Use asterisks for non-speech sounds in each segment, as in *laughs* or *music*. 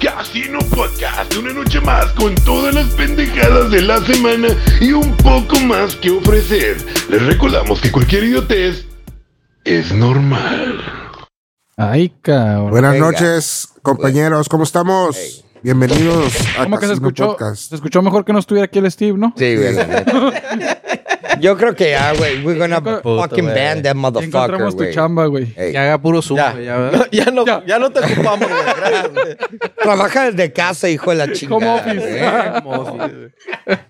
Casino Podcast, una noche más con todas las pendejadas de la semana y un poco más que ofrecer. Les recordamos que cualquier idiotez es normal. Ay, cabrón. Buenas Venga. compañeros, compañeros, ¿cómo estamos? Ey. Bienvenidos a ¿Cómo que se Casino escuchó? Podcast. Se escuchó mejor que no estuviera aquí el Steve, ¿no? Sí, güey. la neta. Yo creo que ya, güey. We're gonna Puto, fucking güey. ban Ya that motherfucker, encontramos tu güey. chamba, güey. Ey. Que haga puro zoom, Ya. güey, ya, ¿verdad? *laughs* Ya no, Ya. ya. no te *laughs* ocupamos, güey. Gracias, güey. Trabaja desde casa, hijo de la Home chingada. office. güey.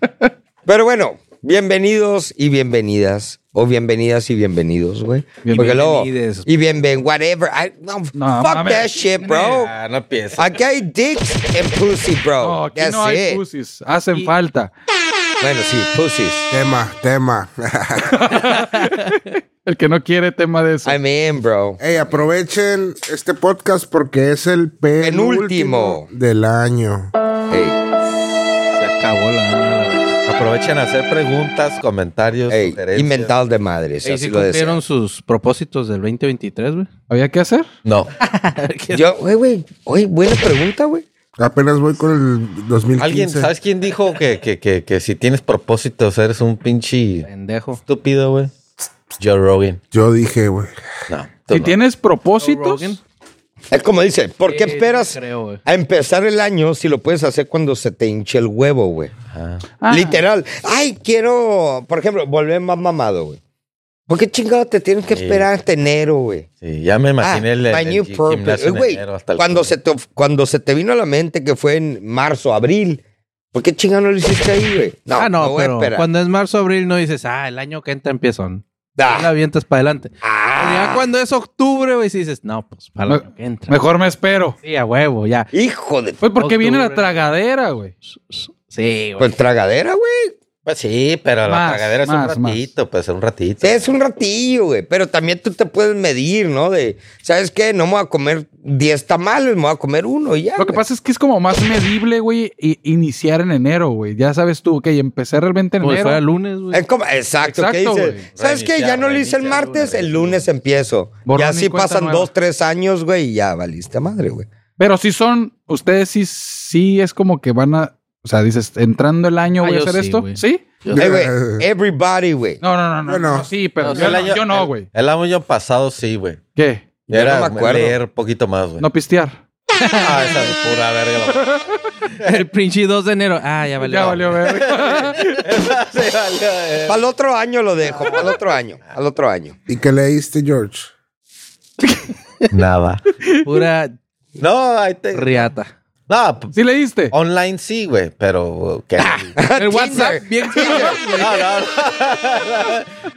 Pero bueno, bienvenidos y bienvenidas. O bienvenidas y bienvenidos, güey. Porque luego. Bienvenides. Y bienven, whatever. I- no, No, fuck mames. that shit, bro. Ah, no empieces. Aquí hay dicks and pussy, *laughs* bro. No, aquí That's no hay it. pussies. Hacen falta. Bueno, sí, pussies. Tema, tema. *laughs* El que no quiere tema de eso. I'm in, bro. Ey, aprovechen este podcast porque es el penúltimo, Penúltimo. del año. Ey, Se acabó la. Aprovechen a hacer preguntas, comentarios, ey, sugerencias. inventado de madres. ¿Y así si lo deseo. cumplieron sus propósitos del 2023, güey? ¿Había que hacer? *laughs* No. Yo, güey, güey, oye, buena pregunta, güey. Apenas voy con el 2015. ¿Alguien, ¿Sabes quién dijo que, que, que, que si tienes propósitos eres un pinche Pendejo. estúpido, güey? Joe Rogan. Yo dije, güey. No. tú Si no. tienes propósitos, Rogan. Es como dice, ¿por Eh, Eh, qué Sí, esperas creo, güey. a empezar el año si lo puedes hacer cuando se te hinche el huevo, güey? Ajá. Ah. Literal. Ay, quiero, por ejemplo, volver más mamado, güey. ¿Por qué chingado te tienes que Sí. esperar hasta enero, güey? Sí, ya me imaginé Ah, el, el- my el new gi- purpose. gimnasio en Güey, enero hasta el cuando culo. se, te, of- cuando se te vino a la mente que fue en marzo, abril, ¿por qué chingado no lo hiciste ahí, güey? No, ah, no, voy a pero esperar. cuando es marzo, abril, no dices, ah, el año que entra empiezo. ¿no? Ah, La avientas para adelante. ah. Pero ya cuando es octubre, güey, sí dices, no, pues para el Me- año que entra. mejor me espero. Sí, a huevo, ya. hijo de... Pues porque viene la Octubre. tragadera, güey. Sí, güey. Pues tragadera, güey. Pues sí, pero la Más, tragadera es más, un ratito, pues un ratito. Sí, es un ratillo, güey. Pero también tú te puedes medir, ¿no? De, ¿sabes qué? No me voy a comer 10 tamales, me voy a comer uno y ya. Lo que güey. pasa es que es como más medible, güey, i- iniciar en enero, güey. Ya sabes tú, ok, empecé realmente en Como si enero. fuera lunes, güey. Es como- exacto, ¿qué Exacto, dices? güey. ¿Sabes qué? Ya no lo hice el Reiniciar, martes, güey, el lunes empiezo. Borrón y y así cuenta pasan nueva. dos, tres años, güey, y ya valiste a madre, güey. Pero si son, ustedes sí, sí es como que van a, o sea, dices, entrando el año Ah, voy a yo hacer sí, esto. güey. ¿Sí? Eh, *laughs* güey, everybody, güey. No, no, no, no. Yo no. no, Sí, pero No, yo, el no- año- yo no, el- güey. El, año pasado sí, güey. ¿Qué? Yo no Era me acuerdo. leer un poquito más, güey. No pistear. Ah, esa es pura *laughs* verga. *laughs* El pinche 2 de enero. Ah, ya valió. Ya valió, güey. Esa sí valió, eh. Al otro año lo dejo, al otro año, al otro año. *laughs* ¿Y qué leíste, George? Nada. Pura No, ahí *laughs* te. riata. No, p- *laughs* ¿Sí leíste? online sí, güey, pero. ¿qué? Ah. El Tinder. WhatsApp, bien *laughs* No, no,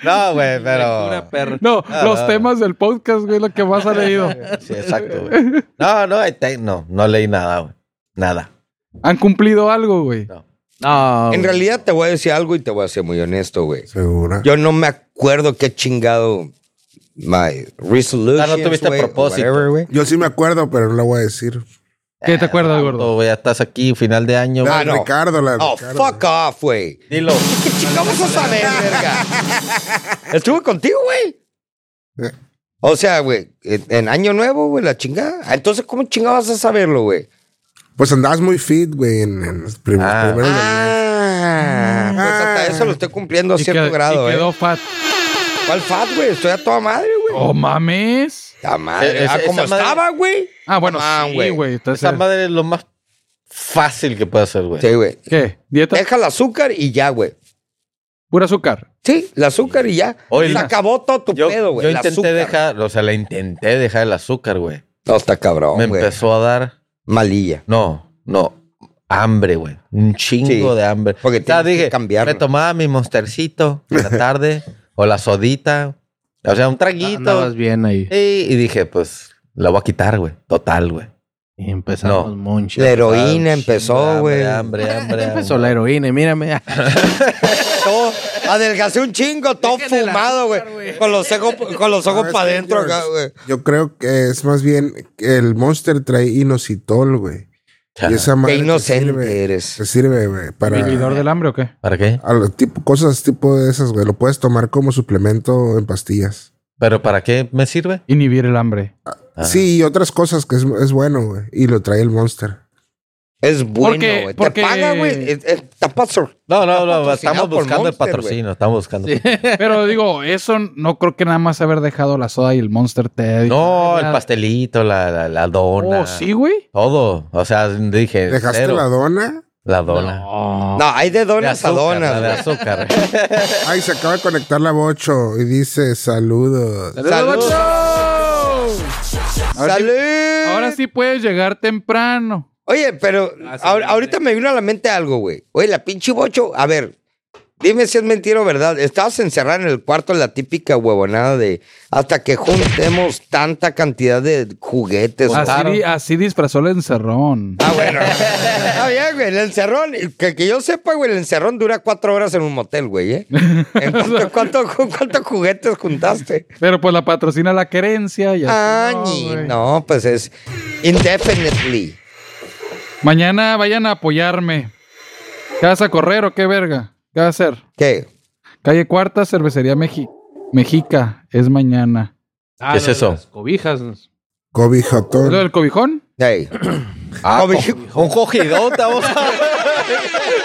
no. No, *laughs* güey, Pura pero. perra. No, Ah, los ah. temas del podcast, güey, lo que más ha leído. Sí, exacto, güey. No, no, ahí te- no, no leí nada, güey. Nada. ¿Han cumplido algo, güey? No. No. En güey. realidad te voy a decir algo y te voy a ser muy honesto, güey. Segura. Yo no me acuerdo qué chingado my resolution. Ah, no tuviste propósito. Yo sí me acuerdo, pero no lo voy a decir. ¿Qué te acuerdas, gordo? Todo, güey, ya estás aquí, final de año. La Ah, de güey. no. Ricardo, la de Oh, Ricardo. fuck off, güey. Dilo. ¿Qué chingados vas a saber, verga? Estuve contigo, güey. Eh. O sea, güey, en en año nuevo, güey, la chingada. Ah, Entonces, ¿cómo chingados vas a saberlo, güey? Pues andabas muy fit, güey, en, en los prim- Ah. primeros del mes. Ah, Mm. pues hasta eso lo estoy cumpliendo a Y cierto qued- grado, y quedó ¿eh? fat. ¿Cuál fat, güey? Estoy a toda madre, güey. ¡Oh, mames! La madre. Esa- ah, Eh, esa ¿cómo madre- estaba, güey? Ah, bueno, Ah, sí, güey. güey. Entonces, Esa madre es lo más fácil que puede hacer, güey. Sí, güey. ¿Qué? ¿Dieta? Deja el azúcar y ya, güey. ¿Pura azúcar? Sí, el azúcar y ya. Oye, Se la- acabó todo tu Yo, pedo, güey. yo el intenté azúcar. dejar, o sea, la intenté dejar el azúcar, güey. No, está cabrón, Me güey. empezó a dar, Malilla. no, no, hambre, güey. Un chingo Sí, de hambre. porque O sea, tienes que cambiarlo. Me tomaba mi monstercito en *laughs* la tarde o la sodita, o sea, un traguito. Andabas bien ahí. y, y dije, pues, la voy a quitar, güey. Total, güey. Y empezamos No. moncha. La heroína Ah, empezó, hambre, güey. Hambre, hambre, Empezó hambre. la heroína, y mírame. Todo- Adelgacé un chingo, todo Dejen el fumado, azúcar, güey. Con los ojos, con los ojos ¿Sabes para qué, adentro George? acá, güey. Ah, Yo creo que es más bien que el Monster trae inositol, güey. Y esa madre Qué te inocente sirve- eres. Te sirve, güey, para... ¿Inhibidor del hambre o qué? ¿Para qué? a lo tipo, cosas tipo de esas, güey. Lo puedes tomar como suplemento en pastillas. ¿Pero para qué me sirve? Inhibir el hambre. Sí, y otras cosas que es, es bueno, güey. Y lo trae el Monster. Es bueno, Porque- güey. porque- Te paga, güey. Eh, eh, Está pasor. No, no, Está no, estamos patrocinado por buscando el Monster, patrocinio, estamos buscando. Pero digo, eso no creo que nada más haber dejado la soda y el Monster te No, el pastelito, la, la, la dona. Oh, sí, güey. Todo. O sea, dije. ¿Dejaste cero. la dona? La dona. No, hay de De donas a azúcar, la de donas, güey. azúcar. Ay, se acaba de conectar la bocho y dice saludos. Salud. Ahora sí- ¡Salud! Ahora sí puedes llegar temprano. Oye, pero ahor- ahorita me vino a la mente algo, güey. Oye, la pinche bocho. A ver, dime si es mentira o verdad. Estabas encerrada en el cuarto la típica huevonada de hasta que juntemos tanta cantidad de juguetes. o- Así, di- así disfrazó el encerrón. Ah, *laughs* bueno. Está Ah, bien, güey. El encerrón, que, que yo sepa, güey, el encerrón dura cuatro horas en un motel, güey, ¿eh? *laughs* ¿En cuánto- cuánto- cu- ¿Cuántos juguetes juntaste? Pero pues la patrocina la querencia y así Ah, no, ni- güey. no, pues es indefinitely. Mañana vayan a apoyarme. ¿Qué vas a correr o qué verga? ¿Qué vas a hacer? ¿Qué? Calle Cuarta, Cervecería Meji Mexica. Es mañana. Ah, ¿Qué es lo de eso? las cobijas. Kobe ¿Es lo Hotón. del cobijón? Hey. Ah, Kobe- *laughs* co- un cogidón, estamos. *laughs*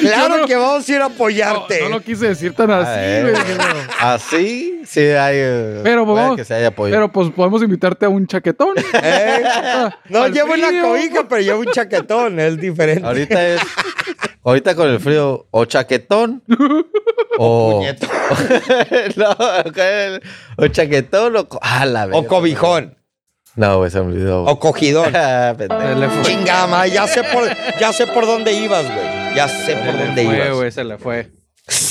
Claro Yo no- que vamos a ir a No, apoyarte. no lo quise decir tan así, eh. güey. *laughs* pero- Así, sí hay. eh, Pero, puede vamos- que se haya apoyo. Pero pues podemos invitarte a un chaquetón. *laughs* ¿Eh? No Al llevo una frío. cobija, pero llevo un chaquetón, es diferente. *laughs* Ahorita es. Ahorita con el frío, o chaquetón. o. *laughs* no, con el- o chaquetón o. co- Ah, la O verga. cobijón, No, güey, se me olvidó. güey. o cogidón. *laughs* Ah, pendejo. Chinga, madre, ya sé por, ya sé por dónde ibas, güey. Ya sé por dónde Fue, ibas. güey, se le fue.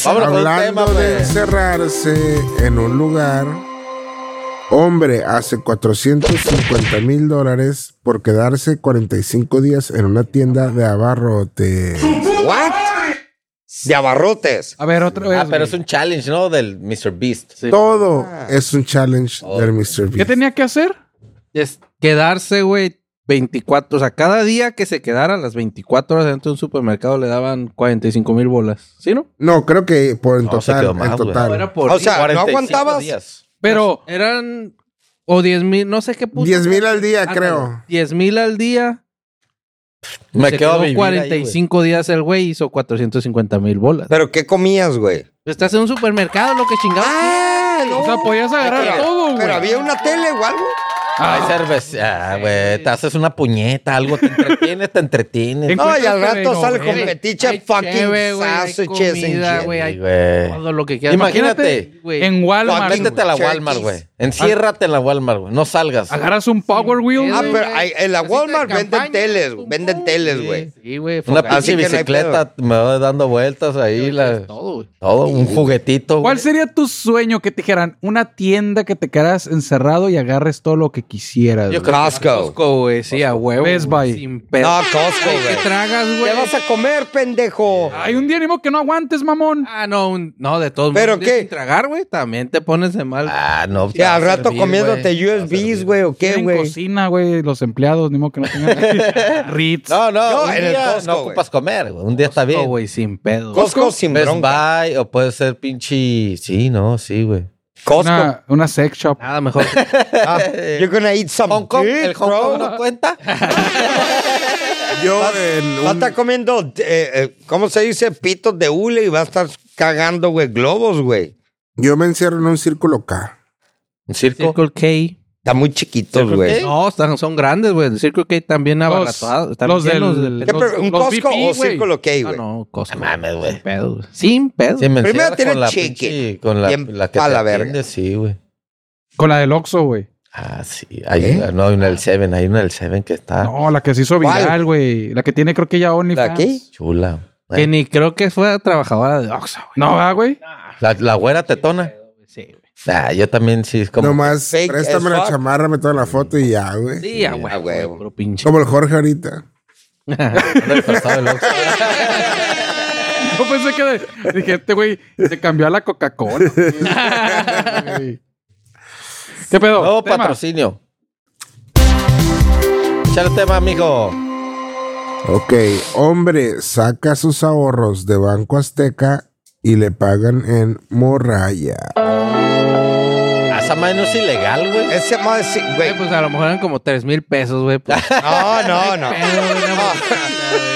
Vámonos con un tema, pues. Hablando de güey. encerrarse en un lugar, hombre hace 450 mil dólares por quedarse 45 días en una tienda de abarrote. ¿What? De abarrotes. A ver, otra vez. Ah, pero güey. es un challenge, ¿no? Del Mr. Beast. Sí. Todo es un challenge del Mr. ¿Qué Beast. tenía que hacer? Es quedarse, güey, 24. O sea, cada día que se quedara las 24 horas dentro de un supermercado le daban 45 mil bolas. ¿Sí, no? No, creo que por en No, se total, quedó mal, en güey. total. por O sea, ¿no 45 aguantabas? días. Pero, Pues, Eran o 10 mil, no sé qué puso. 10 mil al día, Ándale, creo. 10 mil al día. Me se quedo a quedó vivir 45 días el güey hizo 450 mil bolas. ¿Pero qué comías, güey? Estás en un supermercado, lo que chingados. Ah, o sea, podías agarrar Pero- todo, güey. Pero había una tele o algo. Hay cerveza, ah, güey. Te haces una puñeta, algo. Te entretienes, te entretienes. En- No, y al Encuentras rato de sale novela. con Hay metiche fucking cheve, güey, hay sausages and comida, shit. güey, hay Sí, güey. todo lo que quieras. Imagínate, güey. En Walmart. Métete güey. a la Turkeys. Walmart, güey. Enciérrate en la Walmart, güey. No salgas. Agarras un Power Wheel. Ah, güey. pero hay- en la Casita de Walmart venden campaña, teles, pum, venden pum. teles, Sí, güey. Sí, güey. Una fogata, Así pinche que no hay bicicleta, me voy dando vueltas ahí. La, todo, güey. todo, un juguetito. ¿Cuál güey. sería tu sueño que te dijeran una tienda que te quedaras encerrado y agarres todo lo que quisieras? Yo güey? Costco. Costco, güey, sí, a huevo. Best güey, Buy. Sin pedo. No, Costco, Ay, ¿Qué güey. tragas, ¿Qué güey? vas a comer, pendejo? Hay un día ni modo que no aguantes, mamón. Ah, no, un- no, de todos ¿Pero modos. tienes qué? que tragar, güey, también te pones de mal. Ah, no. te Ya, va al a rato servir, comiéndote güey. Te va a USBs, servir. güey, o qué, en güey. cocina, güey, los empleados, ni modo que no *laughs* tengan Ritz. No, no, No, un en el día Costco, no güey. ocupas comer, güey. Un día está No, bien. güey, sin pedo. Costco sin Best bronca. Buy o puede ser pinche... Sí, no, sí, güey. Costco. una, una sex shop. Nada mejor. *laughs* Ah, you're gonna eat some Hong Kong, dick, ¿el Hong bro. Kong no cuenta? *laughs* Yo Vas- en Va a un- estar comiendo, eh, eh, ¿cómo se dice? Pitos de hule y va a estar cagando, güey, globos, güey. yo me encierro en un círculo K. ¿Un circo? Circle K. Está muy chiquitos, Circle güey. K. No, están, son grandes, güey. El Circle K también abaratado. están los llenos del- de- ¿Qué, los- pero, ¿Un los Costco BP, o güey. Círculo K, Ah, güey? no, Costco. No mames, güey. Sin pedo, güey. Sin pedo. Sí, me Primero encierras tiene con la chicken, pinche- Con la, bien la que pa' te la verga. atiende, sí, güey. Con la del Oxxo, güey. Ah, sí. Hay, ¿Eh? No, hay una Ah. del Seven, hay una del Seven que está No, la que se hizo ¿Cuál? viral, güey. La que tiene, creo que ya OnlyFans. ¿La aquí? chula. Que ni creo que fue trabajadora de Oxxo, güey. No, ¿verdad, güey. La, la güera tetona. Sí, güey. Ah, yo también sí, es como... Nomás fake préstame as la fuck. chamarra, me tomo la foto y ya, güey. Sí, a a huevo. huevo. güey, puro pinche. Como el Jorge ahorita. ando disfrazado del Oxxo. Yo pensé que de- dije, este güey se cambió a la Coca-Cola. güey. ¿Qué pedo? Nuevo Tema. patrocinio. Échale tema, amigo. Ok, hombre saca sus ahorros de Banco Azteca y le pagan en morraya. Ah, esa madre no es ilegal, güey. Ese modo es, güey. Güey, pues a lo mejor eran como 3 mil pesos, güey. pues. No, no, no. *laughs*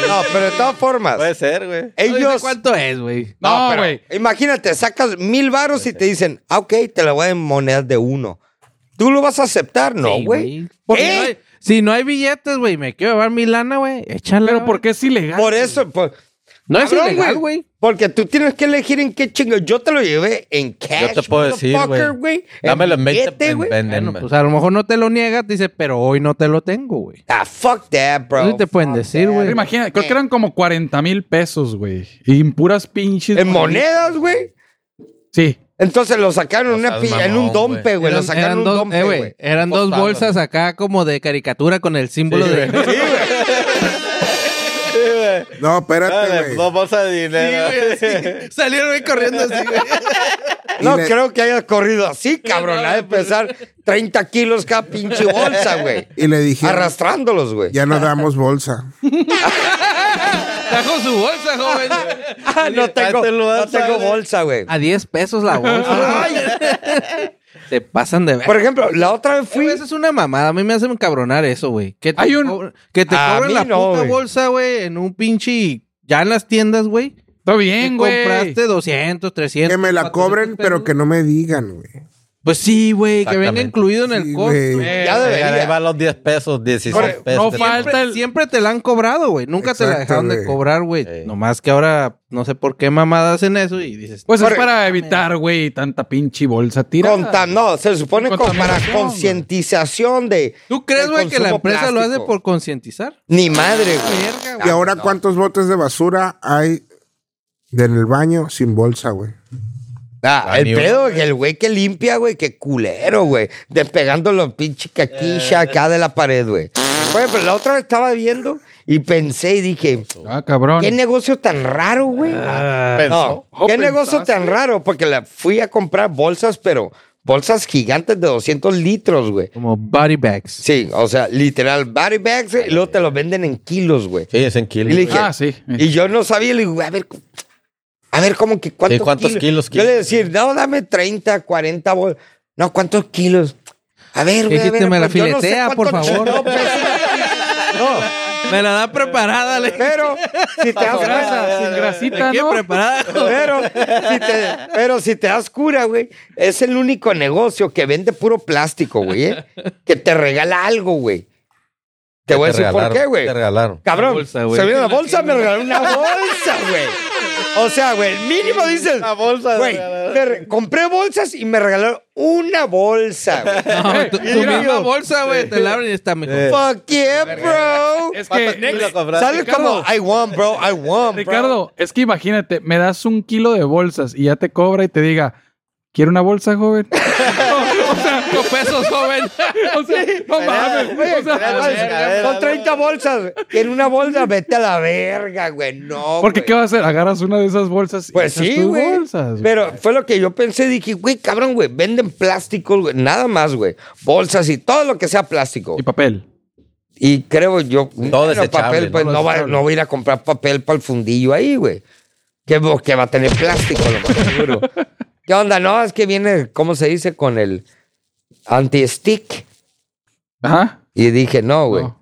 No, no, pero de todas formas, Puede ser, güey. No sé ellos. ¿Cuánto es, güey? No, pero güey. Imagínate, sacas mil varos y te dicen, ah, ok, te la voy a en monedas de uno. ¿Tú lo vas a aceptar? No, Sí, güey. Porque ¿Qué? no hay- si no hay billetes, güey, me quiero llevar mi lana, güey. Échala. Pero güey. ¿por qué es ilegal? Por eso, por- No es Cabrón, ilegal, güey. Porque tú tienes que elegir en qué chingo. Yo te lo llevé en cash. Yo te puedo decir, motherfucker, güey. En Dámelo en 20. billete, en- güey. en- en- Bueno, pues a lo mejor no te lo niegas, te dice, pero hoy no te lo tengo, güey. Ah, fuck that, bro. Eso sí te pueden Fuck decir, that. güey. Imagina, creo que eran como 40 mil pesos, güey. Y en puras pinches. En monedas, güey. Sí. Entonces lo sacaron en No una seas pi- en mamón, un dompe, güey. Lo Eran- sacaron en eran un dos- eh, dompe, güey, güey. Eran dos Apostado. bolsas acá como de caricatura con el símbolo Sí, de... *laughs* güey. Sí, güey. No, espérate, Dale, güey. Dos bolsas de pues, dinero. Salieron güey, corriendo así, *laughs* güey. No Y le- creo que hayas corrido así, cabrón. Ha de pesar 30 kilos cada *laughs* pinche bolsa, güey. Y le dije, Arrastrándolos, güey. ya no damos bolsa. Trajo su bolsa, joven. Ah, no tengo, Dátelo, no dátelo. tengo bolsa, güey. *laughs* A 10 pesos la bolsa. Ay, *laughs* Te pasan de ver. Por ejemplo, la otra vez Güey, fui. Eso es una mamada. A mí me hacen cabronar eso, güey. Que te, Hay un- cobran- que te A cobran mí la no, puta güey. bolsa, güey, en un pinche... Ya en las tiendas, güey. Está que bien, güey. Compraste 200, 300. Que me la 400 cobren, pero pesos. que no me digan, güey. Pues sí, güey, que venga Exactamente. incluido en el Sí, costo. güey. Eh, Ya Oigan, debería. Ahí van los 10 pesos, 16 Corre, pesos. no falta. Siempre, el- siempre te la han cobrado, güey. Nunca te la Exacto, dejaron de güey. cobrar, güey. Sí. Nomás que ahora no sé por qué mamada hacen eso y dices, Pues es Corre. para evitar, güey, tanta pinche bolsa tirada. Conta- no, se supone como para Contaminación, concientización de. ¿tú crees, del güey, que la consumo empresa lo hace plástico? por concientizar? Ni madre, güey. Verga, ¿Y güey. ahora cuántos botes de basura hay en el baño sin bolsa, güey? Ah, Ah, el ni pedo, que el güey que limpia, güey, que culero, güey. Despegando los pinches Eh. caquilla acá de la pared, güey. Güey, pero la otra vez estaba viendo y pensé y dije, Ah, cabrón. qué negocio tan raro, güey. Ah, Pensó. No, qué Oh, negocio pensaste. tan raro, porque la fui a comprar bolsas, pero bolsas gigantes de 200 litros, güey. Como body bags. Sí, o sea, literal, body bags, y luego te los venden en kilos, güey. Sí, es en kilos. Y le güey. dije, Ah, sí. Y yo no sabía, le digo, a ver, cu- a ver, ¿cómo que cuántos, Sí, ¿cuántos kilos Yo le quieres? decir, no, dame 30, 40 bol... No, ¿cuántos kilos? A ver, güey. a Dijiste, ver, "Me la pues, yo no sé filetea, por cuántos favor". kilos, pues. No, Me la da preparada, le pero si te das Sin grasa, cuenta, sin grasita, ¿De qué ¿no? preparada? pero si, te, pero si te das cura, güey, es el único negocio que vende puro plástico, güey, ¿eh? que te regala algo, güey. Te, voy a Te decir por regalaron, qué, güey. Te regalaron. Cabrón, Una bolsa, güey. se vino la bolsa, me regaló una bolsa, güey. O sea, güey, el mínimo dices. Una bolsa, Güey, güey. me re- compré bolsas y me regalaron una bolsa, güey. No, tu, tu mira. misma bolsa, güey, te la abren y está mejor. *laughs* Eh. Fuck yeah, bro. Es ¿Cuántos kilos que, cobraste? ¿Sabes Ricardo. cómo? I won, bro. I won, bro. Ricardo, es que imagínate, me das un kilo de bolsas y ya te cobra y te diga, ¿quiere una bolsa, joven? *laughs* Cinco pesos, joven. o sea, no mames. Oye, o sea, a Eh, la verga, verga, a ver, a son ver. 30 bolsas. En una bolsa, vete a la verga, güey. No. porque güey. ¿qué vas a hacer? Agarras una de esas bolsas y Pues echas sí, tus güey. bolsas. güey. Pero fue lo que yo pensé. Dije, güey, cabrón, güey. Venden plásticos, güey. Nada más, güey. Bolsas y todo lo que sea plástico. Y papel. Y creo yo, bueno, desechable, papel, pues ¿no? no, va, Desechable. no voy a ir a comprar papel para el fundillo ahí, güey. Que, bo- que va a tener plástico, lo más seguro. ¿Qué onda? No, es que viene, ¿cómo se dice? Con el anti-stick. Ajá. Y dije, no, güey. No.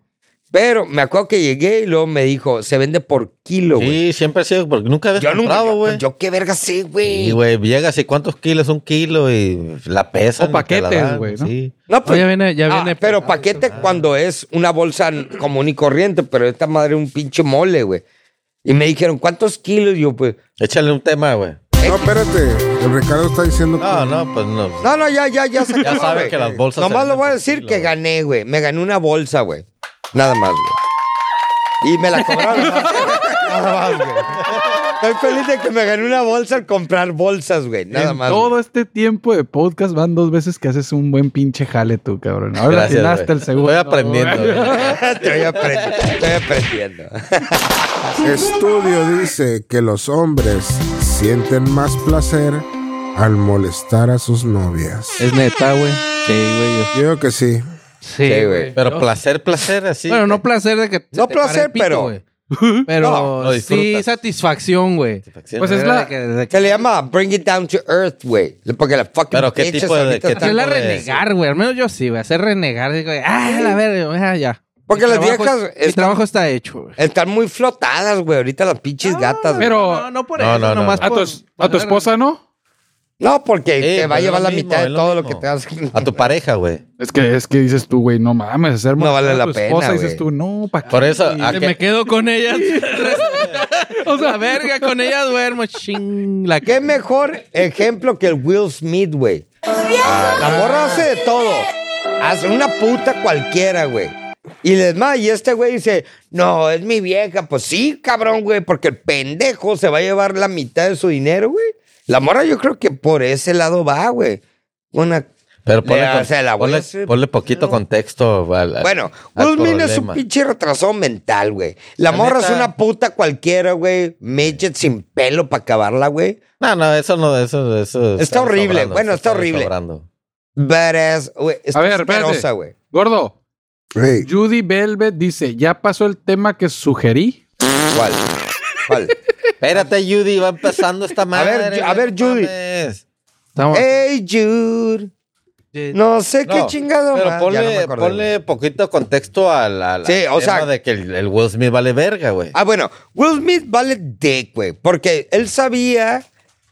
Pero me acuerdo que llegué y luego me dijo, se vende por kilo, güey. Sí, siempre ha sido, porque nunca habías yo nunca, comprado, yo, güey. yo qué verga sé, Y, Eh, güey. güey, llegas y cuántos kilos, un kilo y la pesan. O y te la paquetes, dan, güey, ¿no? Sí. no, No, ya viene, ya Ah, viene. pero paquete cuando es una bolsa común y corriente, pero esta madre es un pinche mole, güey. Y me dijeron, ¿cuántos kilos? Y yo, pues, Échale un tema, güey. No, espérate. El Ricardo está diciendo No, no, pues no. No, no, ya, ya, ya se Ya acabó, sabe güey. que las bolsas se Nomás lo venden voy a por decir kilo, que güey. gané, güey. Me gané una bolsa, güey. Nada más, güey. Y me la cobraron. Nada más, güey. Estoy feliz de que me gané una bolsa al comprar bolsas, güey. Nada en más. todo güey. este tiempo de podcast van dos veces que haces un buen pinche jale tú, cabrón. Ahora Gracias, hasta güey. el segundo. Voy aprendiendo, güey. güey. *laughs* Estoy aprendiendo. Estoy aprendiendo. Estudio dice que los hombres sienten más placer al molestar a sus novias. Es neta, güey. Sí, güey. yo- Yo digo que sí. Sí, Sí, güey. güey. Pero placer, placer, así. Bueno, no placer de que. se No te pare placer, el pito, pero- güey. Pero No, lo sí, disfrutas. satisfacción, güey. Pues es la- De que- de que- Se le llama Bring It Down to Earth, güey. Porque la fucking Pero, ¿qué pinches tipo de- ahorita qué están- tipo Hacerla de- renegar, güey. Al menos yo sí, güey. Hacer renegar. Digo, ah, la verga, güey, ah, ya. Porque Mi las trabajo- viejas Mi están- trabajo está hecho, güey. Están muy flotadas, güey. Ahorita las pinches gatas. güey. Pero No, no por No, eso, no, no, nomás no. A Ah, tu, por- es- a tu esposa, ¿no? No, porque Eh, te va a pero llevar es la lo mismo, mitad de es lo todo lo que mismo. te vas A tu pareja, güey. Es que, es que dices tú, güey, no mames, hacer No vale a la tu pena, esposa, güey. dices tú, no, pa' Por eso, ¿a Que qué? me quedo con ella. *laughs* o sea, verga, con ella duermo. Ching, la Qué mejor ejemplo que el Will Smith, güey. La morra hace de todo. Hace una puta cualquiera, güey. Y les más, y este güey dice, no, es mi vieja. Pues sí, cabrón, güey, porque el pendejo se va a llevar la mitad de su dinero, güey. La morra yo creo que por ese lado va, güey. Una... Pero ponle, Le- con- o sea, la voy a ponle, hacer- ponle poquito contexto al, al- Bueno, al Will Smith es un problema. pinche retrasado mental, güey. La, La morra es neta. una puta cualquiera, güey. Midget sin pelo para acabarla, güey. No, no, eso no, eso, eso Está está horrible, sobrando, bueno, eso está está horrible. sobrando. Badass, güey. Está A ver, asquerosa, espérate. güey. Gordo, Hey, Judy Velvet dice, ¿ya pasó el tema que sugerí? ¿Cuál? ¿Cuál? *laughs* Espérate, Judy, va empezando esta madre. ver, Ju- a no ver, Judy. mames. Estamos- Hey, Jude. Eh, No sé *laughs* qué No, chingado. Pero más. Ya no me ponle, acordé, güey. ponle poquito contexto al, al- Sí, al o sea- tema de que el, el Will Smith vale verga, güey. Ah, bueno, Will Smith vale dick, güey. Porque él sabía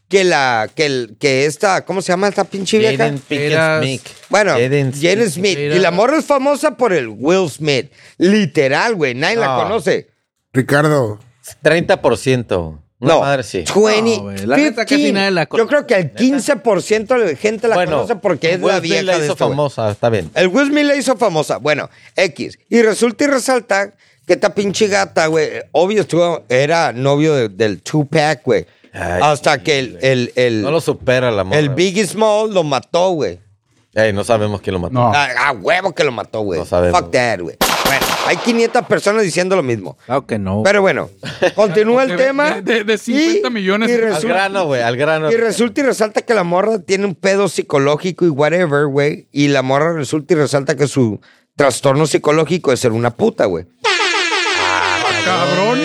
que la, que, el, que esta, ¿cómo se llama esta pinche vieja? Jaden Pickett Eras- Smith. Bueno, Jaden Jaden Smith. Y la morra es famosa por el Will Smith. Literal, güey. Nadie la No. conoce. Ricardo, 30%. Una No. madre sí. 20, No, güey, la neta casi 15. nadie la conoce. Yo creo que el 15% de gente la conoce porque es Will la Smith vieja la de hizo esta, güey. famosa, está bien. El Will Smith la hizo famosa. Bueno, X. Y resulta y resalta que esta pinche gata, güey, obvio estuvo, era novio de- del Tupac, güey. Ay, Hasta que el, el, el, No lo supera la morra. el Biggie Small lo mató, güey. Ey, no sabemos quién lo mató. No. A, a huevo que lo mató, güey. No sabemos. Fuck that, güey. Bueno, hay 500 personas diciendo lo mismo. Claro que no. Pero bueno, continúa el De- tema. de- de 50 millones. Y Al Al resulta, grano, güey, al grano. y resulta y resalta que la morra tiene un pedo psicológico y whatever, güey. Y la morra resulta y resalta que su trastorno psicológico es ser una puta, güey. Cabrón.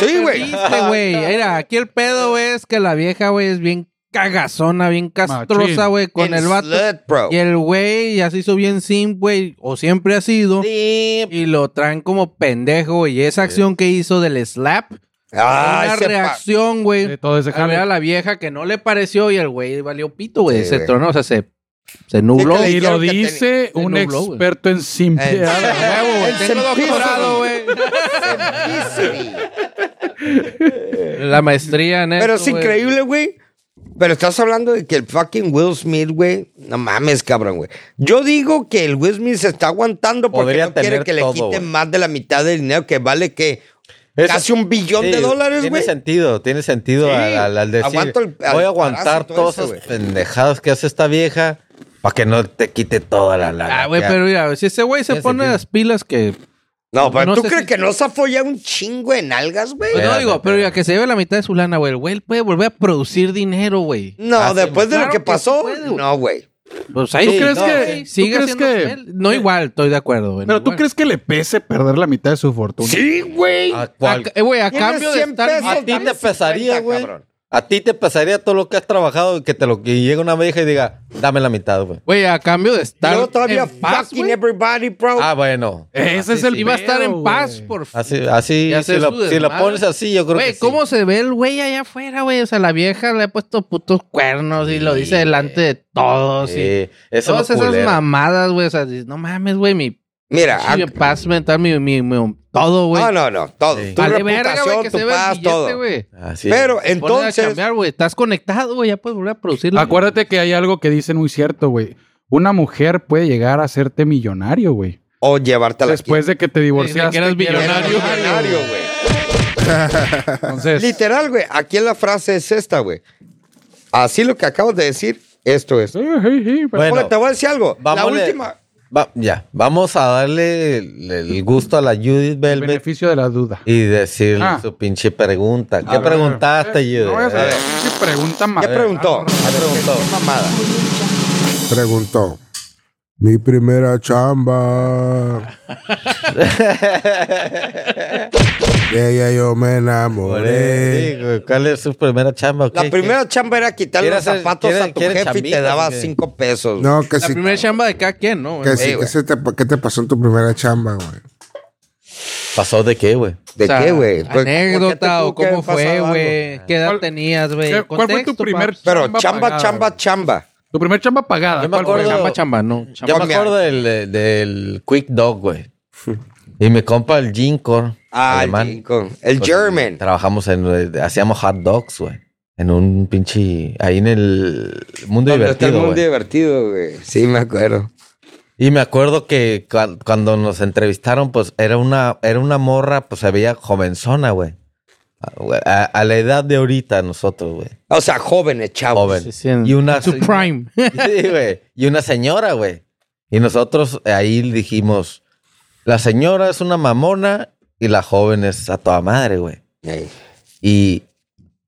Sí, güey. Perdiste, *laughs* güey. Mira, aquí el pedo, güey, es que la vieja, güey, es bien cagazona, bien castrosa, Machín. güey, con Bien el vato. slut, bro. Y el güey ya se hizo bien simp, güey, o siempre ha sido. Sí, Y lo traen como pendejo, güey. Y esa acción que hizo del slap, Ah, una ese pa- reacción, güey. De todo ese A ver jale. a la vieja que no le pareció y el güey valió pito, güey. Sí, se güey. tronó, o sea, se, se nubló. Sí, Y dijeron lo que dice tenía- un se nubló, güey. experto en simpiedad. Huevo, güey. El Tengo sentido, doctorado, güey. La maestría en Pero esto, es güey. increíble, güey. Pero estás hablando de que el fucking Will Smith, güey. No mames, cabrón, güey. Yo digo que el Will Smith se está aguantando porque Podría no quiere tener que todo, le quiten güey. más de la mitad del dinero que vale que Eso- casi un billón de Sí, dólares, güey. Tiene sentido, tiene sentido Sí. al, al- al decir, Aguanto el- al voy a palazo aguantar y todo todas eso, esas güey". pendejadas que hace esta vieja para que no te quite toda la lana. Ah, güey, Ya. pero mira, si ese güey se Tiene pone sentido. las pilas que... pues, No, pero No tú sé crees si- que no se afolla un chingo en algas, güey. Pues no Espérate, digo, pero ya que se lleve la mitad de su lana, güey. El güey puede volver a producir dinero, güey. No, Ah, sí, después de claro lo que que pasó, sí puede, güey. no, güey. Pues ahí ¿Tú sí, crees no, que- güey. tú Sigue crees haciendo que- papel. No igual, estoy de acuerdo, güey. no Pero tú igual. crees que le pese perder la mitad de su fortuna. Sí, güey. ¿A, cuál- A- eh, Güey, a, Tienes cambio de 100 estar... pesos, a ti dame te pesaría, 50, güey. cabrón. A ti te pesaría todo lo que has trabajado y que te lo que llegue una vieja y diga, dame la mitad, güey. Güey, a cambio de estar Yo todavía en paz, fucking güey. everybody, bro. Ah, bueno. Ese es el Iba a estar pedo, en paz, güey. por favor. Así, así, Y hacer si, la, su si la desmadre. pones así, yo creo Güey, que sí. ¿cómo se ve el güey allá afuera, güey? O sea, la vieja le ha puesto putos cuernos y lo dice delante de todos. Sí, y eso todas no esas culero. mamadas, güey. O sea, dices, no mames, güey, mi Mira, a- pinche paz mental, mi, mi, mi- todo, güey. Ah, no, no, no, todo. Sí. Tu Vale verga, reputación, güey, que tu se ve el paz, billete, todo. güey. Así. Pero Entonces, a entonces, chambear, güey. Estás conectado, güey. Ya puedes volver a producir. Acuérdate que hay algo que dicen muy cierto, güey. Una mujer puede llegar a hacerte millonario, güey. o llevártela aquí. Después de que te divorciaste. que eras que eras millonario. Millonario, güey. Entonces, Literal, güey. Aquí la frase es esta, güey. Así lo que acabas de decir, esto es. sí, sí, sí, pero- Bueno. Porque te voy a decir algo. La Vámosle- última. Va- ya, vamos a darle el, el gusto a la Judith el Velvet beneficio de la duda. y decirle Ah. su pinche pregunta. ¿Qué A ver, preguntaste, eh, no Judith? vayas a A ver, hacer que pregunta más. Ya preguntó. ¿Qué preguntó? Mamada. preguntó. Mi primera chamba. De ella yo me enamoré. Digo, ¿Cuál es su primera chamba? La primera chamba era quitarle ¿Quieres los hacer- zapatos quiere- a tu quiere jefe y chambita te o daba qué? cinco pesos. No, que La si, primera chamba de cada quien, ¿no? que güey? si- güey. que se te, ¿qué te pasó en tu primera chamba, güey? ¿Pasó de qué, güey? ¿De O sea, qué, güey? ¿Por- por qué te Anécdota o tuvo que cómo haber pasado fue, algo? güey. ¿Qué edad ¿Cuál- tenías, güey? ¿Qué- ¿Cuál fue tu Contexto, primer paps. Pero chamba chamba, pagada, chamba, güey? chamba. Tu primer chamba pagada. Yo me ¿cuál fue? acuerdo- Chamba, chamba, no. Chamba. Yo Chamba. me acuerdo del, del Quick Dog, güey. Y mi compa, el Ginkor. Ah, el alemán, Lincoln. El pues, German. Trabajamos en. eh, Hacíamos hot dogs, güey. En un pinche. Ahí en el mundo Donde está el divertido. mundo güey. divertido, güey. Sí, me acuerdo. Y me acuerdo que cua- cuando nos entrevistaron, pues era una, era una morra, pues se veía jovenzona, güey. A- güey, A, a la edad de ahorita nosotros, güey. O sea, jóvenes, chavos. Joven. Sí, sí, en- y una en su se- *laughs* prime. Sí, güey. Y una señora, güey. Y nosotros eh, ahí dijimos, la señora es una mamona y la joven es a toda madre, güey. Ey, Y,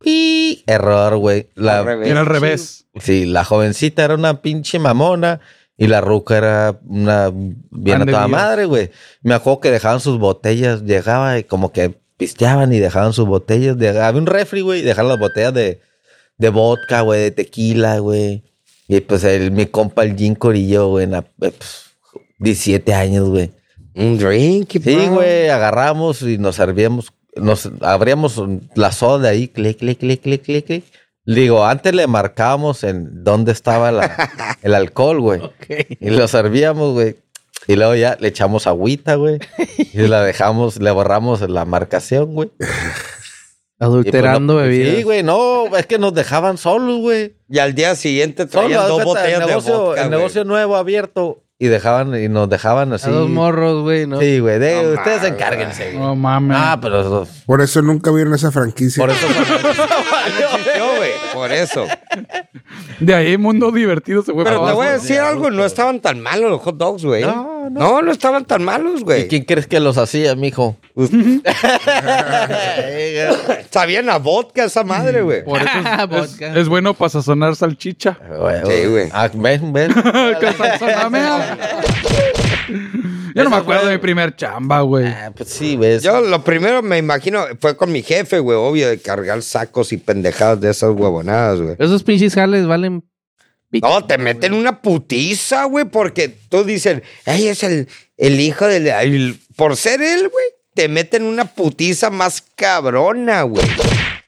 y error, güey. La- al revés. Era al revés. Sí, la jovencita era una pinche mamona y la ruca era una bien a Pan de toda Dios. madre, güey. Me acuerdo que dejaban sus botellas, llegaba y como que pisteaban y dejaban sus botellas. de- había un refri, güey, y dejaban las botellas de, de vodka, güey, de tequila, güey. Y pues el, mi compa el Jim Corillo, güey, en la- eh, pues, 17 años, güey. Un drink, Sí, bro. güey, agarramos y nos servíamos, nos abríamos la soda ahí, clic, clic, clic, clic, clic, clic. Digo, antes le marcábamos en dónde estaba *laughs* la- el alcohol, güey. Y lo servíamos, güey. Y luego ya le echamos agüita, güey. Y la dejamos, le borramos la marcación, güey. Y pues Adulterando no- bebidas. Sí, güey, no, es que nos dejaban solos, güey. Y al día siguiente Solos, traían haz dos cuenta, botellas el negocio, de vodka, El güey. negocio nuevo abierto. Y dejaban, y nos dejaban A así. dos morros, güey, ¿no? Sí, güey, de- No ustedes mames. encárguense, güey. No mames. Ah, pero eso- Por eso nunca vieron esa franquicia. por eso Yo, güey, por *laughs* eso. De ahí, mundo divertido se fue. Pero para te abajo. voy a decir algo, no estaban tan malos los hot dogs, güey. No, no. no, no estaban tan malos, ¿Y güey. quién crees que los hacía, mijo? *laughs* Sabían a vodka Mm, esa madre, güey. *laughs* Por eso es, es- Vodka. es bueno para sazonar salchicha. Sí, güey. Ah, ¿ves? ¿Ves? *laughs* *laughs* Que sazoname. Yo no me acuerdo de mi primer chamba, güey. Ah, pues sí, ves. Yo lo primero me imagino fue con mi jefe, güey, obvio, de cargar sacos y pendejadas de esas huevonadas, güey. Esos pinches jales valen. No, te meten una putiza, güey, porque tú dicen, ay, es el, el hijo del... ay, por ser él, güey, te meten una putiza más cabrona, güey.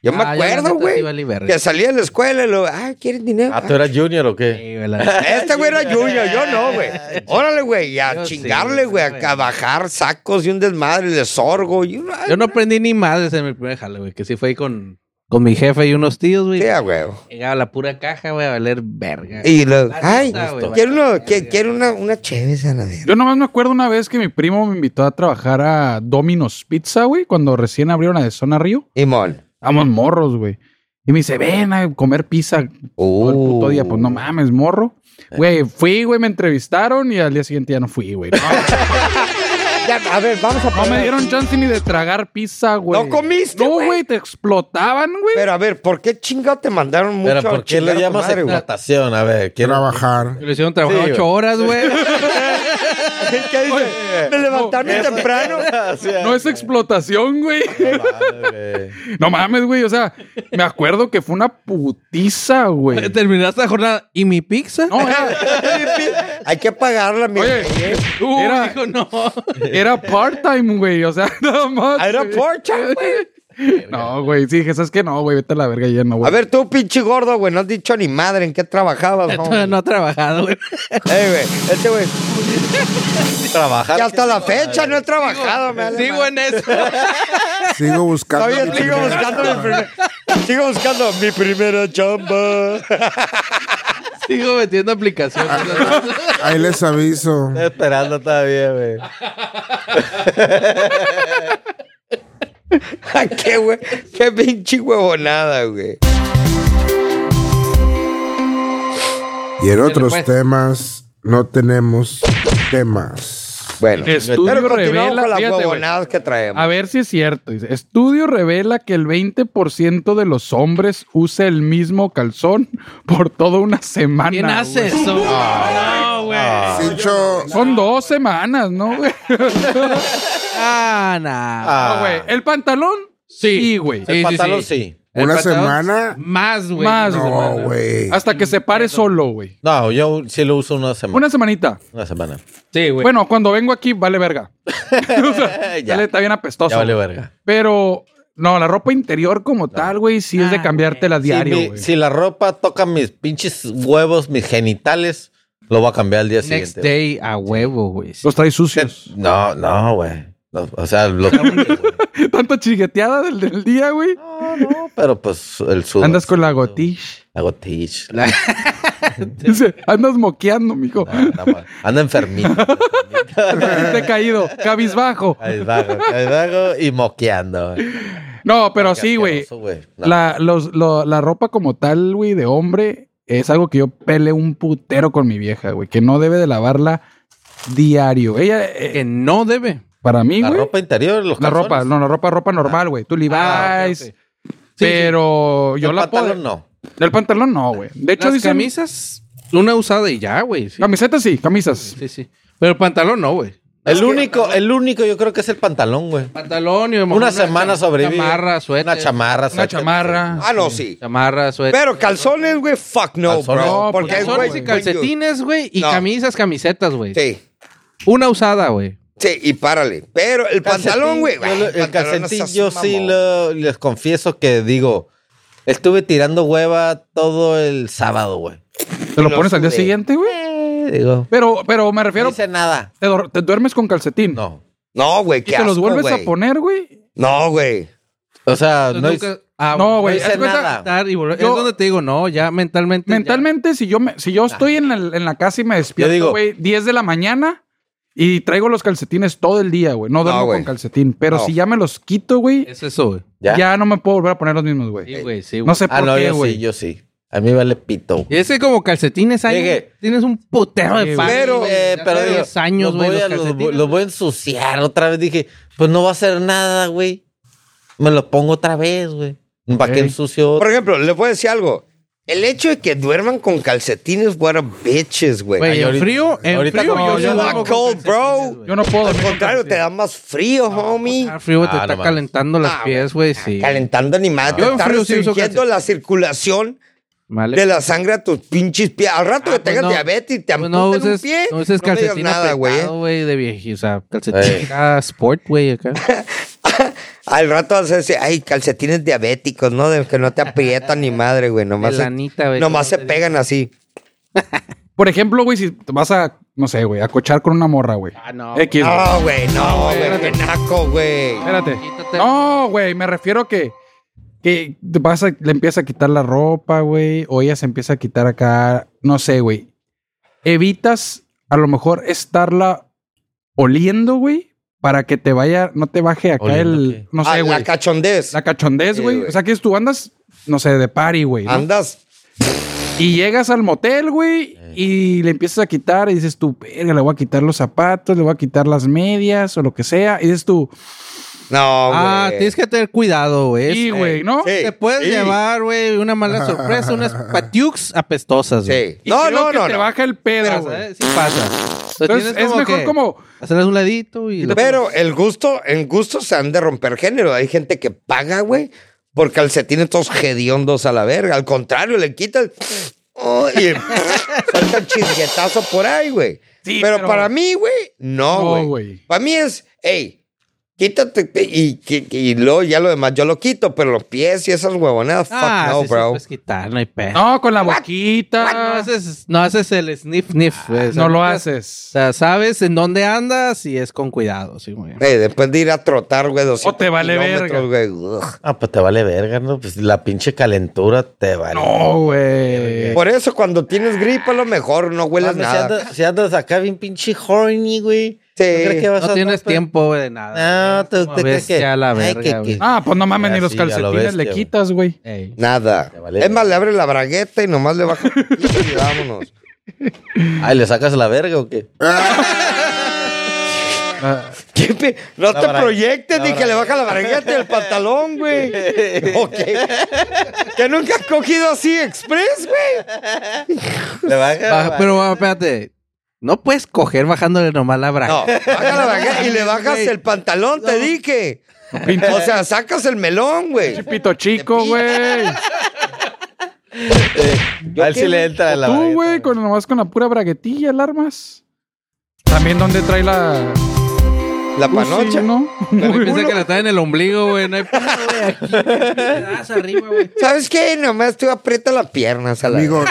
Yo me Ah, yo la neta acuerdo, sí güey, valí verga. que salía de la escuela y lo, ah, ¿quieres dinero? Ah, ¿tú eras junior o qué? Sí, *laughs* güey, la- Este güey *laughs* era Junior, yo no, güey. Órale, güey, y a Yo sí, chingarle, güey, güey. a, a bajar sacos y un desmadre de sorgo. Y una, Yo no aprendí ni madres en mi primer jale, güey. Que sí fue ahí con, con mi jefe y unos tíos, güey. Sí, a huevo. Llegaba la pura caja, güey, a valer verga. Y lo, neta, ay, güey, quiero, vale uno, verga. que- quiero una, una chévere a la verga. Yo nomás me acuerdo una vez que mi primo me invitó a trabajar a Domino's Pizza, güey, cuando recién abrieron la de Zona Río. Simón. Estamos morros, güey. Y me dice, ven a comer pizza todo el puto día. Oh. Pues no mames, morro. Eh. Güey, fui, güey, me entrevistaron y al día siguiente ya no fui, güey. No, Ya, a ver, vamos a no me poner- dieron chance ni de tragar pizza, güey. No comiste, No, güey. güey, te explotaban, güey. Pero a ver, ¿por qué chingado te mandaron mucho Pero a ¿por qué chingar a le tu llamas madre, güey? explotación? A ver, quiero... *laughs* Trabajar. Lo hicieron trabajar Sí, ocho güey. horas, *laughs* güey. ¿Qué dice? Me levantaron *laughs* temprano. No es explotación, güey. No mames, güey. O sea, me acuerdo que fue una putiza, *laughs* güey. *laughs* Terminaste la jornada. ¿Y mi pizza? *laughs* No, era, Hay que pagarla, mi Oye, Uy, era- hijo, no. era part-time, güey. O sea, *laughs* nada más. Ah, Era güey. porcha, güey. No, güey. Sí, dije, ¿sabes qué? No, güey. Vete a la verga ya, no, güey. A ver, tú, pinche gordo, güey, no has dicho ni madre en qué trabajabas, Todavía homie? *laughs* no ha trabajado, güey. Ey, güey, este güey, Trabajar. que hasta la fecha no he trabajado, me vale Sigo madre. *laughs* en eso. Sigo buscando. Todavía mi sigo primera buscando mi chamba. primer- Sigo buscando mi primera chamba. Sigo metiendo aplicaciones. Ahí les aviso. Estoy esperando todavía, güey. ¿A qué, güey? Qué pinche huevonada, güey. Y en otros pues. temas, no tenemos temas. Bueno, Estudio continuamos revela. con las fíjate, güey. huevonadas que traemos. A ver si es cierto. Dice, estudio revela que el 20% de los hombres usa el mismo calzón por toda una semana. ¿Quién güey. hace eso? No, güey. Ah. Sincho, Son dos semanas, ¿no, *laughs* güey? Ah, nah. No, güey. Ah, ¿El pantalón? Sí, güey. el pantalón sí. El una pantalón, semana. Más, güey. Más, una No, semana. güey. Hasta que se pare solo, güey. No, yo sí lo uso una semana. Una semanita. Una semana. Sí, güey. Bueno, cuando vengo aquí, vale verga. *laughs* o *laughs* sea, Ya. ya. está bien apestoso. Ya vale verga. Pero, no, la ropa interior como tal, güey, sí es de Ah, cambiártela Si, diario, mi- güey. si la ropa toca mis pinches huevos, mis genitales, lo voy a cambiar al día Next siguiente. day a huevo, güey. Los traes sucios. No, no, güey. No, o sea, lo- *laughs* Tanta chigueteada del, del día, güey. no, no, pero pues el sudor. Andas con la gotish. *laughs* Hago tich. Dice, andas moqueando, *laughs* mijo. No, no, ma- Anda enfermito. Te he caído, cabizbajo. Ahí vago, ahí vago y moqueando. No, pero sí, güey. Asqueroso, güey. No. La, los- lo- la ropa como tal, güey, de hombre, es algo que yo pele un putero con mi vieja, güey, que no debe de lavarla diario. Ella, eh, Que no debe. para mí, La güey, ropa interior, los la ropa, calzones. no, la ropa, ropa normal, güey, tu Levi's, Ah, ok, ok. Sí, pero yo El la puedo... pantalón no. El pantalón no, güey. De hecho, Las dicen- camisas, una usada y ya, güey. Sí. Camisetas sí, camisas. sí, sí. Pero el pantalón no, güey. El único, el único yo creo que es el pantalón, güey. Pantalón y a lo mejor Una semana cham- sobrevive. Chamarra, suéter. Una chamarra, Una suéter. chamarra. Ah, no, sí. Chamarra, suéter. Pero calzones, güey, fuck no, Calzones. bro. No, Porque pues, es, Calzones güey, y calcetines, güey. Y No. camisas, camisetas, güey. Sí, Una usada, güey. sí, y párale. Pero el pantalón, güey. Yo lo- El calcetín, calcetillo yo sí lo- les confieso que digo, estuve tirando hueva todo el sábado, güey. ¿Te lo Lo pones al día sube. siguiente, güey? Eh, digo, Pero, pero me no refiero, hice nada. te, dor- te duermes con calcetín. No. No, güey, Y qué te los asco, vuelves güey. a poner, güey. No, güey. O sea, no Nunca- hice, Ah, No, güey. no hice haz cuenta- nada. estar y volver- Yo- es donde te digo, no, ya mentalmente. ya. Mentalmente, si yo me, si yo estoy en la, en la casa y me digo- despierto, güey, 10 de la mañana y traigo los calcetines todo el día, güey. No duermo güey. con calcetín. Pero No. si ya me los quito, güey, Es eso, güey. ¿Ya? ¿Ya? no me puedo volver a poner los mismos, güey. Sí, güey, sí, güey. no sé Ah, por no, qué, yo güey. sí, yo sí. A mí vale pito. Y ese como calcetines ahí. Llegué. Tienes un putero Sí, de fan. güey. Pero, Eh, pero digo, 10 años, los güey, voy los a- los, voy- calcetines. los voy a ensuciar otra vez. Dije, pues no va a hacer nada, güey. Me lo pongo otra vez, güey. ¿Para qué Ok. ensucio? Por ejemplo, le puedo decir algo. El hecho de que duerman con calcetines, what a bitches, güey. Güey, Ay, en ahorita- frío, en ahorita frío. no, yo yo sí no. duermo con Cold, bro. calcetines, güey. Yo no puedo. Al dormir con contrario, te calcetín. da más frío, homie. Ah, frío, güey, te Ah, está no mames. calentando Ah, las pies, güey, sí. Calentando ni más. Yo te en está frío sí uso restringiendo calcetín. la circulación Vale. de la sangre a tus pinches pies. Al rato Ah, que pues tengas no. diabetes y te Pues amputen no un uses, pie, no no digas uses calcetín nada, güey. apretado, güey, de viejillo. O sea, calcetín Ey. acá sport, güey, acá. Al rato vas a decir, ay, calcetines diabéticos, ¿no? De que no te aprietan ni madre, güey. Nomás, De se- lanita, güey, nomás como se te pegan así. Por ejemplo, güey, si te vas a, no sé, güey, a cochar con una morra, güey. Ah, no, X, güey. No, güey, no, güey, qué naco, güey. Espérate. Quítate. No, güey, me refiero que que te vas a- le empieza a quitar la ropa, güey, o ella se empieza a quitar acá, no sé, güey. Evitas a lo mejor estarla oliendo, güey, para que te vaya, no te baje acá ¿Oliendo el, qué? no Ah, sé, la güey, la, cachondez. cachondez, Sí, güey. güey. o sea, que tú andas, no sé, de party, güey. ¿no? Andas. Y llegas al motel, güey, y le empiezas a quitar y dices tú, "Verga, le voy a quitar los zapatos, le voy a quitar las medias o lo que sea. Y dices tú, No, güey. Ah, tienes que tener cuidado, güey. Este, y güey, ¿no? Sí, Te puedes sí, llevar, güey, una mala sorpresa, unas patiux apestosas, güey. Sí. Y No, creo no, que no. te no. baja el pedo, Pasa, güey. ¿eh? Sí pasa. Entonces, Entonces, tienes es mejor que como- Hacerles un ladito y... Pero el gusto, en gusto se han de romper género. Hay gente que paga, güey, por calcetines todos hediondos a la verga. Al contrario, le quitan oh, y *laughs* suelta el chisguetazo por ahí, güey. Sí, pero, pero- para mí, güey, No, no, güey. güey. para mí es, hey, quítate y, y, y luego ya lo demás yo lo quito, pero los pies y esas huevonadas, Ah, fuck no, sí, sí, bro. puedes quitar, no hay pedo. No, con la No boquita. haces, no haces el sniff sniff. güey. O Pues, sea, No lo nunca- O haces. sea, sabes en dónde andas y es con cuidado, sí, güey. Ey, después de ir a trotar, güey, 200 te vale kilómetros, güey, ugh. Ah, pues te vale verga, ¿no? Pues la pinche calentura te vale. No, Eh. güey. Pues, Por eso cuando tienes gripa, a lo mejor no hueles Mames, si, nada. andas, si andas acá bien pinche horny, güey. Sí. ¿Tú crees que vas a No tienes andar, tiempo de nada. No, tú- Como tú crees bestia que- a la Ay, verga, que- güey. que- Ah, pues no mames, ni los Así, a lo calcetines le bestia, quitas, güey. Ey. Nada. Te vale es más, le abre la bragueta y nomás le *laughs* baja. y vámonos. Ay, Ah, ¿le sacas la verga o qué? Ah, ¿Qué pe- No La te bra- proyectes la ni que le baja la bragueta. bragueta del pantalón, *laughs* güey. No, ¿qué? ¿Que nunca has cogido así express, güey? ¿Le bajas? Baja- pero ah, espérate. No puedes coger bajándole nomás la braga. No, baja la bragueta y le bajas Güey. el pantalón, te dije. Pinche O sea, sacas el melón, güey. pito chico, güey. A él sí le entra la Tú, vareta, güey, con, nomás con la pura braguetilla, alarmas. También dónde trae la... La Uzi, panocha. ¿no? *laughs* También pensé que la estaba en el ombligo, güey. No hay pedo, güey. *laughs* Aquí, güey, le das arriba, güey. ¿Sabes qué? Nomás tú aprieta las piernas a la Amigos,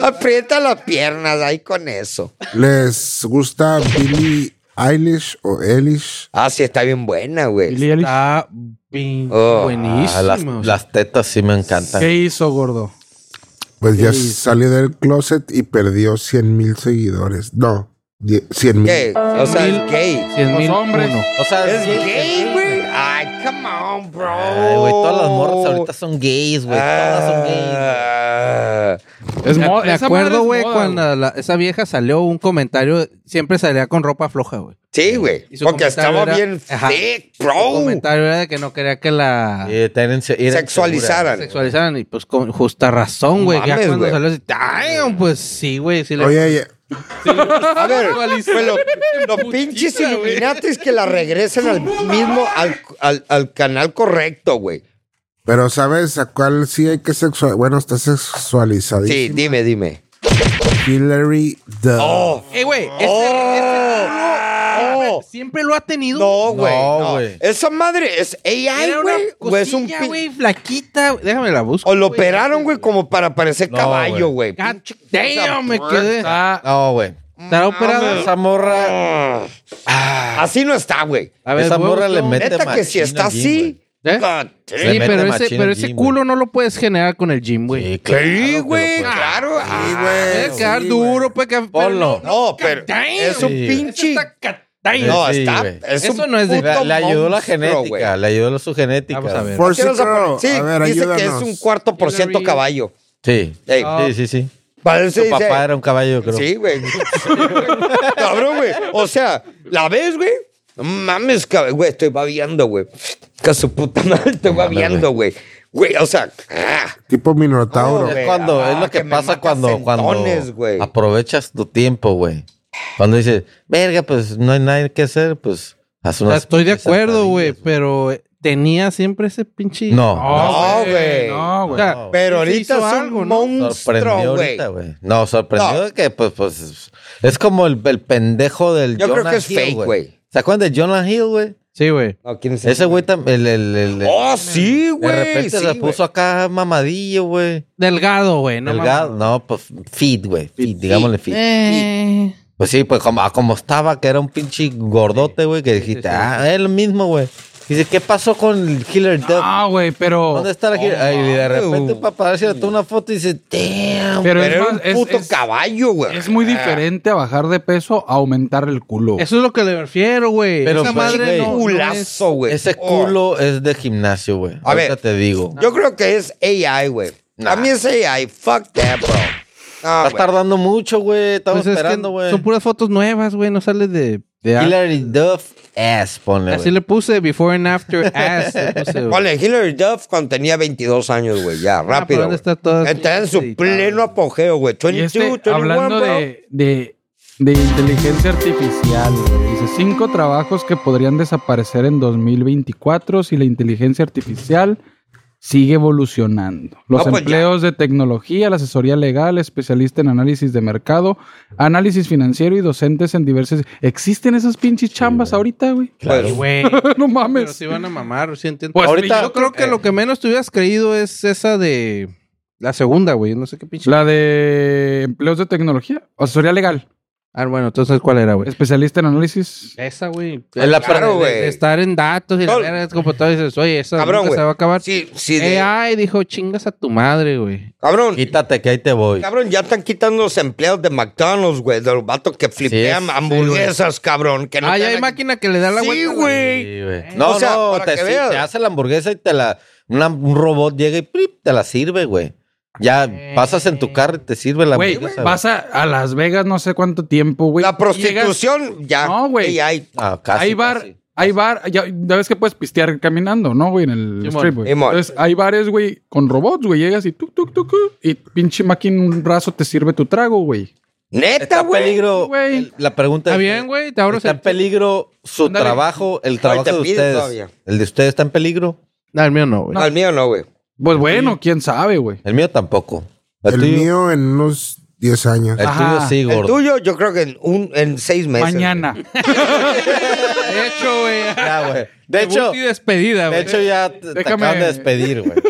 Aprieta las piernas ahí con eso. ¿les gusta Billie Eilish o Eilish? Ah, sí, está bien buena, güey. Billie Eilish. Está bien Oh, buenísimo. Ah, las, o sea. las tetas sí me encantan. ¿Qué hizo, gordo? Pues ya salió del closet y perdió 100 mil seguidores. No, 100 ¿Qué? mil. O sea, es gay. Cien Los mil hombres. uno. O sea, ¿Es sí, gay, sí, güey? Ay, come on, bro. Ay, güey, todas las Oh. morras ahorita son gays, güey. Todas son gays. Ah. Es Me- mo- me esa madre acuerdo, es güey, moda, güey. cuando la- esa vieja salió un comentario, siempre salía con ropa floja, güey. Sí, güey. Y su Porque comentario estaba era- bien Ajá. thick, El bro. comentario era de que no quería que la Y tienen- eran Sexualizaran. sexualizaran y pues con justa razón, güey. Ya Mames, cuando güey. salió así, "Damn", pues sí, güey, sí le- Oye, oye, A ver, pues, lo- los pinches iluminatis que la regresen al mismo, al, al- al canal correcto, güey. pero ¿sabes a cuál sí hay que sexualizar? Bueno, está Sí, sexualizadísima. dime, dime. Hillary Duff. Eh, güey, ese- Oh, ese- siempre lo ha tenido. no, güey. No, no. güey. Esa madre es AI, Era una güey. O es un cosilla, pin- güey, flaquita. güey. Déjame la busco. O lo güey. operaron, güey, como para parecer No, caballo, güey. God Pinche cosa damn, me puerca. quedé. Está- No, güey. Estará operada. Esa morra, Ah, Así no está, güey. A ver, esa voy a morra le buscar. mete Neta que si machín está al gym, así. Ah, güey. ¿Eh? God damn. Sí, mete pero ese, machín pero el ese gym, culo no lo puedes generar con el gym, güey. Sí, claro que Sí, lo güey, puede. claro. Ah, Sí, Puede quedar güey. duro, pues, puede quedar. Ponlo. No, pero Damn. es un Sí. pinche. Damn. No, eh, Sí, está. güey. es Eso un no es de- Le, puto le ayudó la monstruo, güey. genética, le ayudó su genética. Vamos a ver. Por Quiero Crow, saber- Sí, a ver, dice ayúdanos. que es un cuarto por ciento Hillary. caballo. Sí. Ey, Sí, sí, sí. parece- Su dice- papá era un caballo, creo. *laughs* Sí, güey. Cabrón, güey. O sea, ¿la ves, güey? No mames, cabrón. Güey, estoy babeando, güey. Que su puta madre estoy babeando, güey. Güey, o sea. ah. Tipo Minotauro. No, Es Oh, güey. cuando, Ah, es lo que, que me pasa mata cuando, cuando centones, güey. aprovechas tu tiempo, güey. Cuando dices, verga, pues no hay nada que hacer, pues haz O sea, unas estoy de pinches acuerdo, güey, sentadillas, pero eh, tenía siempre ese pinche. No, No, güey. No, O güey. sea, No, Pero sí se ahorita hizo es algo, un ¿no? sorprendió monstruo, güey. ahorita, güey. No, sorprendió No. de que, pues, pues, es como el, el pendejo del Yo creo Jonah que es Hill, fake, güey. ¿Se acuerdan de Jonah Hill, güey? Sí, güey. No, ¿quién es Ese güey también, el, el, el- el- Oh, sí, güey. de repente sí, se puso acá mamadillo, güey. Delgado, güey. No Delgado, mames. no, pues, fit, güey. Fit, digámosle fit. Eh. Pues sí, pues como, a como estaba, que era un pinche gordote, güey, que dijiste, sí. ah, es lo mismo, güey. Dice, ¿qué pasó con el Killer Duck? Ah, güey, pero... ¿Dónde está la Killer? Ay, y de repente, para pararse, le toma una foto y dice, damn. Pero, Pero, es, era más- un es- puto es- caballo, güey. Ah, es muy diferente a bajar de peso a aumentar el culo. Eso es lo que le refiero, güey. Pero, Esa pues, madre güey. no, no es- culazo, güey. Ese Oh. culo es de gimnasio, güey. A Ahorita ver. te digo. Yo creo que es AI, güey. A mí es AI. Fuck that, bro. No, Estás güey. tardando mucho, güey. Estamos Pues es que esperando, güey. son puras fotos nuevas, güey. No sales de. de Hillary Duff ass, *laughs* ponle, Así güey. le puse before *laughs* and after ass. le puse, güey. Ponle Hillary Duff cuando tenía 22 años, güey. Ya, Ah, ¿pero rápido. ¿Dónde güey. está todo? Está en su Sí, pleno apogeo, güey. Y 22, este, 21, hablando bro. de, de, de inteligencia artificial, güey, dice cinco trabajos que podrían desaparecer en 2024 si la inteligencia artificial sigue evolucionando. Los No, pues ya. empleos de tecnología, la asesoría legal, especialista en análisis de mercado, análisis financiero y docentes en diversas... ¿Existen esas pinches chambas ahorita, güey? Claro. Güey. no Pero mames. si van a mamar, sí entiendo. Pues, Ahorita, yo yo creo que lo que menos te hubieras creído es esa de la segunda, güey. No sé qué pinche. La de empleos de tecnología, asesoría legal, Ah, bueno, entonces, ¿cuál era, güey? especialista en análisis. Esa, güey. Es la Claro, De- güey. de Estar en datos y No. la verga de computadores. Dices, oye, esa Cabrón, nunca güey. se va a acabar. Sí, sí. de- Eh, ay, dijo, chingas a tu madre, güey. Cabrón. Quítate que ahí te voy. Cabrón, ya están quitando los empleados de McDonald's, güey. De los vatos que flipean es, hamburguesas, cabrón. Que no ah, te ya hay dan- máquina que le da la Sí, vuelta. güey. Sí, güey. No, O sea, no, para te, que sí, veas. te hace la hamburguesa y te la. una- un robot llega y ¡prip! te la sirve, güey. Ya pasas Eh. en tu carro y te sirve la Güey, hamburguesa. vas a, a Las Vegas no sé cuánto tiempo, güey. La prostitución, ya. No, güey. AI. güey. Ah, casi, Hay bar, casi. hay bar, ya, ya ves que puedes pistear caminando, ¿no, güey? En el Simón. strip, güey. Simón. Entonces, hay bares, güey, con robots, güey. Llegas y tuk, tuk, tuk, tuk, y pinche máquina un brazo te sirve tu trago, güey. Neta, Está en güey. peligro. Güey. el- La pregunta Está es- bien, güey. Te abro Está en peligro su Ándale. trabajo, el te trabajo de piden ustedes. todavía. El de ustedes está en peligro. No, el mío no, *laughs* güey. No, el mío no, güey. Pues bueno, quién sabe, güey. El mío tampoco. El, El tuyo, mío en unos 10 años. el Ajá. tuyo sí, El gordo. tuyo, yo creo que en, un, en seis meses. Mañana. De hecho, güey. Ya, güey. De hecho, debut y despedida, de güey. hecho ya te, te Déjame- acaban de despedir, güey. güey.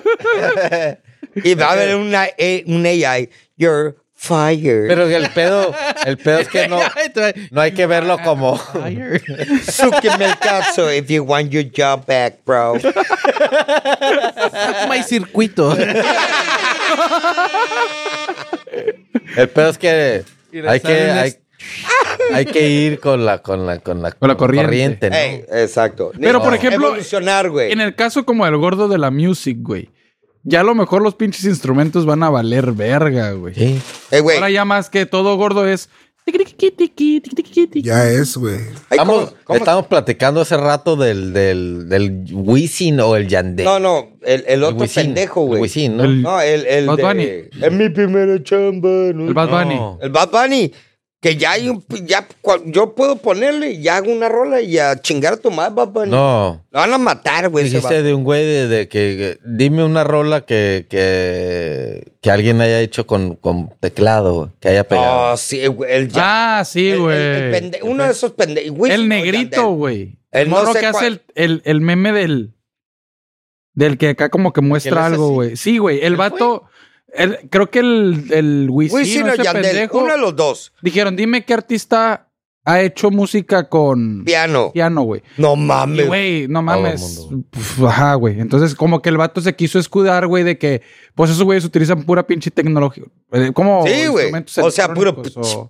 Y va a haber una, eh, un AI. You're fired. Pero el pedo, el pedo es *laughs* que no, Ay, trae- no hay que verlo como. Súqueme el caso if you want your job back, bro. Suck my *laughs* circuito. El pedo es que Y hay que, salen hay, hay que ir con la, con la, con la, Con la corriente. ¿no? Ey, exacto. Pero, por Ni- ejemplo, Evolucionar, güey. En el caso como el gordo de la music, güey. Ya a lo mejor los pinches instrumentos van a valer verga, güey. Sí. Eh, güey. Ahora ya más que todo gordo es. Ya es, güey. Ay, ¿cómo- Estamos, cómo- estamos platicando hace rato del, del, del Wisin o el Yandel. No, no, el, el El otro Wisin, pendejo, el güey. Wisin, ¿no? El- No, el, el Bad de- Bunny. Es mi primera chamba. ¿no? El Bad Bunny. No. El Bad Bunny, que ya hay un, ya, cua- yo puedo ponerle, ya hago una rola y a chingar a tu madre, Bad Bunny. No. Lo van a matar, güey. ese Dijiste vato. de un güey de, de que, que- Dime una rola que, que, que alguien haya hecho con, con teclado, que haya pegado. Oh, sí, güey, el ya- Ah, sí, el- güey. el- El, el pende- uno de esos pendejos. negrito, güey. El El no morro sé que cuál- hace el, el, el meme del. Del que acá como que le muestra hace algo, así? güey. Sí, güey. El vato. el- creo que el, el Wisin, Wisin o o ese Yandel, pendejo, uno de los dos. Dijeron, dime qué artista ha hecho música con Piano. piano, güey. No Y, mames. güey, no Todo el mames. mundo. Pf, ajá, güey. Entonces, como que el vato se quiso escudar, güey, de que, pues esos güeyes utilizan pura pinche tecnología. Eh, Como Sí, güey. instrumentos O sea, puro. electrónicos o-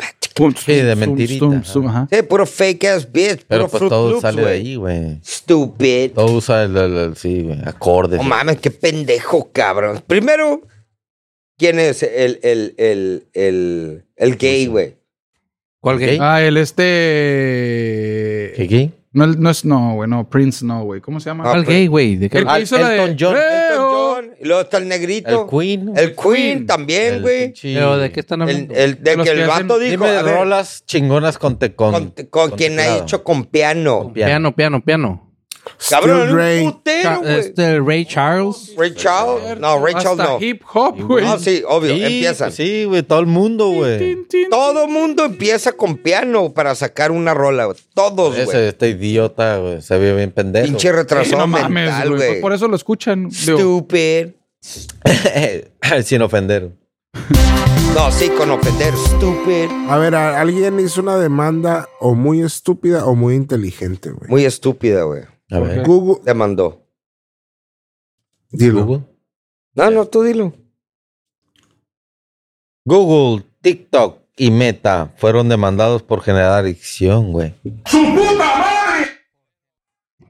Sí, de mentirita, zum, zum, ajá. Sí, puro fake ass bitch. puro Pero pues Fruit todo Loops, sale de güey. ahí, güey. Stupid. Todo usa el, el- el- sí, güey, acordes. No mames, qué pendejo, cabrón. Primero, ¿quién es el, el, el, el, el gay, güey? ¿Cuál gay? Ah, el ¿Qué, este... qué? No, el- no es, no, güey, no, Prince, no, güey. ¿Cómo se llama? Ah, ¿Cuál gay, güey? ¿De qué- el ah, que hizo la de... Elton John. Eh, Elton oh. John, y luego está el El negrito. Queen. El Queen, también, El güey. pinche- ¿Pero de qué están El, hablando? el de Los que que el hacen- vato dijo, Dime a de ver, rolas chingonas con te, con, con, con quien ha teclado. hecho con piano. piano. Piano, piano, piano. Cabrón, Steel Ray. era un putero, Ca- güey. Este, Ray Charles. Ray Charles, no, Ray Charles Hasta no. hip hop, güey. No, sí, obvio, Sí, empiezan. pues Sí, güey, todo el mundo, güey. Tin, tin. Todo mundo empieza con piano para sacar una rola, güey. Todos, güey. Ese, este idiota, güey, se ve bien pendejo. Pinche Sí, retrasado no mames, mental, güey. Pues güey. Por eso lo escuchan. digo. Stupid. *laughs* Sin ofender. No, sí, con ofender. Stupid. A ver, a- alguien hizo una demanda o muy estúpida o muy inteligente, güey. Muy estúpida, güey. A ver. Google, Le mandó. dilo. Google. No, no, tú dilo. Google, TikTok y Meta fueron demandados por generar adicción, güey.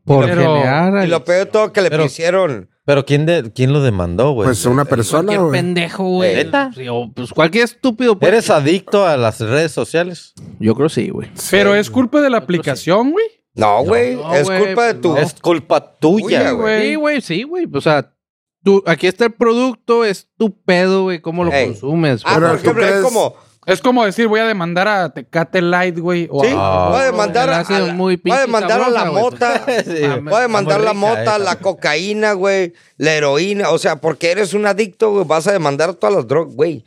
Por Pero- generar. Y lo peor de todo que le Pero- pusieron. Pero ¿quién, de, quién lo demandó, güey? Pues una persona, Cualquier güey. pendejo, güey. ¿Neta? Sí, o, pues cualquier estúpido. pues. ¿Eres adicto a las redes sociales? Yo creo sí, güey. Pero es culpa de la aplicación, güey. No, güey. no, es güey, culpa de pues tu. no. Es culpa tuya, Tuya, güey. güey. Sí, güey, sí, güey. O sea, tú, aquí está el producto, es tu pedo, güey, cómo lo Ey. consumes. Ah, güey. Pero por ¿tú ejemplo, es crees- como. Es como decir, voy a demandar a Tecate Light, güey. o Sí, a- voy a demandar Se a, la hace a la- muy voy a pinche demandar a la sabrosa, güey. mota. *laughs* Sí, Ah, Voy a demandar muy la rica, mota, eh, la también. cocaína, güey, la heroína. O sea, porque eres un adicto, güey, vas a demandar todas las drogas, güey.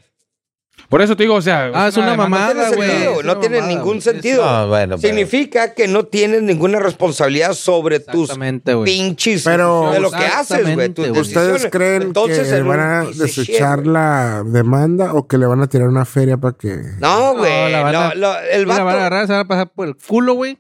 Por eso te digo, o sea. Ah, es una demanda- No tiene mamada, güey. sentido, es no una tiene mamada, ningún güey. sentido. No, bueno, pero- Significa que no tienes ninguna responsabilidad sobre tus Exactamente, güey. pinches Pero- de lo que haces, güey. tus Exactamente, güey. decisiones. ¿Ustedes creen Entonces, que en van un a piece de shit, desechar güey. la demanda o que le van a tirar una feria para que... No, No, güey. la van a- no, lo- Y el La van a vato. agarrar, se van a pasar por el culo, güey.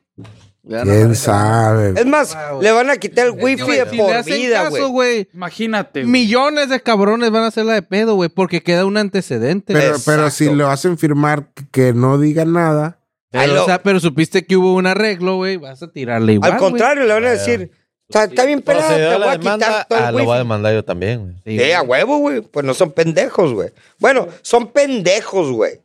Le van a- ¿Quién sabe? Es más, Wow. le van a quitar el wifi Güey, de si le por hacen vida, güey. caso, güey. Imagínate. güey. Millones de cabrones van a hacerla de pedo, güey, porque queda un antecedente. Pero, pero Exacto. si lo hacen firmar que- que no diga nada, Ay, Pero, lo- o sea, pero supiste que hubo un arreglo, güey, vas a tirarle igual. Al güey. contrario, le van a decir, está, está bien Pero pelado, si te yo voy la a demanda, quitar todo ah, el lo voy a wifi. demandar yo también, güey. Sí, Sí, a huevo, eh, güey. Pues no son pendejos, güey. Bueno, son pendejos, güey.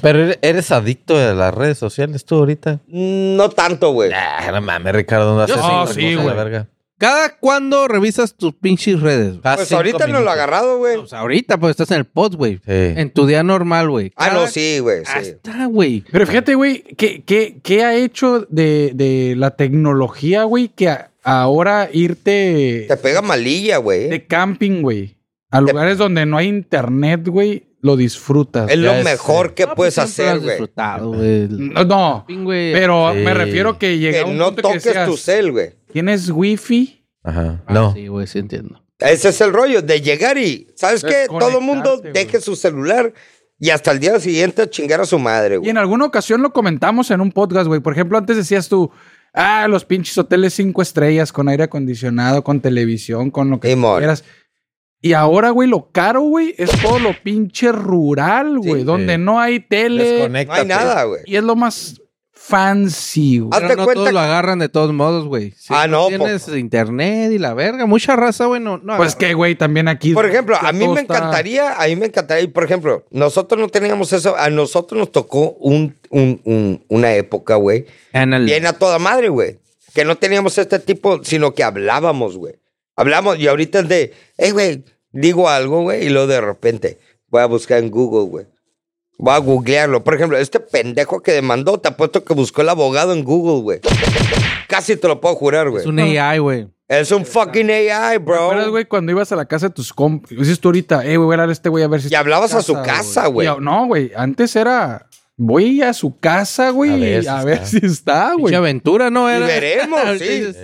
Pero eres- eres adicto a las redes sociales tú ahorita. No tanto, güey. Ah, no mames, Ricardo, no haces sí, esas cosas, güey. la verga. ¿Cada cuándo revisas tus pinches redes? güey? Cada Pues cinco ahorita no lo minutos. ha agarrado, güey. O sea, ahorita, pues estás en el pod, güey. Sí. En tu día normal, güey. Ah, Cada- no, sí, güey. Ah, Sí. está, güey. Pero fíjate, güey, ¿qué, qué, qué ha hecho de, de la tecnología, güey? Que a- ahora irte Te pega malilla, güey. de camping, güey, a Te- lugares donde no hay internet, güey, lo disfrutas. Es Ya lo es, mejor que Ah, pues puedes siempre lo hacer, has güey. Mm. disfrutado, güey. No, no, Ping, güey. pero Sí. me refiero que llega Que un no punto que toques seas, tu cel, güey. ¿Tienes wifi? Ajá. Ah, No. Sí, güey, sí entiendo. Ese es el rollo, de llegar y, ¿sabes qué? Todo mundo Desconectarse, deje güey. su celular y hasta el día siguiente a chingar a su madre, Y güey. en alguna ocasión lo comentamos en un podcast, güey. Por ejemplo, antes decías tú, ah, los pinches hoteles cinco estrellas con aire acondicionado, con televisión, con lo que Simón. quieras. Y ahora, güey, lo caro, güey, es todo lo pinche rural, güey, donde sí. no hay tele. No hay Desconéctate. nada, güey. Ah, Y es lo más fancy, güey. Hazte Pero no cuenta todos que- lo agarran de todos modos, güey. Si Ah, no, po- Tienes internet y la verga. Mucha raza, güey, no, no Pues agarra. que, güey, también aquí. Por ejemplo, ya a mí todo me está- encantaría, a mí me encantaría, y por ejemplo, nosotros no teníamos eso, a nosotros nos tocó un, un- un- una época, güey, Mm. Anal- bien a toda madre, güey, que no teníamos este tipo, sino que hablábamos, güey. Hablamos, y ahorita es de, hey, güey, digo algo, güey, y luego de repente voy a buscar en Google, güey. Voy a googlearlo. Por ejemplo, este pendejo que demandó, te apuesto que buscó el abogado en Google, güey. Casi te lo puedo jurar, güey. Ah, Es un AI, güey. Es un fucking ¿Te AI, bro. acuerdas, güey, cuando ibas a la casa de tus compas? Dices tú ahorita, eh, güey, voy a hablar a este güey a ver si. Y hablabas a su casa, güey. Y- No, güey, antes era. Voy a su casa, güey, A a ver ver, si está. si está, güey. Pinche aventura, ¿no? Era. Y veremos, *laughs* Ahorita sí. dices,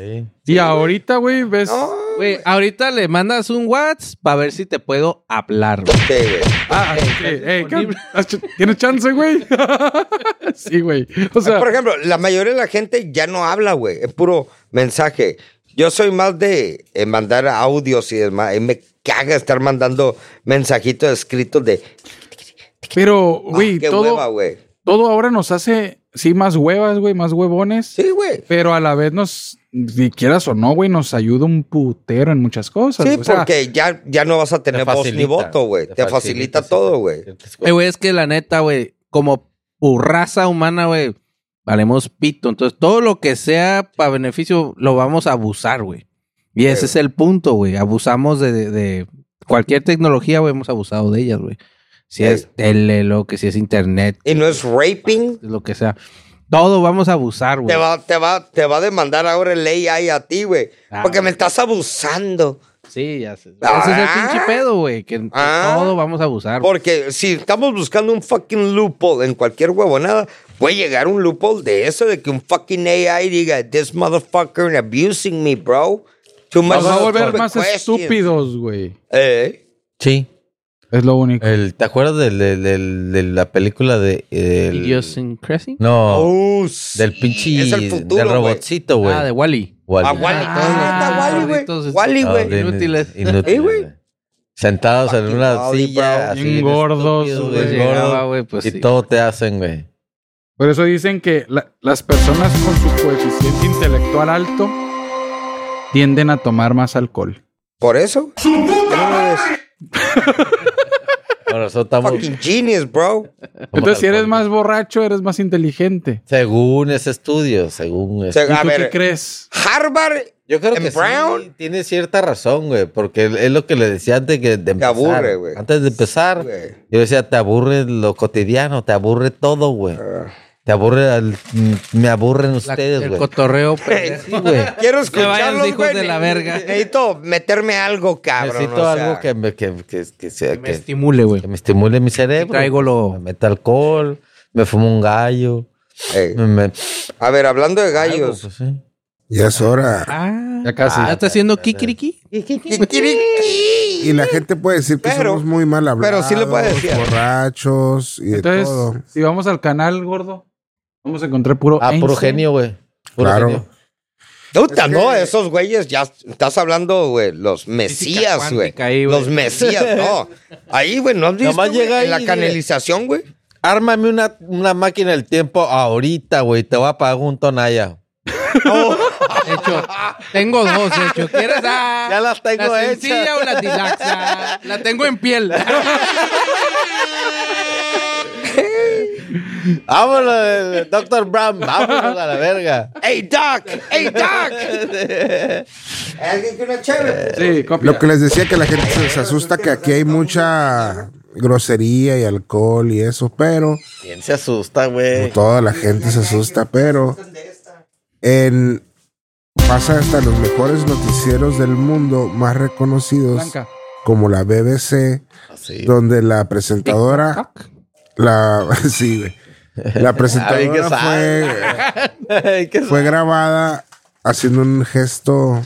Sí. Y ahorita, güey, ves. No, Güey, ahorita le mandas un WhatsApp para ver si te puedo hablar, güey. Sí, güey. Ah, eh, eh, disponible. ¿qué- ¿Tienes chance, güey? *laughs* sí, güey. O sea, Por ejemplo, la mayoría de la gente ya no habla, güey. Es puro mensaje. Yo soy más de eh, mandar audios y demás. Y me caga estar mandando mensajitos escritos de. pero, "Ah, güey, qué todo, hueva, güey. todo ahora nos hace, sí, más huevas, güey, más huevones. Sí, güey. Pero a la vez nos, si quieras o no, güey, nos ayuda un putero en muchas cosas. Sí, o sea, porque ya, ya no vas a tener voz ni voto, güey. Te, facilita, todo, güey. Eh, güey, es que la neta, güey, como pu- raza humana, güey, valemos pito. Entonces, todo lo que sea para beneficio lo vamos a abusar, güey. Y ese Sí. es el punto, güey. Abusamos de, de- de cualquier tecnología, güey, hemos abusado de ellas, güey. Si Sí. es tele, lo que si es internet, Y no es raping. lo que sea. Todo vamos a abusar, güey. Te va, te, va, te va a demandar ahora el AI a ti, güey. Ah, porque me güey. estás abusando. Sí, ya sé. Ah. Ese es el pinche pedo, güey. Que que Ah. todo vamos a abusar. güey. Porque si estamos buscando un fucking loophole en cualquier huevonada, puede llegar un loophole de eso, de que un fucking AI diga, this motherfucker abusing me, bro. Too much nos va a volver stupid más questions." estúpidos, güey. Eh, Sí. Es lo único. El- ¿Te acuerdas del- del- del- de la película de. el- Idiosyncrasy. No. oh, sí. del pinche. Es el futuro, del güey. robotcito, güey. Ah, de Wally. Wall-E. A Wally. Ah, Ah, está Wally, güey. gorditos, Wally, No, güey. de- Inútiles. Ah, Inútiles. Eh, güey. Sentados en Fucking una Wall-E, bro. silla. así Bien bien gordos, estúpidos, güey. bien Llegaba, gordos, güey, pues y sí. todo te hacen, güey. Por eso dicen que la- las personas con su coeficiente intelectual alto tienden a tomar más alcohol. Por eso. Bueno, nosotros estamos. Fucking genius, bro. somos Entonces, si eres alcohólicos. más borracho, eres más inteligente. Según ese estudio, según. O sea, ese- ¿Y a tú qué ver, crees? Harvard Yo creo en que sí, Brown- tiene cierta razón, güey, porque es lo que le decía antes que de empezar. aburre, güey. Antes de empezar, Güey. yo decía, te aburre lo cotidiano, te aburre todo, güey. Ah. Te aburre, al- mm, me aburren La- ustedes, el güey. cotorreo. pendejo. Sí, güey. eh, Quiero Se vayan escucharlos, los hijos güey. de la verga. Necesito meterme algo, *laughs* cabrón. Necesito o sea. algo que me, que, que, que sea- Que me que- estimule, güey. que me estimule mi cerebro. traigo lo- Me meto alcohol, me fumo un gallo. Ey. me- me- eh, A ver, hablando de algo, gallos. pues, sí. Ya es hora. Ah, Ya casi. ¿ya está haciendo kikiriki? Y la gente puede decir que Pero- somos muy mal pero hablados, sí le puede decir. borrachos y de Entonces, todo. si vamos al canal, gordo, vamos a encontrar puro. Ah, puro Einstein. genio, güey. Puro Claro. genio. Puta, Es que- no, esos güeyes ya estás hablando, güey, los mesías, güey. cuántica ahí, güey. Los mesías, *laughs* no. Ahí, güey, no has visto Nomás güey? llega ahí en la y- canalización, güey. Ármame una, una máquina del tiempo ahorita, güey. Te voy a pagar *laughs* un tonalla. De hecho, tengo dos, de hecho. ¿Quieres? Ah, Ya las tengo la hechas. sencilla o la dilaxa? La tengo en piel. Vámonos, doctor Brown. Vámonos a la verga. ¡Ey, Doc! ¡Ey, Doc! Alguien que una chévere. Sí, compi. Lo que les decía que la gente se, se asusta que aquí hay mucha grosería y alcohol y eso, pero ¿Quién se asusta, como güey? toda la gente se asusta, pero en pasa hasta los mejores noticieros del mundo más reconocidos Blanca. como la BBC, Así. donde la presentadora la *laughs* sí, güey. *laughs* la Ay, que presentadora fue sabe. Ay, que fue grabada haciendo un gesto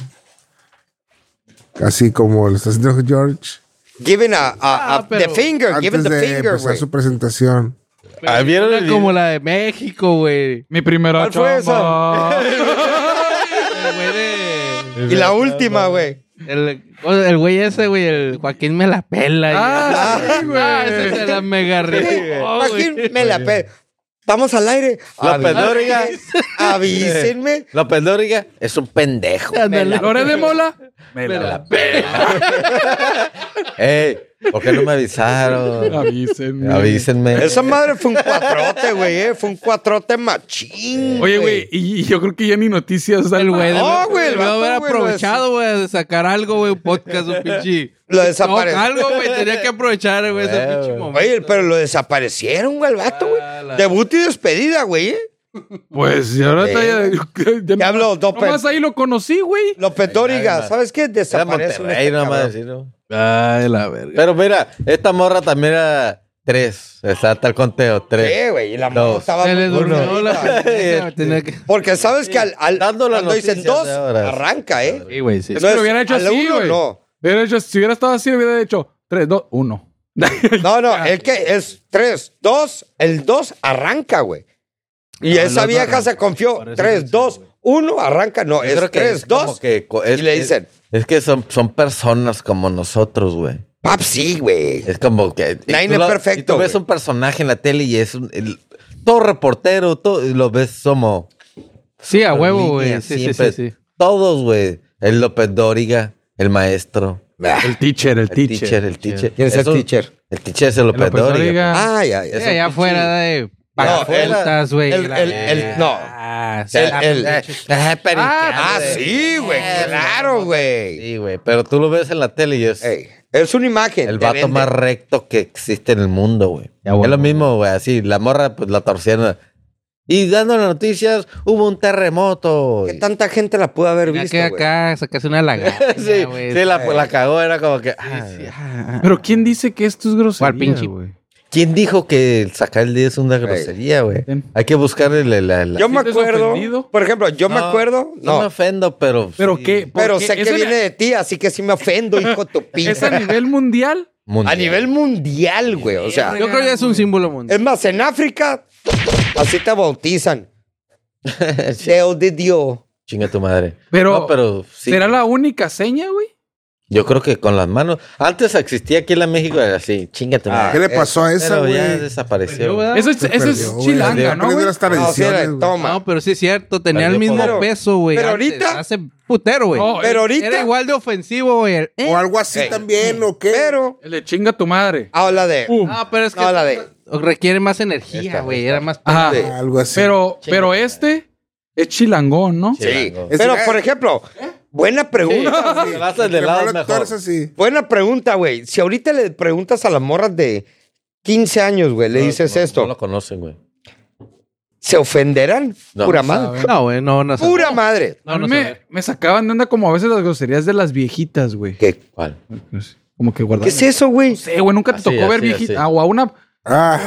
así como lo está haciendo George Giving a, a- a- Ah, pero- the finger, antes giving the de finger, empezar güey. su presentación. Ah, ¿vieron el Era como video? la de México, güey. Mi primera ¿Cuál fue chamba. El güey de- Y la última, güey. El, el güey ese, güey, el Joaquín me la pela. Ah, y- sí, güey. Ah, ese se la mega rifó, Oh, güey. Joaquín, me la pe- Vamos al aire. La Avi- pedóriga. *laughs* Avísenme. La López es un pendejo. Ándale. ¿Lore de Mola? Me la pela. Ey, ¿por qué no me avisaron? Avísenme. Avísenme. Esa madre fue un cuatrote, güey. eh, Fue un cuatrote machín. Oye, güey, y y yo creo que ya ni noticias da El güey de. No, güey, el debió vato, haber güey, lo aprovechado, güey, de sacar algo, güey, un podcast, un pinche. Lo No, desapareció. algo, güey, tenía que aprovechar, güey, ese Güey, pinche güey. momento. Oye, pero lo desaparecieron, güey, el vato, güey. Ah, Debut y despedida, güey. eh. Pues, y ahora está *laughs* ya. ya- Ya habló, Doppel. Nomás ahí lo conocí, güey. López Ay, Dóriga, ma- ¿sabes qué? Era Desaparece. Monterrey, este nada más cabrón. decirlo. Ay, la verga. Pero mira, esta morra también era tres. Exacto, el conteo, tres. Sí, güey, y la Dos. mano estaba Se le muy durmió la bonita. pendeja, este. tenía que. Porque sabes que al, al- Dando las cuando dicen noticias dos, de ahora. arranca, ¿eh? Sí, güey, sí. Es que es- lo hubiera hecho a la así, uno, güey. no. Hubiera hecho- Si hubiera estado así, hubiera hecho 3, 2, 1. No, no, es que es tres, dos, el dos arranca, güey. Y No, el esa otro vieja se arranca. confió, Por eso tres, dice, dos, uno, arranca, no, Yo es creo que tres, es como dos. que co- es- y le es- dicen, Es, que son, son personas como nosotros, güey. pap, sí, güey. Es como que. y Nine tú es lo- perfecto, y Tú ves güey. un personaje en la tele y es un. el- todo reportero, todo, y lo ves como. *laughs* Sí, a huevo, línea, güey. Sí, sí, sí, siempre. sí. Todos, güey. El López Dóriga, el maestro. El teacher, el El teacher, teacher. el teacher. ¿Quién es el un- teacher? El teacher es el López, López Dóriga. Dóriga. Ay, ay, Es Ah, Sí, allá afuera de. No, Pagafoltas, güey. el- la el- el- verga. no. Ah, sí, El- la- el- Ah, *laughs* pero *laughs* ah, sí, güey, claro, güey. Sí, güey. Pero tú lo ves en la tele y es Ey, es una imagen. el te vato vende. más recto que existe en el mundo, güey. Ya, güey. Es lo mismo, güey. Así, la morra, pues la torcieron. Y dando las noticias, hubo un terremoto. ¿Qué tanta gente la pudo haber Tenía visto, que güey? acá sacarse *laughs* una lagarta. sí, güey. sí, la, la cagó. Era como que. ah, Pero ¿quién dice que esto es grosería, ¿Cuál pinche? güey? ¿Quién dijo que el sacar el día es una grosería, güey? Ven. Hay que buscarle la. la- la- Yo me ¿Sientes acuerdo, ofendido? por ejemplo, yo me No, acuerdo, No, no, me ofendo, pero. ¿Pero sí. qué? ¿Por pero qué? sé que ¿Es en- *laughs* viene de ti, así que sí me ofendo, hijo de tu ¿Es pinche. a nivel mundial? Mundial. A nivel mundial, güey, o sea. Yo creo que es un símbolo mundial. Es más, en África, así te bautizan. Deo de Dios. Chinga tu madre. Pero- No, pero sí. ¿Será la única seña, güey? Yo creo que con las manos. Antes existía aquí en la México, era así. Chinga tu Ah. ¿Qué madre. le pasó a esa, Pero güey? Ah, ya desapareció. Ah. Perdió, ¿verdad? Eso es, Se eso es perdió, güey. chilanga, Perdió, ¿no, Aprende güey? las No, Ah, sí, tradiciones, güey. toma. No, pero sí es cierto, tenía Perdió el mismo poder. peso, güey. Pero antes, ahorita- Hace putero, güey. No, pero el- ahorita, Era igual de ofensivo, güey. el, eh. O algo así Ey. también, ¿o qué? pero, el de chinga tu madre. habla de. Pum. No, Ah, pero es que No, la de- requiere más energía, Esta, güey. esta. Era más Ajá. Sí. Algo así. Pero, pero este es chilangón, ¿no? Sí. Chilango. Pero, Es- por ejemplo, buena pregunta. Sí, te vas del lado Primero mejor. tú eres así. Buena pregunta, güey. Si ahorita le preguntas a las morras de 15 años, güey, le No, dices no, esto, No lo conocen, güey. ¿se ofenderán? No, Pura no madre. No, güey, no, no. sé. Pura madre. No, A mí no sé. me, me sacaban de onda como a veces las groserías de las viejitas, güey. ¿Qué, ¿Cuál? Como que guardaban. qué es eso, güey? No sé, güey, nunca te Así, tocó ver así, viejitas. así. Ah, o a una. Ah,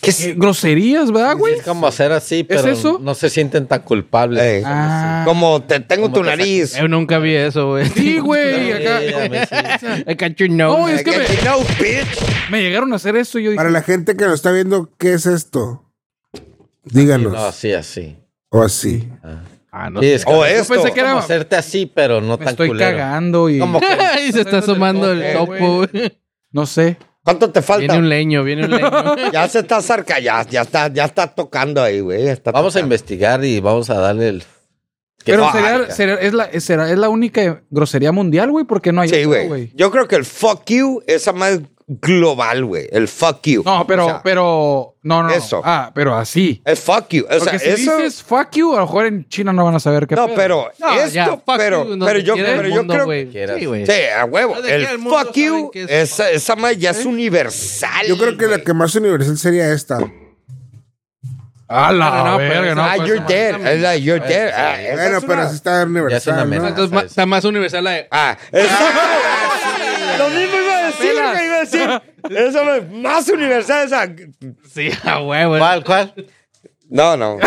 ¿Qué eh, es? groserías, ¿verdad, güey? Pues, Es como hacer así, pero eso? no se sienten tan culpables. Ey. Ah, Eh, Como te tengo Como tu te saca- Eh, nariz. Yo nunca vi eso, *laughs* güey. sí, güey. Sí, Acá. a mí sí. *laughs* I got your No, nose. es que me, No, bitch. me llegaron a hacer eso y yo dije, para la gente que nos está viendo, ¿qué es esto? Díganos. No, así, así. O así. Ah, no. Sí, es O como- yo esto. pensé que como era. hacerte así, pero no Me tan estoy culero. cagando y. *laughs* Como que- Y se está asomando el topo, güey. No sé. ¿Cuánto te Viene falta? un leño, viene un *laughs* leño. Ya se está cerca, ya, ya está, ya está tocando ahí, güey. ya está Vamos a tocando. investigar y vamos a darle el. que Pero no, ah, sería, marica. sería- es la, será- es la única grosería mundial, güey, porque no hay Sí, otra, güey. Yo creo que el fuck you, esa más global, güey. El fuck you. No, pero, O sea, pero, no, no, no. eso. Ah, pero así. El fuck you. O sea, Porque si eso. dices fuck you, a lo mejor en China no van a saber qué no, pedo. pero esto, pero, pero yo, pero yo creo. Sí, güey. Sí, a huevo. Desde El que el mundo fuck you, saben que es ¿Eh? esa, esa madre ya es universal. Yo creo que la güey. que más universal sería esta. A la No, no, pero verga, eso- no. Ah, pues, you're no. dead. Es la you're dead. Ah, esa Bueno, es pero una- sí está universal, amenaza. ¿no? Entonces ma- está más universal la de. Ah, esa- *laughs* Lo mismo iba a decir, Ah, Apenas. güey, iba a decir. Esa es más universal esa. Sí, *laughs* a huevo. Ah, ¿Cuál, cuál? *laughs* No, no.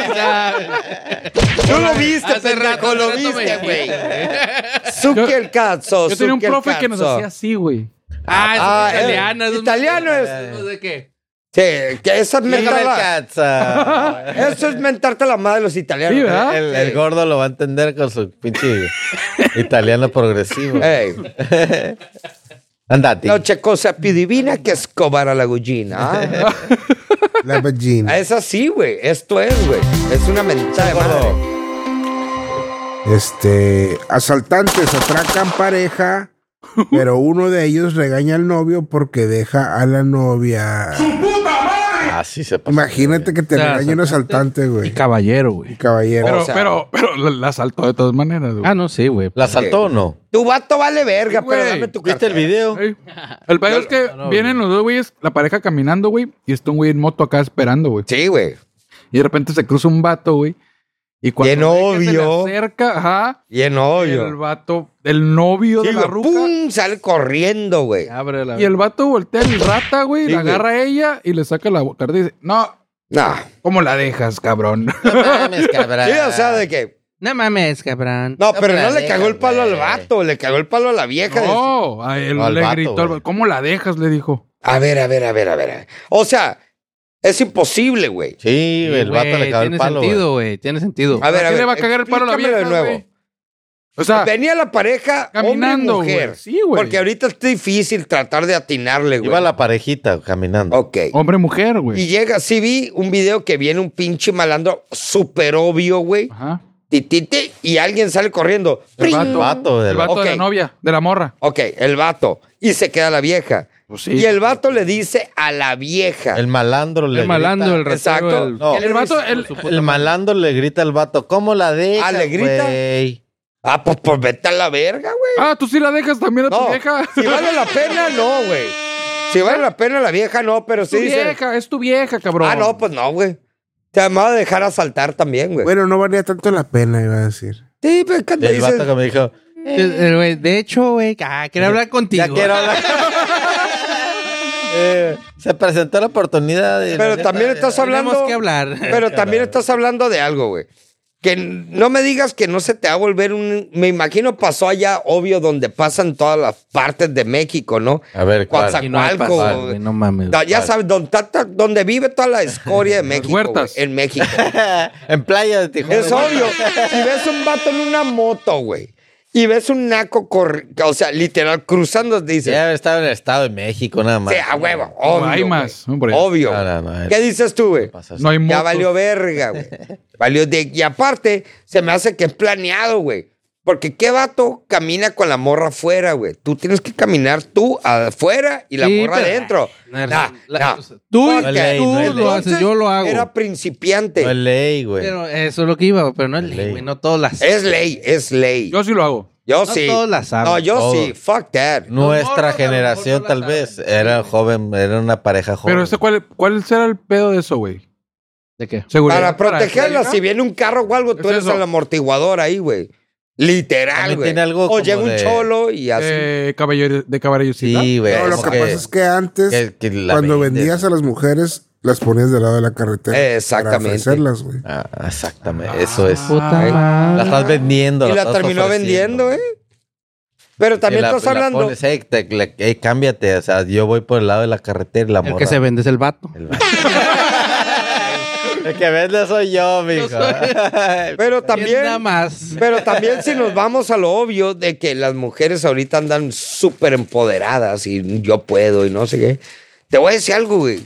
*laughs* Tú lo viste, Hace pendejo, rato, lo hace rato me viste, dijiste. güey. Zucker Cazzo, Yo tenía un Zucker profe que nos Cazzo. hacía así, güey. Ah, Ah, eh, es italiano. es un- italiano es. No sé qué. Sí, que esa es Dígame el mentada. *laughs* Katza. Eso es mentarte la madre de los italianos. ¿eh? Sí, ¿verdad? El, el gordo lo va a entender con su pinche italiano progresivo. *laughs* Ey, Andati. noche cosa più divina que escobar a la gullina. *laughs* ah. La Ah, *laughs* vagina. Es así, güey. Esto es, güey. Es una mentada de madre. Este, asaltantes atracan *laughs* pareja, pero uno de ellos regaña al novio porque deja a la novia. Así Ah, se pasa. Imagínate que te O sea, regañe un asaltante, güey. Caballero, güey. Caballero. Pero, O sea- pero, pero la- la saltó de todas maneras, güey. Ah, no, sí, güey. ¿La saltó o no? Tu vato vale verga, pero Güey, dame tu ¿Viste el cartera. video? *laughs* Ey, El pedo es que vienen los dos güeyes, la pareja caminando, güey, y está un güey en moto acá esperando, güey. Sí, güey. Y de repente se cruza un vato, güey. Y cuando Bien ve que se le obvio. acerca, ajá, Y *laughs* en el hoyo. vato, el novio Sí, de la güey, ruca. ¡Pum! Sale corriendo, güey. Abre la. Y el vato voltea el rata, güey, Sí, la güey. agarra a ella y le saca la carta y dice, no, No. ¿cómo la dejas, *laughs* cabrón? Mames, cabrón. Sí, o sea, de que. No mames, cabrón. No, No, pero pero no la le cagó el dejas, palo al güey. vato, le cagó el palo a la vieja. No, a él No, al le vato, gritó, al güey. vato, ¿cómo la dejas? Le dijo. A ver, a ver, a ver, a ver. O sea, es imposible, güey. Sí, güey, el vato le cagó el palo. Tiene sentido, güey. Tiene sentido. A ¿Para ver, a qué ver. le va a cagar el palo a la explícamelo vieja, de nuevo. güey? O sea, Venía la pareja Caminando, hombre y mujer. güey. Sí, güey. Porque ahorita es difícil tratar de atinarle, güey. güey. Iba la parejita caminando. Ok. hombre-mujer, Y Oh, güey. llega, sí vi un video que viene un pinche malandro súper obvio, güey. Ajá. Ti, ti, ti, y alguien sale corriendo. El ¡Pring! vato, de El la- vato de Ok. la novia, de la morra. Ok, el vato. Y se queda la vieja. Pues sí. Y el vato le dice a la vieja. el malandro le el malandro, el grita. ratero, Exacto. el- No, ¿Qué le El vato, dice? el- el malandro le grita al vato, ¿cómo la deja? Ah, ¿le grita? Ah, pues, pues vete a la verga, güey. Ah, tú sí la dejas también a tu No, vieja. si vale la pena, no, güey. Si vale la pena la vieja, no, pero Es tu sí dice. vieja, es tu vieja, cabrón. Ah, no, pues no, güey. Te van a dejar asaltar también, güey. Bueno, no valía tanto la pena, iba a decir. Sí, pero cuando El vato dices. que me dijo, El- el güey, de hecho, güey, ah, quiero hablar contigo. ya quiero *laughs* hablar. eh, Se presentó la oportunidad. y la pero neta, también ya- estás Tenemos hablando. que hablar. *laughs* Pero también estás hablando de algo, güey. Que n- no me digas que no se te va a volver un. Me imagino pasó allá, obvio, donde pasan todas las partes de México, ¿no? A ver, ¿cuál? Y no hay Coatzacoalco, pasar, güey, no mames. Da- ya Vale. sabes, donde, tata- donde vive toda la escoria de México. güey, huertas. en *laughs* México. *laughs* en playa de Tijuana. Es obvio. Si ves un vato en una moto, güey, y ves un naco, corri- o sea, literal, cruzando, dices, Ya estaba en el Estado de México, nada más. sí, a huevo, obvio. hay más, güey, hombre. Obvio. No, no, no, ¿Qué dices tú, güey? pasa No hay motos. Ya valió verga, güey. Valió de... Y aparte, se me hace que es planeado, güey. Porque qué vato camina con la morra afuera, güey. Tú tienes que caminar tú afuera y la Sí, morra pero- adentro. La- Nah, *laughs* la- nah. Tú, Porque No ley, tú no hay ley. lo haces, yo lo hago. Era principiante. No es ley, güey. Pero eso es lo que iba, pero no es Ley. ley, güey. No todas las. Es ley, es ley. Yo, Yo sí lo hago. no sí. todos la saben, no, yo todos. sí. Fuck that. Nuestra morros a lo generación, mejor no tal la vez, saben. era joven, era una pareja joven. Pero este, ¿cuál, ¿cuál será el pedo de eso, güey? ¿De qué? Seguridad. Para protegerla, la si viene un carro o algo, tú Es eres eso. el amortiguador ahí, güey. También Literal, güey. tiene algo O como llega un de- cholo y así. Eh, caballero, de caballerosidad. Sí, Eh, güey. Pero lo como que pasa es que antes, que- que la cuando vendes. vendías a las mujeres, las ponías del lado de la carretera. Exactamente. Para ofrecerlas, güey. Ah, exactamente, eso es. Puta Ay. La madre. estás vendiendo. Y la estás terminó ofreciendo. vendiendo, ¿eh? Pero también Y la- estás la hablando. pones, "Ey, te- le- ey, cámbiate, o sea, yo voy por el lado de la carretera y la El morra. que se vende es el vato. *laughs* El, vato. El que vende soy yo, mijo. Pero Bien, Nada también. más. Pero también si nos vamos a lo obvio de que las mujeres ahorita andan súper empoderadas y yo puedo y no sé qué. Te voy a decir algo, güey.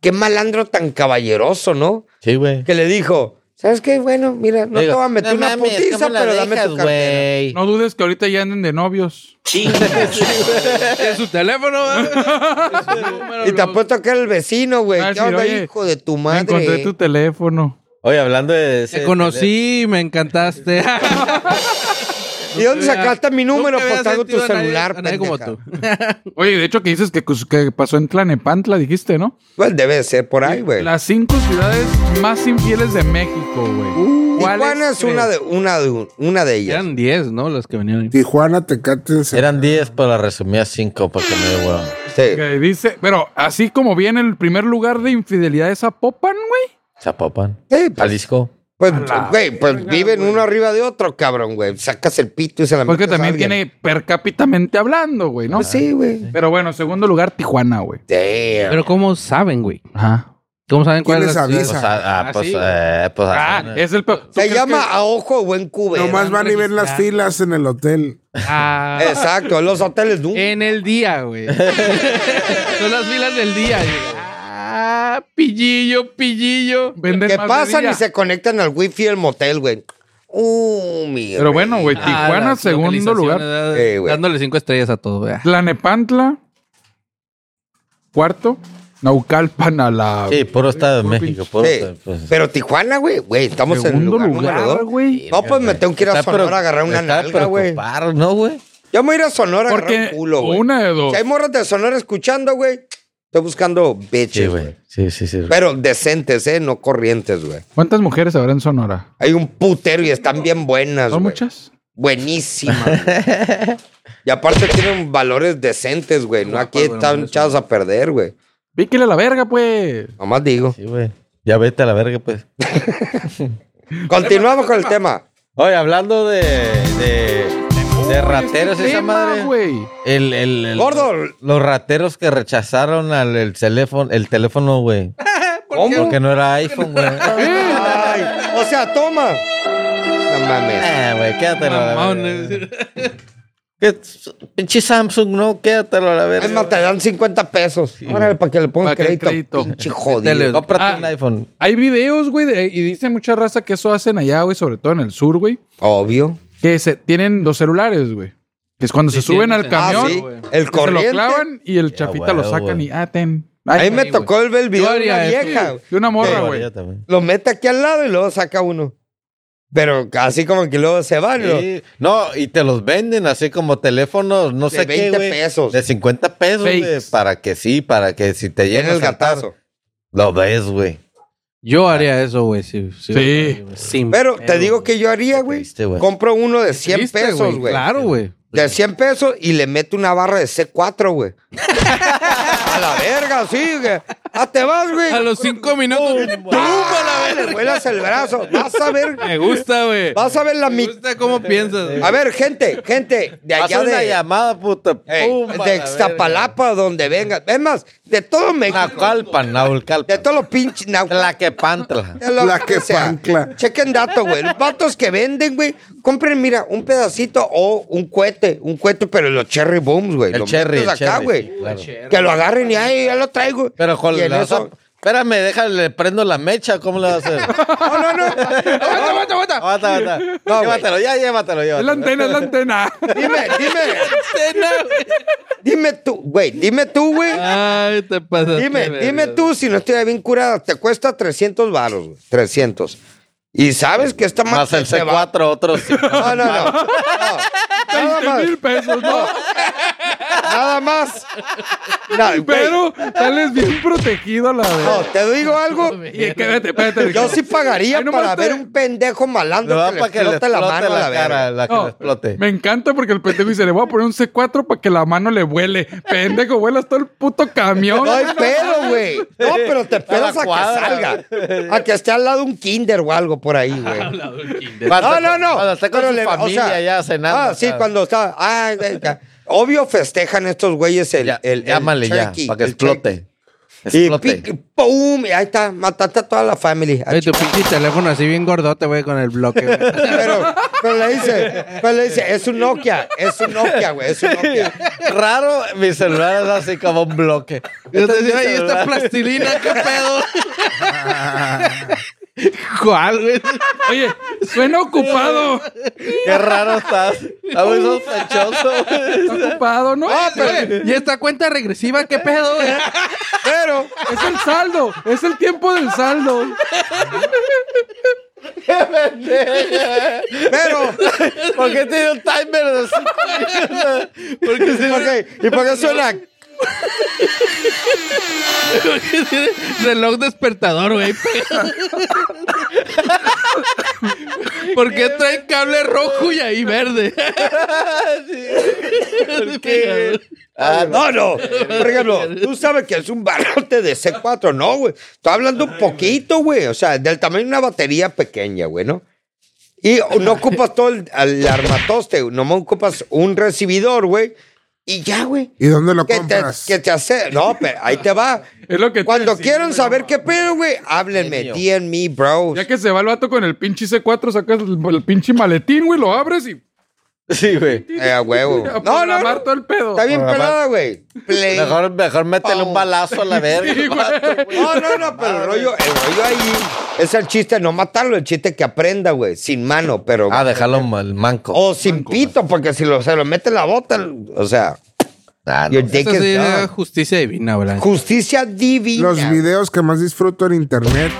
Qué malandro tan caballeroso, ¿no? Sí, güey. Que le dijo, ¿Sabes qué? Bueno, mira, no Digo, te voy a meter no una mames, putiza, ¿cómo la pero dame dejas, tu cartera. güey? No dudes que ahorita ya anden de novios. *laughs* En su teléfono, *laughs* Este Y te apuesto que era el vecino, güey. Ah, ¿Qué sí, onda, oye, hijo de tu Me encontré madre? tu teléfono. Oye, hablando de... ese- Te conocí, me encantaste. *laughs* ¿Y dónde Nunca sacaste mi número? había Pues traigo tu sentido a nadie- celular, a nadie como pendeja. tú. Oye, de hecho que dices que, pues, que pasó en Tlanepantla, dijiste, ¿no? Pues debe ser por ahí, güey. Las cinco ciudades más infieles de México, güey. ¿Cuáles Tijuana Uh, es crees? una de, una, de, una de ellas. Eran 10, ¿no? Las que venían. ahí. Tijuana, Tecate, Ensenada. Eran 10, pero la resumí a 5 porque me dio huevo. Sí. Que dice, pero así como viene el primer lugar de infidelidad es Zapopan, güey. Zapopan. Sí, pues, Jalisco. pues, güey, pues viven uno arriba de otro, cabrón, güey. Sacas el pito y se la Porque metes a también alguien. tiene per cápitamente hablando, güey, ¿no? Pues sí, güey. Pero bueno, segundo lugar, Tijuana, güey. Damn. Pero ¿cómo saben, güey? Ajá. ¿Cómo saben cuál ¿Quién es les *laughs* la ciudad? Pues, avisa? ah, Ah, pues, sí, güey. eh, pues, Ah, ah, es el peor. ¿Tú Se crees llama que- a ojo buen cubero. Nomás van y ven las filas en el hotel. Ah, Exacto, los hoteles nunca. en el día, güey. Son las filas del día. güey. Ah, pillillo, pillillo. venden que más de pasan día? y se conectan al wifi del motel, güey. Uh, mi Pero rey. bueno, güey, Ah, Tijuana, las segundo localizaciones, lugar. ¿verdad? Eh, güey. dándole cinco estrellas a todo, güey. Tlanepantla. Cuarto. Naucalpan a la. Sí, puro Estado de Puro México. pinche- Puro Sí. estado- pues, Pero Tijuana, güey, güey, estamos en el segundo lugar, lugar, número dos. güey. No, pues me tengo que ir a Está Sonora pre- a agarrar una está nalga, güey. preocupar, ¿no, güey? Yo me voy a ir a Sonora a agarrar Porque un culo, güey. una de dos. Si hay morras de Sonora escuchando, güey, estoy buscando Sí, bitches, güey. güey. Sí, sí, sí. Pero decentes, ¿eh? No corrientes, güey. ¿Cuántas mujeres habrá en Sonora? Hay un putero y están bien buenas, ¿Son Pues, güey. muchas? Buenísimas. *laughs* güey. y aparte tienen valores decentes, güey. No aquí están echados a perder, güey. Píquele a la verga, pues. Nomás digo. Sí, güey. Ya vete a la verga, pues. Continuamos con el tema. Oye, hablando de... de... De rateros, Este esa tema, madre. güey. El, el, el- Gordo. Los rateros que rechazaron al, el teléfono, el teléfono, güey. ¿Cómo? Porque no era iPhone, güey. Ay, o sea, toma. No mames. *laughs* Ah, güey, quédatelo a la eh. verga. Mamones. Que- Pinche Samsung, no, quédatelo a la Es más, verga. te dan 50 pesos. Órale, para que le pongan Para que crédito. crédito. Pinche jodido. Cómprate Ah. un iPhone. Hay videos, güey, de- y dicen mucha raza que eso hacen allá, güey, sobre todo en el sur, güey. Obvio. Que se, tienen dos celulares, güey. Que es cuando se Sí, suben tienen al el- camión, Ah, Camión, sí. güey. El se lo corriente. clavan y el chafita lo huevo, sacan güey. y ah, ten. A Ay, mí me güey. tocó el ver el video Yo de una haría eso. vieja. de una morra, Sí, güey. yo también. Lo mete aquí al lado y luego saca uno. Pero así como que luego se van. ¿no? Sí. No, y te los venden así como teléfonos, no De sé qué, 20 güey. pesos. De 50 pesos, Fakes. güey. Para que sí, para que si te Viene llegas el a saltar, gatazo. Lo ves, güey. Yo haría eso, güey. Sí. Sí. Sin Pero pedo, te digo que yo haría, güey. triste, güey. Compro uno de 100 Triste, pesos, güey. Claro, güey. De 100 pesos y le meto una barra de C4, güey. a la verga, sí, güey. Ah, te vas, güey. A los cinco minutos. ¡Pum! a la Ah, Le verga! vuelas el brazo. Vas a ver. Me gusta, güey. Vas a ver la Me mitad. gusta cómo piensas. güey. A ver, gente, gente, de Haz allá una de. llamada, puta. Ey, Pum, a de la verga. Extapalapa, donde vengas. Es más, de todo México. Naucalpan, De Naucalpan. todos los pinches. La que pantla. La que pancla. Chequen datos, güey. Los vatos que venden, güey, compren, mira, un pedacito o un cohete. Un cohete, pero los cherry booms, güey. El Los cherry, el metes acá, cherry, güey. sí, claro. Que lo agarren y ahí ya lo traigo. Pero con Y en la... eso- Espérame, déjale, le prendo la mecha. ¿Cómo le vas *laughs* a hacer? No, no, no. ¡Aguanta, aguanta, aguanta! Ah, Aguanta, aguanta. güey. llévatelo, ya, llévatelo, Es la llévatelo. antena, es la *laughs* antena. Dime, dime. Dime tú, güey. Dime tú, güey. Ay, te pasas. Dime, dime tú si no estoy bien curada. Te cuesta 300 baros, güey. 300. Y sabes que está Más el C4, otros No, no, no. No. Nada más. 20 mil pesos, no. Nada más. No, güey. Pero sales bien protegido a la No, verga. te digo algo. Y espérate, espérate. Yo sí pagaría Ay, nomás para te- ver un pendejo Le malandro va que le para que le explote la mano a la verga. cara, la *laughs* *laughs* que No, le explote. Me encanta porque el pendejo dice, le voy a poner un C4 para que la mano le vuele. Pendejo, vuelas todo el puto *laughs* camión. No hay pedo, güey. No, pero te esperas a, cuadra, que salga. A que esté al lado de un kinder o algo por ahí, güey. No, Cuando- no, no. Cuando está con Pero su le- o familia sea, ya cenando. Ah, sí, ¿sabes? cuando está. Ah, de- ya. Obvio festejan estos güeyes el, Ya, el, el llámale ya, turkey, para que el explote. turkey. Y Explote. pic- ¡pum! Y ahí está, mataste a toda la familia. Ay, tu pinche teléfono así bien gordote, güey, con el bloque, güey. Pero, pero le dice, pero le dice, es un Nokia, es un Nokia, güey, *laughs* es un Nokia. Raro, mi celular es así como un bloque. *laughs* Yo te Este es mi decía, ay, esta *laughs* celular". plastilina, qué pedo. ¿Cuál, güey? Oye, suena *laughs* ocupado. Qué raro estás. Está muy sospechoso. Está ocupado, Oh, ¿no? Ah, ¿Y esta cuenta regresiva qué pedo, *laughs* güey? Pero, Es el saldo. Es el tiempo del saldo. pero, ¿Por qué tiene un timer de cinco minutos? Porque si ok, ¿y por qué suena? Reloj despertador, güey. ¿Por qué trae cable rojo y ahí *laughs* verde? *laughs* Ah, no. No, *laughs* no. Por ejemplo, tú sabes que es un barrote de C4, no, güey. Estoy hablando un poquito, güey. O sea, del tamaño de una batería pequeña, güey, ¿no? Y no ocupas todo el, el armatoste, nomás ocupas un recibidor, güey. Y ya, güey. ¿Y dónde lo que te, compras? que te hace. No, pero ahí te va. *laughs* Es lo que te Cuando decía, quieran güey, saber no qué pedo, güey, háblenme. me, bro. Ya que se va el vato con el pinche C4, sacas el, el pinche maletín, güey, lo abres y. Sí, güey. Eh, *laughs* a huevo. a No, no, programar no. todo el pedo. Está bien Programar. pelada, güey. Play. Mejor, mejor métele un balazo a la verga. Sí, güey. vato, güey. No, no, no, pero el rollo, el rollo ahí es el chiste, no matarlo, el chiste que aprenda, güey, sin mano, pero... Ah, dejarlo mal manco. o sin pito, porque si lo, se lo mete en la bota, o sea, Ah, no. your dick Eso is sí eh, done. es justicia divina, ¿verdad? Justicia divina. Los videos que más disfruto en internet.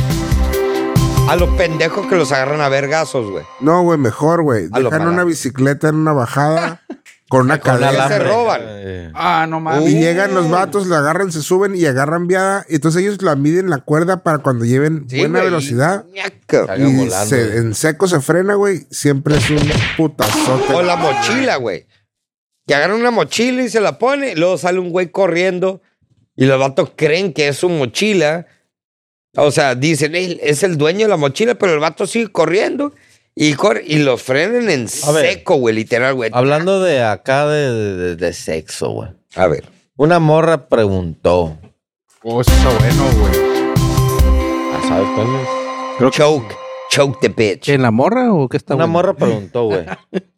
A los pendejos que los agarran a vergazos, güey. No, güey, mejor, güey. A lo Dejan barato. una bicicleta en una *laughs* bajada con una Con cadena. alambre. güey. roban. Eh, Ah, no Y mames. llegan los vatos, la agarran, se suben y agarran viada. Y entonces ellos la miden la cuerda para cuando lleven Sí, buena güey, velocidad. y- ñaca. Salgan Y volando, se- güey. en seco se frena, güey. Siempre es un putazote. O la mochila, güey. Que agarran una mochila y se la pone, y luego sale un güey corriendo y los vatos creen que es su mochila. O sea, dicen, "Ey, es el dueño de la mochila, pero el vato sigue corriendo y, corre- y los frenan en A ver. seco, güey, literal, güey. Hablando de acá de, de- de- de sexo, güey. A ver. Una morra preguntó. Oh, eso está bueno, güey. Ah, ¿Sabes cuál es? choke, choke the bitch. ¿En la morra o qué está Una bueno? morra preguntó, *laughs* güey.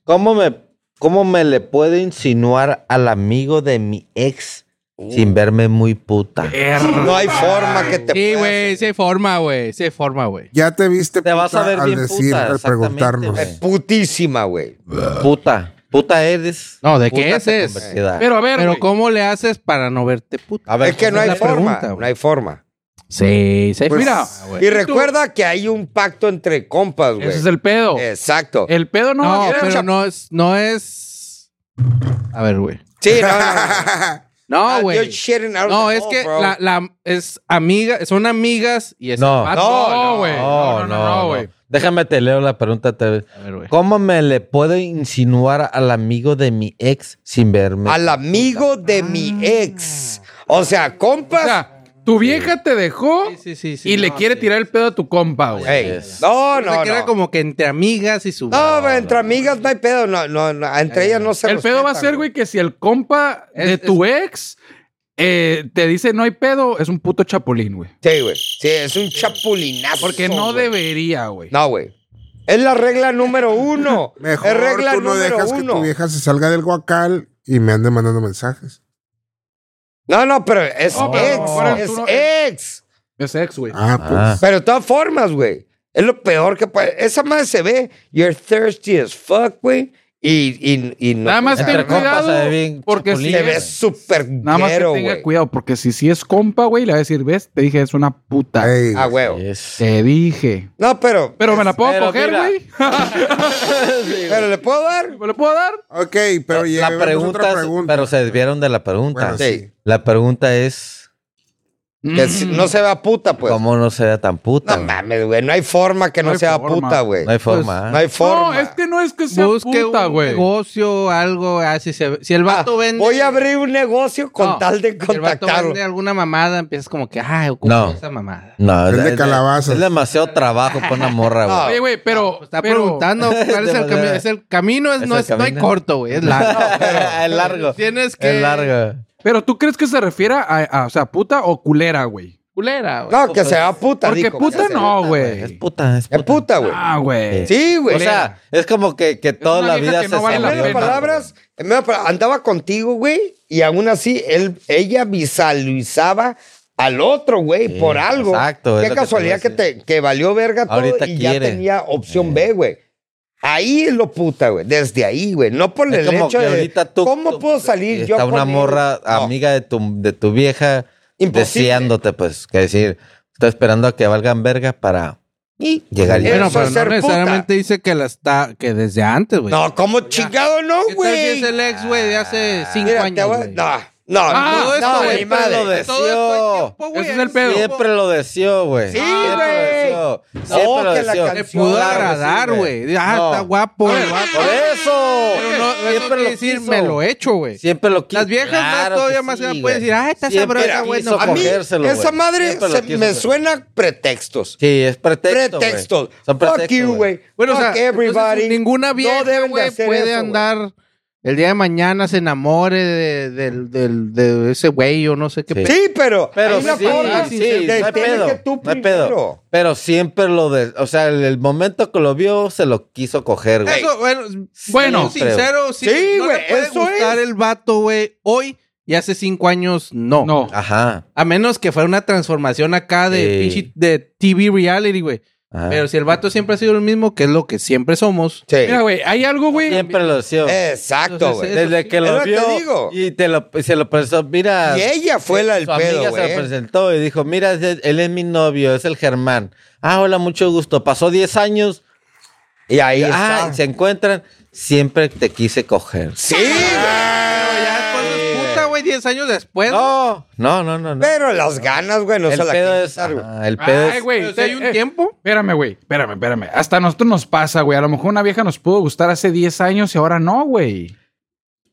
¿Cómo me, ¿Cómo me le puedo insinuar al amigo de mi ex sin verme muy puta? Eh. No hay forma que te Sí, puedas- güey, se forma, güey, se forma, güey. Ya te viste Te vas a puta ver al bien decir, puta, al exactamente, preguntarnos. güey. Putísima, güey. Puta. Puta eres. No, ¿de Puta qué te es? convertirá. Pero a ver, Pero güey. ¿cómo le haces para no verte puta? A ver, es que no esa hay es la forma, pregunta, no hay forma. Sí, se Pues, mira, forma, güey. Y recuerda que hay un pacto entre compas, güey. Ese es el Eh. pedo. Exacto. El pedo no, No, va a ser- pero no es, no es. A ver, güey. Sí, no, no, no. Ah, No, you're güey. shitting out of No, the es hole, que bro. la, la es amiga, son amigas y es No. vato. No, güey. No, no, no, güey. Déjame te leo la pregunta otra vez. A ver, güey. ¿Cómo me le puedo insinuar al amigo de mi ex sin verme? Al amigo de mi ex. O sea, compas. O sea, tu vieja te dejó Sí, sí, sí, sí, y le no, quiere sí. tirar el pedo a tu compa, güey. Ey, es. No, No, no, que era no. como que entre amigas y su. No, güey, entre amigas no hay pedo. No, no, no, Entre ellas no se Eh, el pedo va a respetan, ser, güey, que si el compa de tu ex eh, te dice no hay pedo, es un puto chapulín, güey. Sí, güey. Sí, es un chapulinazo. Porque no güey. debería, güey. No, güey. Es la regla número uno. *laughs* Mejor es regla tú no número dejas que uno. tu vieja se salga del guacal y me ande mandando mensajes. No, no, pero es No, pero ex. ahora es tú no- ex. Es ex, güey. Ah, pues. Ah. Pero de todas formas, güey. Es lo peor que puede. Esa madre se ve. You're thirsty as fuck, güey. Y, y, y no. Nada más o sea, ten Entre compas cuidado, se ve bien porque chapulín, si Se es- ve súper Nada más que guero, tenga güey. cuidado, porque si sí es compa, güey, le va a decir, ves, te dije, es una puta. pues, Ey, Ah, huevo. Yes. Te dije. No, pero. Pero me la puedo Pero coger, mira. güey. Pero le puedo dar. ¿Me lo puedo dar? ok, pero la llevemos pregunta, otra es- pregunta. pero se desviaron de la pregunta. Bueno, sí. La pregunta es Que si- no se vea puta, pues. cómo no sea tan puta. No güey? mames, güey. No hay forma que No no, hay sea forma. puta, güey. no hay forma. ¿eh? No hay forma. No, es que no es que sea Busque puta, un güey. negocio, algo así. Se, si el Ah, vato vende. Voy a abrir un negocio con No, tal de Si el vato contactarlo. vende alguna mamada, empiezas como que, ay, ocupo No. esa mamada. No, Es de calabazas. Es demasiado trabajo para una *laughs* morra, No. güey. Oye, güey, pero... Está pero- *laughs* preguntando cuál es el camino. Es el camino, es, ¿Es no, el es, no hay camino? corto, güey. Es largo. *laughs* es largo. Tienes que. Es largo. Pero tú crees que se refiere a, a, o sea, puta o culera, güey. Culera, güey. No, que sea puta. Porque dijo, puta que no, Es güey. puta, es puta. Es puta, güey. Ah, güey. Sí, güey. O sea, es como que, que toda una la vieja vida que se no vale la en saboreó menos pena. nada, palabras, en menos palabras, andaba contigo, güey, y aún así él, ella visualizaba al otro, güey, Sí, por algo. exacto, es Qué lo que te casualidad que, iba a te, que valió verga todo Ahorita y ya quiere. Eh. tenía opción B, güey. Ahí es lo puta, güey. Desde ahí, güey. No por el Es como hecho que de. ahorita tú- ¿Cómo tú- puedo salir yo? Está una con él? morra No. amiga de tu, de tu vieja Imposible. deseándote, pues, que decir, está esperando a que valgan verga para llegar y Bueno, Eso pero es no ser necesariamente dice que la está, que desde antes, güey. No, ¿cómo chingado no, ¿Qué tal si güey? Ah, es el ex, güey, de hace cinco Mira, te años. voy- güey? No, no, Ah, no, todo esto, no, güey, ni pero madade. lo Todo esto en tiempo, güey, Ese es el en pedo. tiempo. Siempre lo deseó, güey. Sí, Siempre güey. lo deseó. Siempre Oh, lo que la deseó. Le canción- pudo Claro que sí, agradar, güey. Ah, No. está guapo. A ver, guapo. Por eso. Pero no, siempre lo decir, quiso. me lo he hecho, güey. Siempre lo quiso. Las viejas más Claro todavía que más sí, se pueden güey. decir, ah, esta Siempre sabrosa, güey, quiso no. A mí, cogérselo, esa güey. madre Siempre lo se- quiso me hacer. suena pretextos. Sí, es pretexto, güey. Pretextos. Son Fuck you, pretextos, güey. Bueno, o Fuck sea, entonces, everybody. ninguna vieja, No deben de güey, hacer puede eso, andar el día de mañana se enamore de, del- del- de ese güey o no sé qué Sí. pedo. Sí, pero, Pero hay una sí, forma sí, de- no tiene hay pedo, que tú no hay primero. pedo. Pero siempre lo de, o sea, el, el momento que lo vio se lo quiso coger, güey. Eso, bueno, Bueno. bueno sincero, sí, Sí, no güey, le puede eso gustar es. el vato, güey, hoy y hace cinco años, no. No. Ajá. A menos que fuera una transformación acá Sí. de, Ah. pinche- de TV reality, güey. ajá. Pero si el vato siempre ha sido el mismo, que es lo que siempre somos. Sí. Mira, güey, hay algo, güey. siempre lo deseó. Exacto, güey. Entonces, Desde que es lo lo que vio digo. y te lo, y se lo presentó, mira. Y ella fue la del su amiga pedo, ¿eh? se lo güey. presentó y dijo, mira, ese- él es mi novio, es el Germán. Ah, hola, mucho gusto. Pasó 10 años. Y ahí ah, está. se encuentran. Siempre te quise coger. Sí, güey. Pero ya después es puta, güey, 10 años después. No, no, no, no. no. Pero las ganas, güey, no el se la pedo quitan. es, ajá, el pedo Ay, es- güey, Pero si hay eh, un eh, tiempo. Espérame, güey. Espérame, espérame. Hasta a nosotros nos pasa, güey. A lo mejor una vieja nos pudo gustar hace 10 años y ahora no, güey.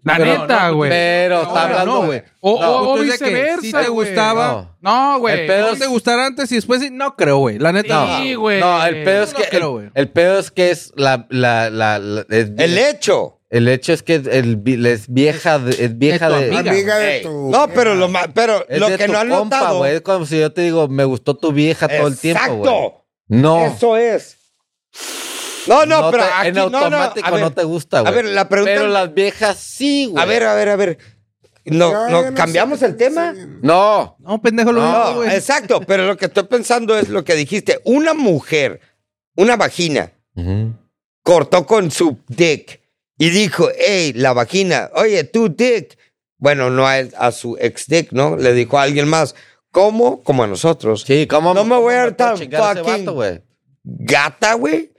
La Pero no, neta, no, güey. Pero está Ahora hablando, no, güey. o, no, o- o entonces de que viceversa. sí te güey. gustaba. No. No, güey. El pedo No te gustara antes y después sí? no creo, güey. La neta. No. Sí, güey. No, el pedo es No que creo, el, güey. el pedo es que es la la la, la- es- El hecho. el hecho es que el vi- la es vieja de- es vieja Es tu de amiga. Amiga de Ey. tu. No, pero lo, ma- pero es lo de que tu no han compa, notado. güey. Es como si yo te digo, me gustó tu vieja todo el tiempo, güey. Exacto. No. Eso es. No, no, pero te- aquí, en no, no, automático a no, ver, te gusta, a güey. ver, la pregunta- Pero las viejas sí, güey. A ver, a ver, a ver. No, Ya, no, ya no ¿Cambiamos sé, el tema? sí. No. No, pendejo, lo mismo, No, güey. exacto, pero lo que estoy pensando es lo que dijiste. Una mujer, una vagina, Ujú. cortó con su dick y dijo, hey, la vagina, oye, tu dick. Bueno, no a, él, a su ex dick, ¿no? Le dijo a alguien más. ¿Cómo? Como a nosotros. Sí, ¿cómo No me voy a dar puedo tan chingar a ese fucking- vato, güey? Gata, güey.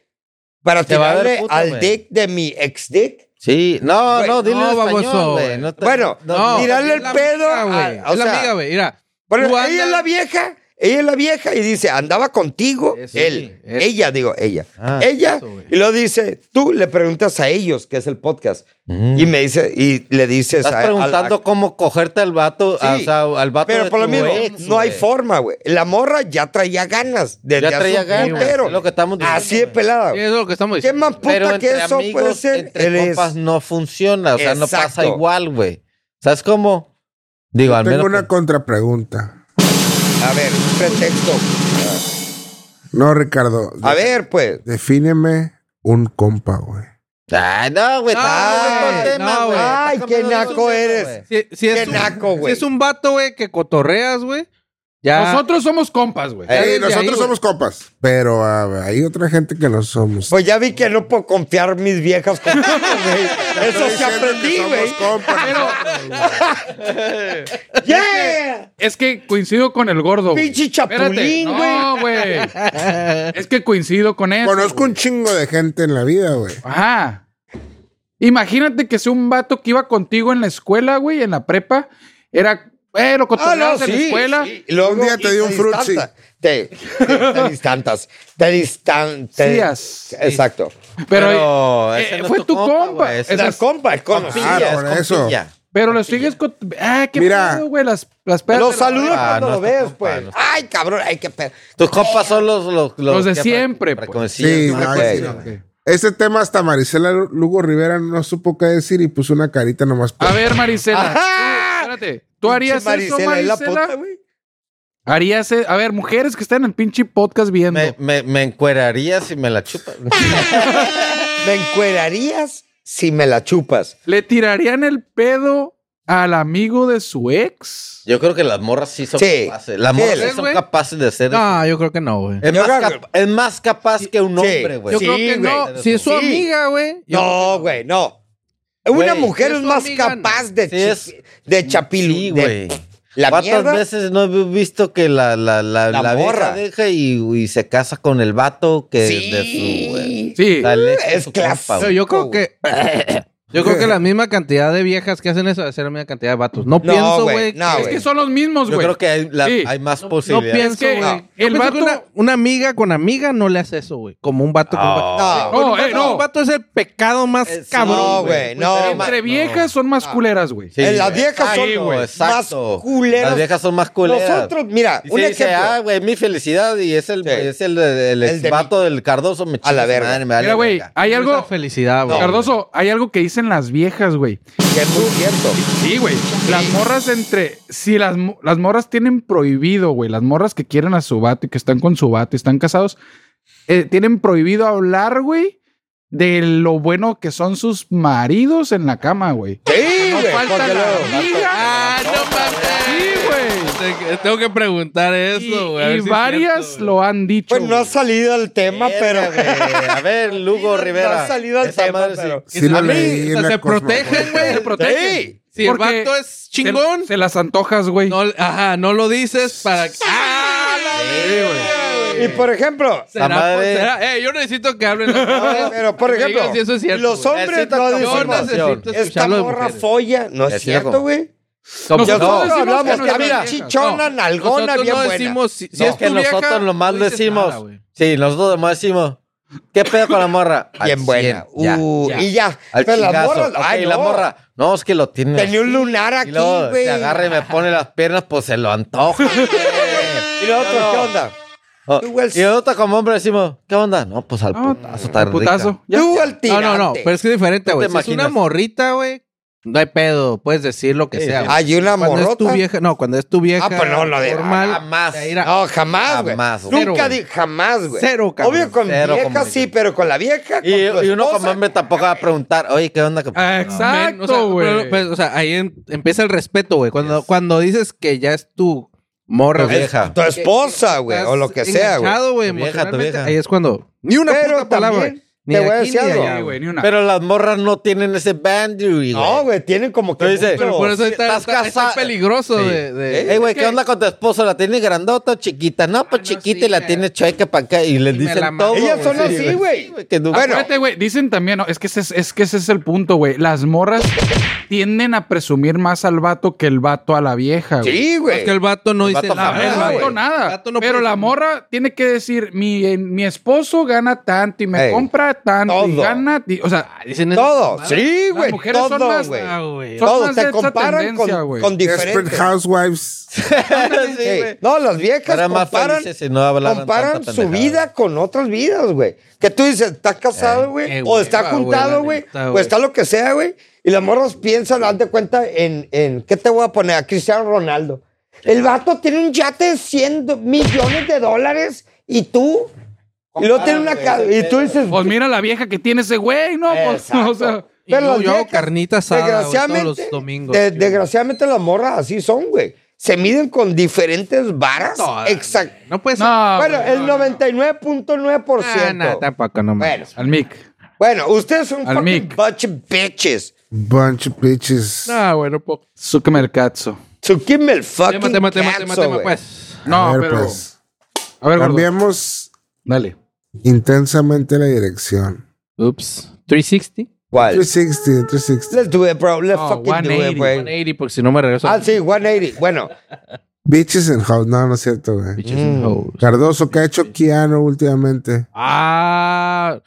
Para Te va a ver tirarle puto, al güey. dick de mi ex dick. Sí, no, Güey, no, dile no, en español, baboso, güey. güey. No te- Bueno, No, tirarle es el la pedo amiga, a- güey. ah, o Es la sea, amiga, güey. Mira. Bueno, tú ella andas- es la vieja. Ella es la vieja y dice, andaba contigo, Eh, sí, él, eso. ella, digo, ella. Ah, ella, eso, güey. y lo dice, tú le preguntas a ellos, que es el podcast, Mm. y me dice, y le dices Estás a- a- preguntando a- cómo cogerte al vato, eh, Sí, a- o sea, al vato pero de por lo tu mismo, ex, no hay güey. forma, güey. La morra ya traía ganas. Desde Ya traía hace un ganas, putero. es lo que estamos diciendo, Así de güey. pelada. Sí, es lo que estamos ¿Qué diciendo. más puta que eso puede ser? Él entre es- compas no funciona, o sea, no pasa Exacto. igual, güey. ¿Sabes cómo? Digo, al menos Tengo una contrapregunta. A ver, un pretexto. No, Ricardo. A de- ver, pues. Defíneme un compa, güey. Ay, no, güey, No, está güey, con tema, güey. no, güey. Está Ay, con qué menos de un naco tema, eres. güey. Si, si Qué es un, naco, si güey. es un vato, güey, que cotorreas, güey. Ya. Nosotros somos compas, güey. Eh, Sí, desde ahí, nosotros güey. somos compas. Pero ah, hay otra gente que no somos. Pues ya vi que no puedo confiar mis viejas *laughs* contigo, güey. Eso Estoy sí diciendo que aprendí, somos güey. compas. ¡Yeah! Es que coincido con el gordo. güey. Pinche Espérate. chapulín, No, güey. *laughs* Es que coincido con eso. Conozco un chingo de gente en la vida, güey. Ajá. Imagínate que sea un vato que iba contigo en la escuela, güey, en la prepa. Era, eh, lo Ah, no, cotorreabas en la sí, escuela. sí. Y luego- Un día te y dio un distanza- frutzi. Te, te, te distantas. Te distantas. Sías. Exacto. Pero, ese eh, no es fue tu compa. güey, ese Es es La las- compa, es con- compilla, claro, es por eso. compilla. pero lo sigues con. Ah, qué Mira. pedo, güey. Las, las pedas Lo de la- saludo Ah, cuando no lo está ves, compa, pues. no Ay, cabrón, ay, qué pedo. Tus compas son los... Los, Los de que siempre, pre- pues. preconcillos, Sí, ¿no? no, güey. sí, no. Ese tema hasta Marisela Lugo Rivera no supo qué decir y puso una carita nomás. por- A ver, Maricela. Ajá. tú, Espérate. ¿Tú harías Pinche eso, Marisela, es la Maricela? puta, güey. Harías. e- A ver, mujeres que están en el pinche podcast viendo. Me, me, me encueraría si me *laughs* la chupas. Me encuerarías si me la chupas. ¿Le tirarían el pedo al amigo de su ex. Yo creo que las morras sí son Sí. capaces. Las Sí, morras sí ¿crees, son güey? capaces de hacer No, yo creo que no, güey. eso. Es Yo más, creo- cap- es más capaz que un hombre, güey. Yo Sí, creo que güey. no. Si es su Sí. amiga, güey. yo No, creo güey, no. Una Güey, mujer si es es tu más amiga, no. capaz de, Sí, chi- es- de chapil. Sí, de- güey. La ¿Cuántas mierda. veces no he visto que la, la, la, La la vieja morra. deja y, y se casa con el vato que Sí. de su, güey? Sí. La leche de Es su compa, clásico. güey. Pero yo *coughs* creo que. Yo creo que la misma cantidad de viejas que hacen eso debe ser la misma cantidad de vatos. No, No, pienso, güey, güey. no, que- Es que son los mismos, Yo güey. creo que hay, la- Sí. hay más No posibilidades. pienso, que güey. no. Yo El pienso vato- que una, una amiga con amiga no le hace eso, güey. Como un vato con un vato. No, No, un, vato eh, con no. un vato es el pecado más Eh, sí, cabrón. no, güey, no. Pero- Entre No. Ah. viejas son más culeras, güey. Sí, Eh, las güey. viejas son Sí, güey, más exacto. culeras. Las viejas son más culeras. Nosotros, mira, Y un se dice, ejemplo. ah, güey, mi felicidad y es el, Sí. es el, el, El de vato del Cardoso me A la chinga su verga. madre, me vale Mira, güey, verga. hay algo. Esa felicidad, güey. Cardoso, hay algo que dicen las viejas, güey. que es muy cierto. Sí, güey. Las morras entre. Si las, mo- las morras tienen prohibido, güey. Las morras que quieren a su vato y que están con su vato y están casados. eh, tienen prohibido hablar, güey. De lo bueno que son sus maridos en la cama, güey. Sí, güey. falta la porque luego- amiga. Ah, no Sí, mames. güey. Te- Tengo que preguntar eso, güey. a Y, y ver si es varias cierto, güey. lo han dicho. Pues no ha güey. salido el tema, pero. Verga, güey. A ver, Lugo Rivera. No ha salido el esa tema, madre sí. pero. Sí lo A mí, leí o en sea, la se protegen, güey. Se protegen. Sí. Si el Porque vato es Se- chingón, Se, las antojas, güey. no, ajá, no lo dices para. ¡Ah, la verga, güey! Y por ejemplo. Será, La madre- por- será- eh, yo necesito que hablen. las no, cosas. Pero por *laughs* Que me digan ejemplo, si eso es cierto, los güey. hombres Necesito no Yo información. decimos. necesito Esta escucharlo de morra mujeres. folla. No es Es cierto, cierto. güey. Como- Nosotros No, decimos hablamos que no que están mira, viejas. chichona, nalgona, nosotros bien no buena. decimos si, si No, es tu que vieja, nosotros nomás no dices decimos. nada, güey. sí, nosotros nomás decimos. ¿Qué pedo con la morra? *laughs* Al Bien buena. 100, ya, Uh, ya. Y ya. Al Pero la chingazo. morra. Ok, ay, la no. morra. No, es que lo tiene. Tenía un lunar Y aquí, luego güey. se agarra y me pone las piernas, pues se lo *laughs* antoja. Y lo otro, ¿qué onda? Oh, Tú, güey. y nosotros como hombre decimos, ¿qué onda? No, pues al No, putazo, está rica. putazo. Ya. Tú al No, tirante. no, no, pero es que es diferente, No güey. te Si es una imaginas. morrita, güey, no hay pedo, puedes decir lo que Sí, sea. sí. güey. Hay una cuando es tu morrota. vieja, no, cuando es tu vieja Ah, pues no, lo de- normal, jamás. te irá- No, jamás, güey. Jamás, güey. Nunca Cero, di, güey. jamás, güey. Cero, cabrón. Obvio con Cero vieja comunicación. sí, pero con la vieja. Y, con tu y uno como esposa, hombre tampoco va a preguntar, oye, ¿qué onda? compa?" Ah, Men, o sea, Exacto, güey. pero- pues, o sea, ahí en- empieza el respeto, güey. Cuando, cuando dices que ya es tu morra, Tu güey, vieja. Tu esposa, güey, estás o lo que sea, güey. enganchado, Tu vieja, tu emocionalmente, vieja. Ahí es cuando. Ni una Pero puta palabra. también güey. Ni te voy a aquí, decir ni algo. allá, Sí, güey. güey, ni una. Pero las morras no tienen ese boundary, güey. No, güey, tienen como que. Tú dices, mucho- Pero por eso está, estás está- está casada. peligroso Sí. de. de- Ey, güey, Es ¿qué que- onda con tu esposo? ¿La tiene grandota o chiquita? No, pues Ah, no, chiquita sí, y la que- tiene chueca para acá. Y les Y me la dicen mamó, todo. Ellas güey. son Sí, así, güey. Que nunca- Bueno. Acuérdate, güey, dicen también, ¿no? Es que ese es, es que ese es el punto, güey. Las morras tienden a presumir más al vato que el vato a la vieja, güey. Sí, Es güey. que el vato no El dice vato La- nada. jamás, el Ah, vato güey. nada. El vato no pero puede- la morra tiene que decir, mi, eh, mi esposo gana tanto y me Ey, compra tanto y todo. gana... ti-". O sea, Ah, Dicen eso. Todo, sí, Las güey. mujeres son Todo, más- güey. Ah, güey. Son Todo, más te de esa comparan tendencia, con, güey. con Desperate diferentes. Housewives. Sí, güey. No, las viejas Eran más comparan, felices si no hablaran comparan tanta su pendejada. vida con otras vidas, güey. Que tú dices, estás Eh, casado, güey, qué o está hueva, güey, juntado, la güey, neta, o güey. está lo que sea, güey. Y las morras piensan, haz de cuenta, en, en, ¿qué te voy a poner? A Cristiano Ronaldo. El vato tiene un yate de 100 do- millones de dólares y tú, y luego tiene una casa, y tú dices, pues mira la vieja que tiene ese güey, ¿no? Pues, *laughs* Exacto. o sea, Y yo- las yo hago viejas, carnita asada, güey, todos los domingos. de- desgraciadamente las morras así son, güey. Se miden con diferentes varas. Todas, Exacto. No puede ser. no, bueno, güey. el 99.9%. Ah, no, tampoco, no bueno, mames. Al mic. bueno, ustedes son Al fucking mic. bunch of bitches. Bunch of bitches. No, güey, no puedo. Súqueme el cazzo. So give me el fucking Tema, tema, tema, cazo, tema, tema, güey. pues. No, a ver, pero... pues. A ver, gordo. Cambiamos Dale. intensamente la dirección. Ups. 360. ¿Cuál? Pues, 360, 360. Let's do it, bro. Let's Oh, No, fucking do it, 180, güey. 180, porque si no me regreso. Ah, *laughs* sí, 180. Bueno, Bitches and house. No, no es cierto, güey. Bitches and hoes. Cardoso, ¿qué ha hecho Keanu últimamente? Ah,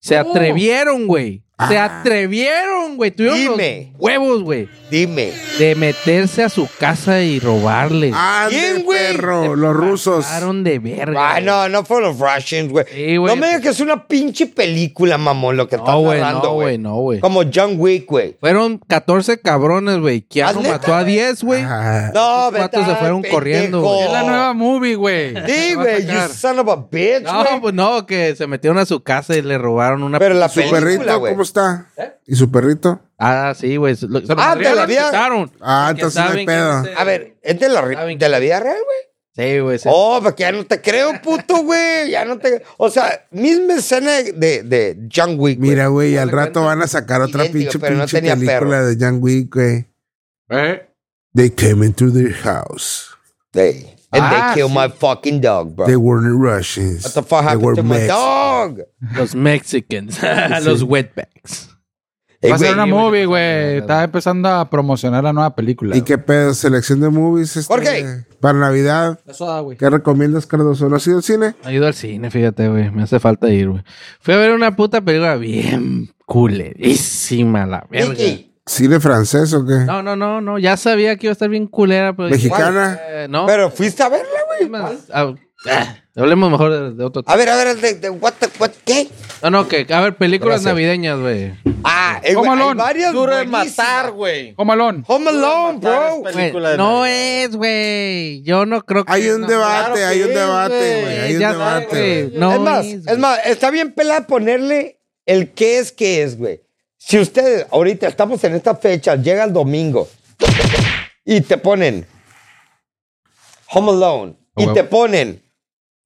se atrevieron, güey. Se atrevieron, güey. Tuvieron Dime. los huevos, güey. dime. De meterse a su casa y robarle. ¡Ah, ¿Quién, güey? perro! Los rusos. Pasaron de verga. Ah, güey. no, no fueron los Russians, güey. Sí, güey. pues, no pues. me digas que es una pinche película, mamón, lo que estás No, güey, narrando, no, güey. güey, no, güey. Como John Wick, güey. Fueron 14 cabrones, güey. Keanu ¿Ah, neta? mató a 10, güey. Ah, No, Esos vatos vete se fueron al corriendo, güey. pendejo. Es la nueva movie, güey. Sí, Va a güey, you sacar. son of a bitch, No, güey. pues no, que se metieron a su casa y le robaron una Pero la ¿Su película, perrito güey. ¿Eh? cómo está? ¿Y su perrito? Ah, sí, güey. Se lo- se lo Ah, madrearon, te la había- quitaron. Ah, Porque entonces no hay saben que pedo. ese- A ver, ¿es de la, re- de la vida real, güey? Sí, güey. se- Oh, porque ya no te creo, puto, güey. Ya no te. O sea, misma escena de, de John Wick. güey. Mira, güey, al Dale rato cuenta. van a sacar otra Idéntico, pinche, pero no pinche tenía película perro. de John Wick, güey. ¿Eh? They came into their house. Hey, and Ah, they kill sí. my fucking dog, bro. They were Russians. What the fuck They happened were to my Mex- dog? Los Mexicans. *laughs* los wetbacks. Hey, Va a ser güey, una sí, güey, movie, no pasa güey. nada. Está empezando a promocionar la nueva película. ¿Y qué pedo? Selección de movies. este, Jorge. Para Navidad, güey. ¿qué recomiendas, Cardoso? ¿No has ido al cine? No he ido al cine, fíjate, güey. Me hace falta ir, güey. Fui a ver una puta película bien culerísima, la verga. Nicky, ¿Cine francés o qué? No, no, no, no. Ya sabía que iba a estar bien culera, pero. ¿Mexicana? Eh, no. Pero fuiste a verla, Es güey. más, ah, ah, hablemos mejor de, de otro A ver, a ver, de, de- what the, what, ¿qué? No, no, que, a ver, películas Gracias. navideñas, güey. Ah, eh, güey, Home hay Alone. varias Duro de buenísimas. matar, güey. Home Alone. Home Alone, Matar bro. es Güey, película de No Navidad. es, güey. Yo no creo que. Hay un no, debate, claro hay que un es, debate, güey. güey. Hay un Ya sé, debate, güey. güey. No es más, es, es, güey. más, está bien pelada ponerle el qué es qué es, güey. Si ustedes, ahorita estamos en esta fecha, llega el domingo y te ponen Home Alone y huevo. te ponen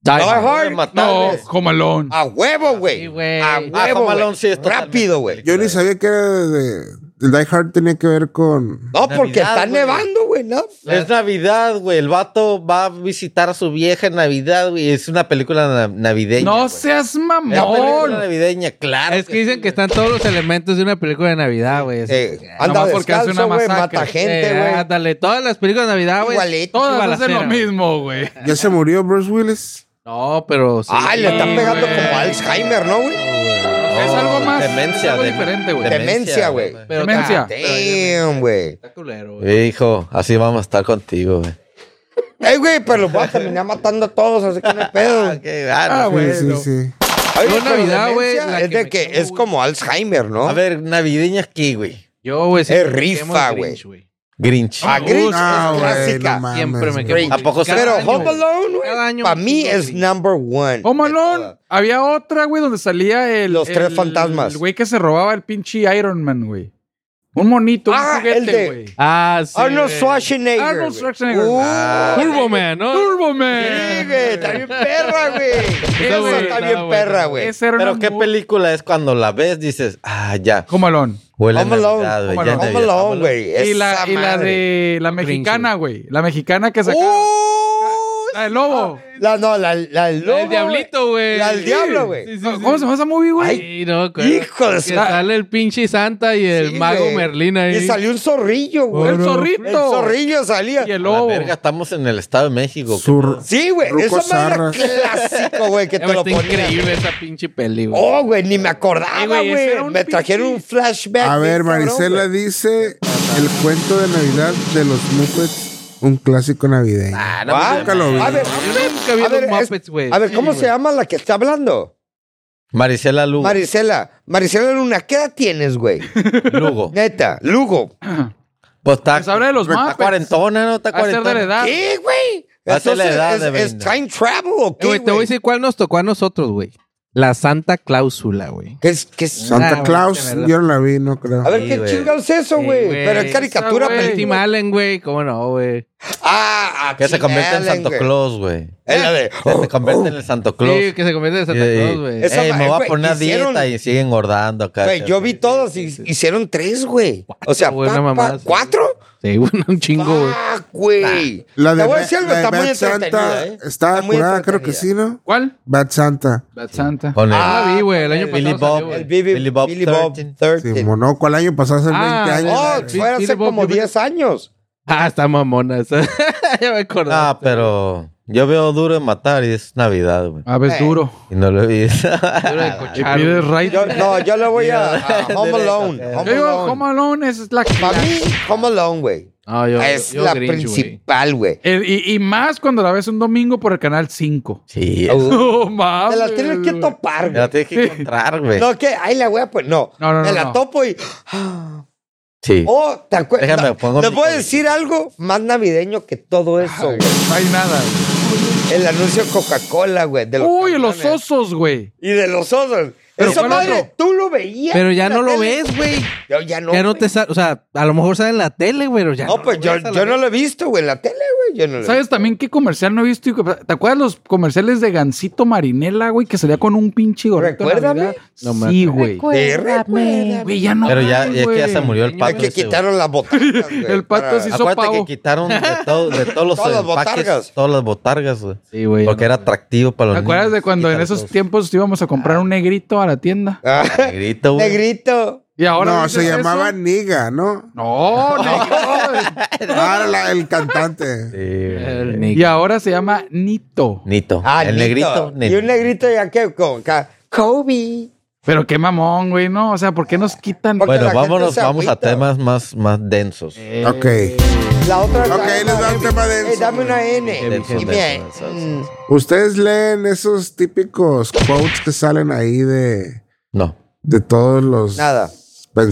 Die Die Hard. Duro de Hard. matar, No, güey. Home Alone. A huevo, güey. Sí, güey. A Ah, huevo. Home güey. Alone sí es totalmente Rápido, güey. película. Yo ni sabía que era de, el Die Hard tenía que ver con... No, porque Navidad, está güey. nevando, güey, ¿no? Es Navidad, güey. El vato va a visitar a su vieja en Navidad, güey. Es una película na- navideña. No güey. seas Es película mamón. navideña, claro. Es que dicen que están todos los elementos de una película de Navidad, güey. Así Eh, que, anda nomás porque hace descalzo, una güey, masacre. mata gente, eh, güey. ándale, todas las películas de Navidad, güey. Igualito. Balacera, Todas hacen lo güey. mismo, güey. ¿Ya se murió Bruce Willis? No, pero sí. Ay, le están pegando güey. como Alzheimer, ¿no, güey? Es algo más. es Demencia, algo de- diferente, güey. de- Demencia, güey. Pero Demencia. Pero- Damn, güey. Está culero, güey. Hijo, así vamos a estar contigo, güey. Ey, güey, pero los voy a terminar matando a todos, así que no hay pedo. Qué ganas. Ah, Sí, güey. sí, no. sí. Ay, Yo pero Navidad, güey, demencia la Es que de me que quemo, es güey. como Alzheimer, ¿no? A ver, navideña aquí, güey. Yo, güey, rifa, quemo el güey. Grinch, Grinch. A Ah, Grinch Ah, No, es güey, no clásica. mames, Siempre me güey. quemo. ¿A poco se- Cada pero año, Home güey. Alone, Cada güey, año para un mí puto es Grinch. number one. Home de Alone. todas. Había otra, güey, donde salía el. Los tres el- fantasmas. El güey que se robaba el pinche Iron Man, güey. Un monito, Ah, un el de- juguete, güey. Ah, sí. Arnold güey. Schwarzenegger. Arnold güey. Schwarzenegger. Uh, Turbo Man, ¿no? Turbo Sí, Man. güey, está bien perra, güey. Esa güey, está está bien bueno. perra, güey. Esa era Pero una qué mu- película es cuando la ves, dices, ah, ya. Home Alone. Huele a Home Alone, Navidad, güey. Home ya es Home Navidad. Alone, güey. Y esa la, y la madre. de la Grinch, mexicana, güey. La mexicana que sacaba. Uh, La del lobo. La, no, la, la del La lobo. del diablito, güey. La del diablo, güey. Sí, sí, sí. ¿Cómo se llama esa movie, güey? Ay, no, güey. Hijo de Que la- sale el pinche Santa y güey. el Sí, mago güey. Merlín ahí. Y salió un zorrillo, güey. el zorrito. El zorrillo salía. Y el La lobo. verga, estamos en el Estado de México. qué Sur- Sí, güey. Ruco Esa madre era clásico, güey, que te Ya, güey, lo está ponía. increíble esa pinche peli, güey. Oh, güey, ni me Ay, acordaba, güey, ese güey. era un Me trajeron pinche- un flashback. A bien ver, cabrón, Marisela güey. dice el cuento de Navidad de los Muppets, un clásico navideño. Ah, no, Ah, nunca lo vi. A ver, Yo nunca vi a ver, los es- Muppets, güey. a ver, Sí, ¿cómo se güey. llama la que está hablando? Maricela Lugo. Marisela. Marisela Luna, ¿qué edad tienes, güey? *laughs* Lugo. Neta, Lugo. Pues está, Pues habla de los está Muppets. cuarentona, ¿no? Está A ser de la cuarentona. edad. ¿Qué, güey? Hace la Entonces, edad es, de es Brenda. time travel o Eh, qué, güey, te voy a güey? decir cuál nos tocó a nosotros, güey. La Santa Cláusula, güey. ¿Qué es, qué es? Ah, Santa güey, Claus, de verdad. yo no la vi, no creo. A ver, Sí, ¿qué güey. chingados es eso, Sí, güey? güey. Pero es caricatura, Esa, güey. El Tim película. Allen, güey. ¿Cómo no, güey? Ah, Que se convierte en Santo Santa Claus, güey. Es la de. Que se convierte en el Santo Claus. Sí, que se convierte en Santa Y- Claus, güey. Esa Ey, ma- me voy güey, a poner a hicieron- dieta y siguen engordando acá. Güey, yo vi todos y hicieron tres, güey. O sea, güey, pa- una pa- mamada, sí. ¿cuatro? Sí, güey, un chingo, güey. Ah, güey. La de, Te voy a Ba- decir algo, la de está muy Bad Santa entretenida, ¿eh? está Está muy curada, creo que sí, entretenida. ¿no? ¿Cuál? Bad Santa. La Santa. Con el- Ah, la vi, güey, el año el Billy pasado. Bob. salió, güey. El Billy, Billy Bob Billy Bob 13. 13. Sí, monó, ¿cuál año pasó? Hace Ah, 20 años. Oh, la- fue Billy hace Bob, como yo me- 10 años. Ah, está mamona esa. *laughs* ya me acordé. Ah, pero yo veo duro de matar y es Navidad, güey. A ver, Eh. duro. Y no lo vi. Duro de Y cochar, pides güey. right. Yo- no, yo le voy a, a Home Directo, Alone. eh. Yo Home digo, Alone. Home Alone es la Para mí, Home Alone, güey. No, yo- Es yo la Grinch, güey. principal, güey. El- y, y más cuando la ves un domingo por el canal 5. *laughs* sí, Uh, *laughs* No mames. Te la tienes que güey. topar, me la güey. tienes que encontrar, güey. No, que ahí la voy a poner. No, No, no, me no, la no. topo y. Sí. Oh, ¿te acuerdas? Déjame, pongo Te mi voy a COVID. decir algo más navideño que todo eso, güey. No hay nada. güey. El anuncio de Coca-Cola, güey. de los Uy, los camiones. osos, güey. Y de los osos. Pero Eso ¿cuál madre, otro? tú lo veías. Pero ya en la no lo tele. ves, güey. Yo ya no. ya no güey. te sale. O sea, a lo mejor sale en la tele, güey. pero Ya No, pues lo yo, ves a la yo no vez. lo he visto, güey, en la tele, güey. Yo no lo he ¿Sabes visto. también qué comercial no he visto? Y que- ¿Te acuerdas los comerciales de Gancito Marinela, güey? Que salía con un pinche gorrito en Recuérdame. Navidad? No me sí, güey. Recuérdame. Güey, ya no. Pero ya, hay, ya es que ya güey. se murió el Es pato. que ese, güey. quitaron *laughs* las botargas, güey, El pato para- sí hizo Acuérdate pavo. que quitaron de, *laughs* todo- de todos los Todas las empaques, botargas. todas las botargas, güey. Sí, güey. Porque era atractivo para los ¿Te acuerdas niños. de cuando en Quítalo esos todo. tiempos íbamos a comprar un negrito a la tienda? *laughs* Ah, Negrito, güey. Negrito. Y ahora no, dices se llamaba eso. *laughs* Niga, ¿no? No, *laughs* negrito. Ah, la- el cantante. Sí, güey. El y Nick. ahora se llama Nito. Nito. Ah, el negrito. Y un negrito ya que con ca- Kobe. Pero qué mamón, güey, ¿no? O sea, ¿por qué nos quitan? Porque- la Bueno, gente vámonos, se vamos a agüita. temas más, más densos. Eh, Ok. La otra. Ok, la- les da un tema de Eh, dame una N. Densos, Y me- densos, densos, mm, densos. Ustedes leen esos típicos quotes que salen ahí de, No, de todos los Nada.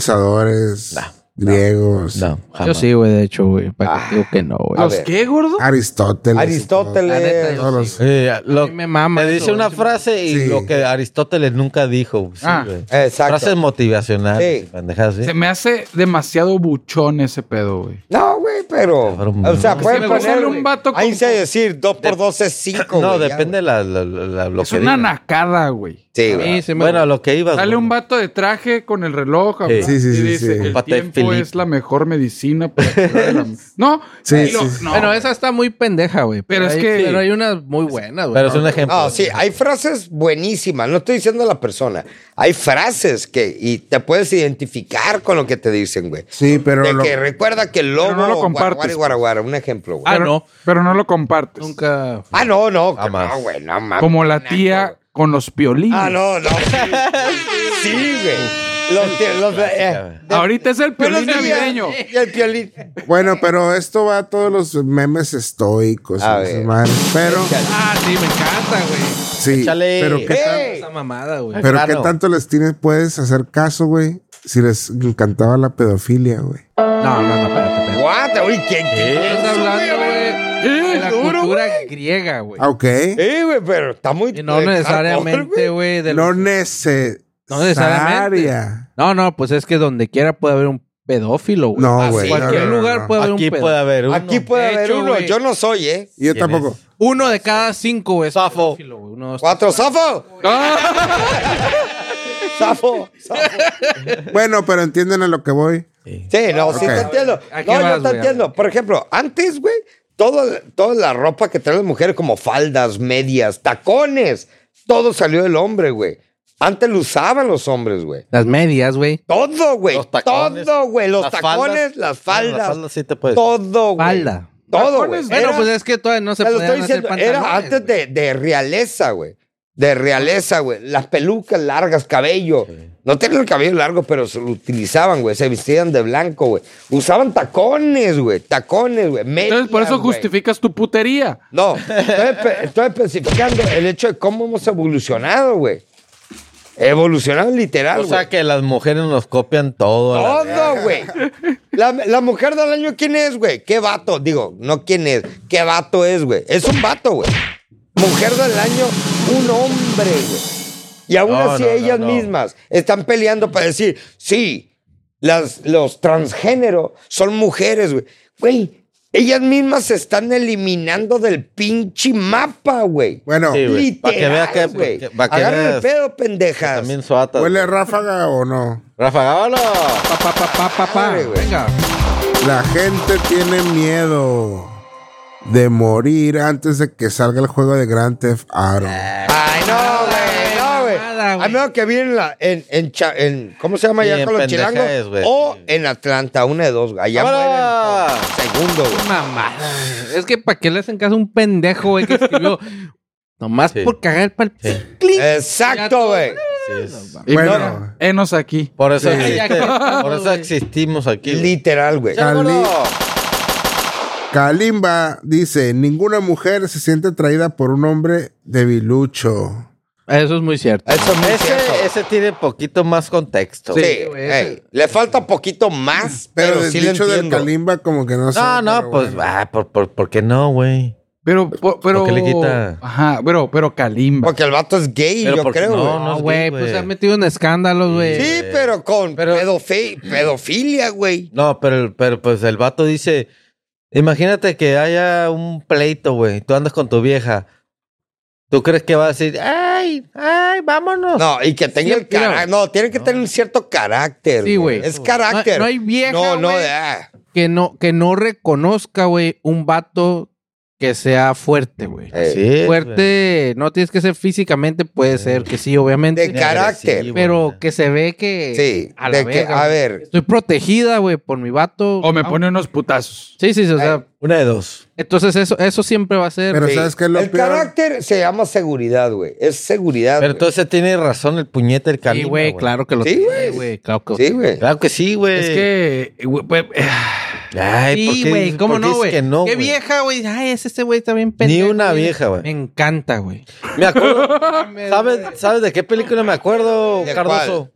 pensadores No, griegos, no, Yo jamás. sí, güey, de hecho, güey. ¿Para qué te digo que no, güey? Ah. A ¿Los ver. qué, gordo? Ah, Aristóteles. y La neta, Aristóteles. yo todos. sí, Todos los- Eh, lo- A mí me mama me dice eso, una sí. frase y Sí. lo que Aristóteles nunca dijo. Sí, Ah. güey. Exacto. Frases motivacionales. Sí. pendejadas, sí. Se me hace demasiado buchón ese pedo, güey. No, güey, pero. Cabrón, O sea, no. Es pueden que Pues me gusta poner. un vato Ahí con- se decir 2 por 2 es 5. No, depende la, la, la- lo Es que una diga. nacada, güey. Sí, A mí güey. se me- Bueno, a lo que ibas. Sale güey. un vato de traje con el reloj. Sí, habla, sí, sí, y sí, dice, sí. El Un pate tiempo Felipe. es la mejor medicina. para curar la- no, Sí, y lo- sí, sí. no. Bueno, esa está muy pendeja, güey. Pero es hay- que- Pero hay unas muy buenas, güey. Pero es un ejemplo. No, Ah, sí, hay frases buenísimas. No estoy diciendo a la persona. Hay frases que. Y te puedes identificar con lo que te dicen, güey. Sí, pero De lo- que recuerda que el Pero lobo. no lo guaraguara compartes. y guaraguara, un ejemplo, güey. Ah, pero, no. Pero no lo compartes. Nunca. Ah, no, no. que Jamás. No, güey, no mames. Como la tía con los piolines. Ah, no, no. Sí, güey. Los, tie- los, eh, de- Ahorita es el Buenos piolín días. Ah, navideño. Y el piolín. Bueno, pero esto va a todos los memes estoicos. A y esas ver. madres. Pero, Ah, sí, me encanta, güey. sí, Échale. pero qué, tan- ¡Ey! Esa mamada, güey. pero Claro. qué tanto les tienes, puedes hacer caso, güey, si les encantaba la pedofilia, güey. No, no, no, espérate, espérate. What? Uy, ¿qué? qué- Estás hablando, güey, de la duro, cultura griega, güey. Ah, Ok. Eh, güey, pero está muy. Y no necesariamente, güey. de No los- necesariamente. No necesariamente. No, no, pues es que donde quiera puede haber un pedófilo, güey. No, Ah, güey. sí, no, cualquier no, no, lugar no. puede haber un Aquí pedófilo. puede haber uno. Aquí puede De haber hecho, uno. güey. Yo no soy, ¿eh? Yo ¿Quién tampoco. es? Uno de cada cinco es Zafo. pedófilo, güey. Uno, dos, ¿Cuatro, Zafo? Zafo. Zafo. Bueno, pero entienden a lo que voy. *laughs* Sí, no, sí Ok. te entiendo. ¿A qué No, vas, yo te güey? entiendo. Por ejemplo, antes, güey, toda, toda la ropa que traen las mujeres, como faldas, medias, tacones, todo salió del hombre, güey. Antes lo usaban los hombres, güey. *laughs* Las medias, güey. Todo, güey. Los tacones, Todo, güey. Los las tacones, faldas. las Bueno, faldas. las faldas sí te puedes- Todo, güey. Falda. Todo, güey. Tacones, Bueno, Era- pues es que todavía no se te lo podían estoy hacer diciendo, pantalones. era antes de, güey. de realeza, güey. De realeza, güey. Las pelucas largas, cabello. No tenían el cabello largo, pero se lo utilizaban, güey. Se vestían de blanco, güey. Usaban tacones, güey. Tacones, güey. Entonces, por eso medias, güey. justificas tu putería. No, estoy, espe- estoy especificando el hecho de cómo hemos evolucionado, güey. Evolucionado literal, O güey. sea que las mujeres nos copian todo. a la- Todo, güey. La, la mujer del año, ¿quién es, güey? ¿Qué vato? Digo, no quién es. ¿Qué vato es, güey? Es un vato, güey. Mujer del año, un hombre, güey. Y aún No, así no, no, ellas no. mismas están peleando para decir, sí, las, los transgénero son mujeres, güey. Güey, ellas mismas se están eliminando del pinche mapa, güey. Bueno, Sí, güey. Pa' que veas que- Literal, güey. pa' que- pa' que Agarren el veas. pedo, pendejas. También suata. ¿huele a ráfaga o no? Rafa Gábalo. Pa, pa, pa, pa, pa, pa. Madre, güey. Venga. La gente tiene miedo de morir antes de que salga el juego de Grand Theft Auto. Eh, Ay, no, güey, Ah, no, güey, nada, güey. güey. A menos que viene en, la- en, en, cha- en- ¿cómo se llama Sí, allá en con los pendejadas, chilangos? güey. O en Atlanta, una de dos, güey. Allá ¡Vámonos! mueren por segundo, güey. Mamada. güey. Es que para qué le hacen caso a un pendejo, güey, que escribió. *laughs* Nomás Sí. por cagar para el Sí. clic. Ya Exacto, todo, güey. Sí, es- Y Bueno. mira, Enos aquí. Por eso, Sí. existe- por eso existimos aquí. güey. Literal, güey. Ya. Cali- Kalimba dice, ninguna mujer se siente atraída por un hombre debilucho. Eso es muy cierto. Eso es muy cierto. Ese, ese tiene poquito más contexto. Sí, Sí, güey, ey, ese- le falta poquito más, Pero, pero, el sí le dicho del entiendo. Kalimba como que no sé. No, no, pero pues, bueno. ah, por, por, ¿por qué no, güey? Pero, po- pero. qué le quita? Ajá, pero, pero Kalimba. Porque el vato es gay, Pero yo porque creo, no, güey. no No, es güey, gay, pues güey. se han metido en escándalos, güey. Sí, pero con pedofi- pedofilia, güey. No, pero, pero pues el vato dice, imagínate que haya un pleito, güey, tú andas con tu vieja. ¿Tú crees que va a decir, ay, ay, vámonos? No, y que tenga Sí, el mira, carácter. No, tiene que tener un cierto carácter. Sí, güey. Es carácter. No, no hay vieja, No, no, güey. ah, Que no, que no reconozca, güey, un vato que sea fuerte, güey. eh, Sí, güey. Fuerte, no tienes que ser físicamente, puede ser que sí, De obviamente. Agresivo, carácter. Pero que se ve que. Sí. A la de que, verga, a güey. ver. Estoy protegida, güey, por mi vato. O me Ah, pone unos putazos. Sí, sí, sí, o sea, Una de dos. entonces eso, eso siempre va a ser. Pero sí. ¿sabes qué es lo el peor? carácter se llama seguridad, güey. Es seguridad. Pero güey. entonces tiene razón el puñete del sí, camino. güey, claro que lo Sí, tiene, güey. güey. Claro que Sí, güey. Claro que sí, güey. Es que. güey, pues, eh, Ay, ¿por Sí, qué- güey, ¿cómo por qué no, dices güey? que no, Qué güey? vieja, güey. Ay, es este güey está bien Ni pendejo. una vieja, güey. Me encanta, güey. Me *laughs* acuerdo. ¿Sabes, ¿Sabes de qué película me acuerdo, ¿De Cardoso?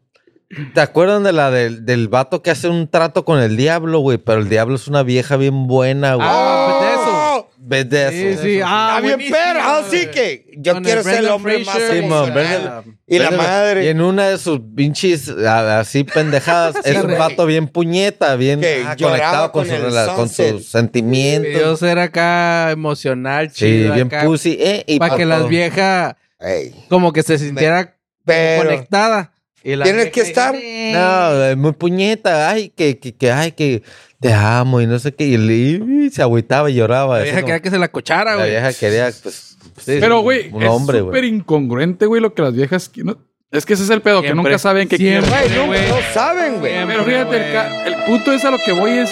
¿Te acuerdan de la del, del vato que hace un trato con el diablo, güey? Pero el diablo es una vieja bien buena, güey. Ah, pues de eso. ¡Oh! ¿Ves de Sí, eso? sí. Ah, Está bien, buenísimo, perra. Así güey. que yo Con quiero el ser el Brendan hombre más Fraser, Simón, güey. emocional. Brendan- Y la Vete, güey. Y madre. en una de sus pinches a- así *laughs* pendejadas, es un güey. vato bien puñeta, bien Que lloraba ah, conectado con con, su el rela- con sunset. sus sentimientos. Yo ser acá emocional, sí, chido. bien acá, pussy. Eh, y Para que por las todo. viejas Ey, como que se sintiera Pero conectada. Y la Tienes vieja que estar- dice, No, es muy puñeta. Ay, que, que, que, ay, que te amo y no sé qué. Y, le- y se agüitaba y lloraba. La así vieja como- quería que se la cochara, La güey. vieja quería, pues. sí, pero, güey, un es hombre, súper güey. incongruente, güey, lo que las viejas. que no- Es que ese es el pedo, que Siempre. nunca saben qué quieren. Siempre. Güey, no, güey. no saben, güey. Siempre. Pero fíjate, el, ca- el punto es a lo que voy es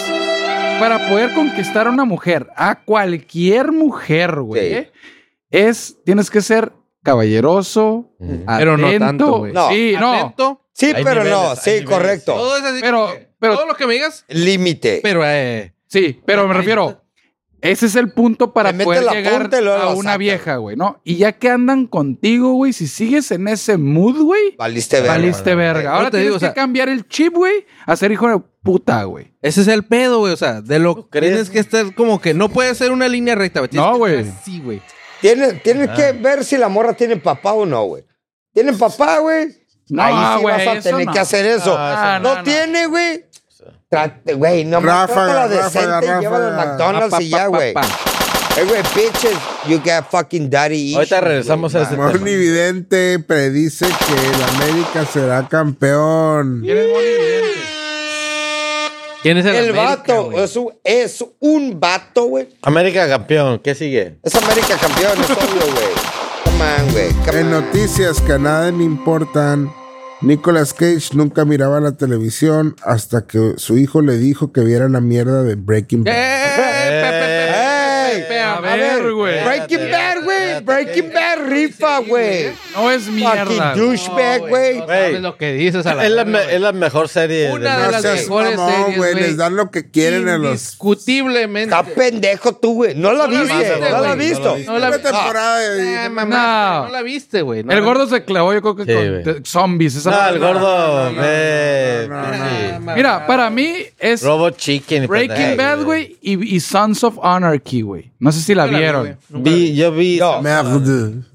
para poder conquistar a una mujer, a cualquier mujer, güey, Sí. ¿eh? es tienes que ser caballeroso, Ujú. Pero no tanto, güey. No, No. sí, no, Atento, Sí, Hay pero no. niveles, hay Sí, niveles. correcto. Todo es así. Pero- pero- todo lo que me digas. Límite. Pero, eh. sí, pero me refiero, ese es el punto para Le metes poder la llegar punta y luego a la una sacas. vieja, güey, ¿no? Y ya que andan contigo, güey, si sigues en ese mood, güey, Valiste verga. valiste güey. verga. No Ahora te tienes digo, o que sea- cambiar el chip, güey, a ser hijo de puta, güey. Ese es el pedo, güey. O sea, de lo que crees? tienes que estar como que no puede ser una línea recta, güey. Tienes No, que güey. estar Así, güey. Tienes, tienes que ver si la morra tiene papá o no, güey. ¿Tiene papá, güey? No, Ahí sí güey, vas a eso tener no. que hacer eso. Ah, no, no, no. tiene, güey. Trate, güey, no Ráfaga, trátala ráfaga, decente, ráfaga. llévala al McDonald's Ah, Pa, y pa, ya, pa, güey. pa. Eh, güey, bitches, you got fucking daddy issues, Ahorita regresamos güey, a ese man. tema. Monividente predice que el América será campeón. ¿Quién es el, El América, vato güey? es un, es un vato, güey. América campeón, ¿qué sigue? Es América campeón, es obvio, güey. Come on, güey. Come En on. noticias que a nadie me importan, Nicolas Cage nunca miraba la televisión hasta que su hijo le dijo que viera la mierda de Breaking Eh, Bad. pe, pe, pe, pe, pe, pe, A ver, güey. Breaking Bad, güey. Espérate, Breaking Bad rifa, güey. No es mierda. Fucking güey. douchebag, No güey. sabes lo que dices a la Es la, verga, me- güey. es la mejor serie. Una del- de las seas mejores mamón, series, güey, güey. Les dan lo que quieren a los. Indiscutiblemente. Está pendejo tú, güey. No la No la viste, viste, no la güey. has No visto. la viste. No la Una viste. temporada de- Eh, mamá, No. no. la viste, güey. no El la- gordo se clavó, yo creo que Sí, con güey. te- zombies. Esa No, madre. el gordo. eh, no, no, pinche. Ah, mamá. Mira, para mí es Robot Chicken. y Breaking pendejadas, Bad, güey, y, y Sons of Anarchy, güey. No sé si la Nunca vi, vieron. güey. Nunca la vi. Vi, yo vi. No. Mierda.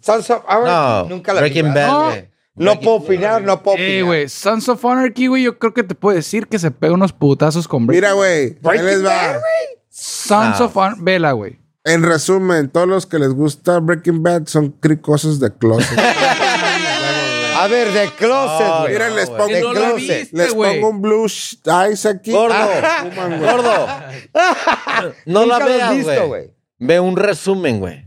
Sons of Anarchy, No, nunca la vi. Breaking ¿verdad? Bad, No. güey. No puedo opinar, no puedo Eh, opinar. güey, Sons of Anarchy, güey, yo creo que te puedo decir que se pega unos putazos con Breaking Mira, güey. ahí Breaking les va. Bad, güey. Sons Ah. of Anarchy, vela, güey. En resumen, todos los que les gusta Breaking Bad son cricosos de closet. A ver, de closet, güey. Mira, les pongo, Que no la closet. viste, les güey. pongo un blue sh- eyes aquí. *laughs* Gordo. Ah, fuman, güey. Gordo. No Nunca la lo has veas, visto, güey. güey. Ve un resumen, güey.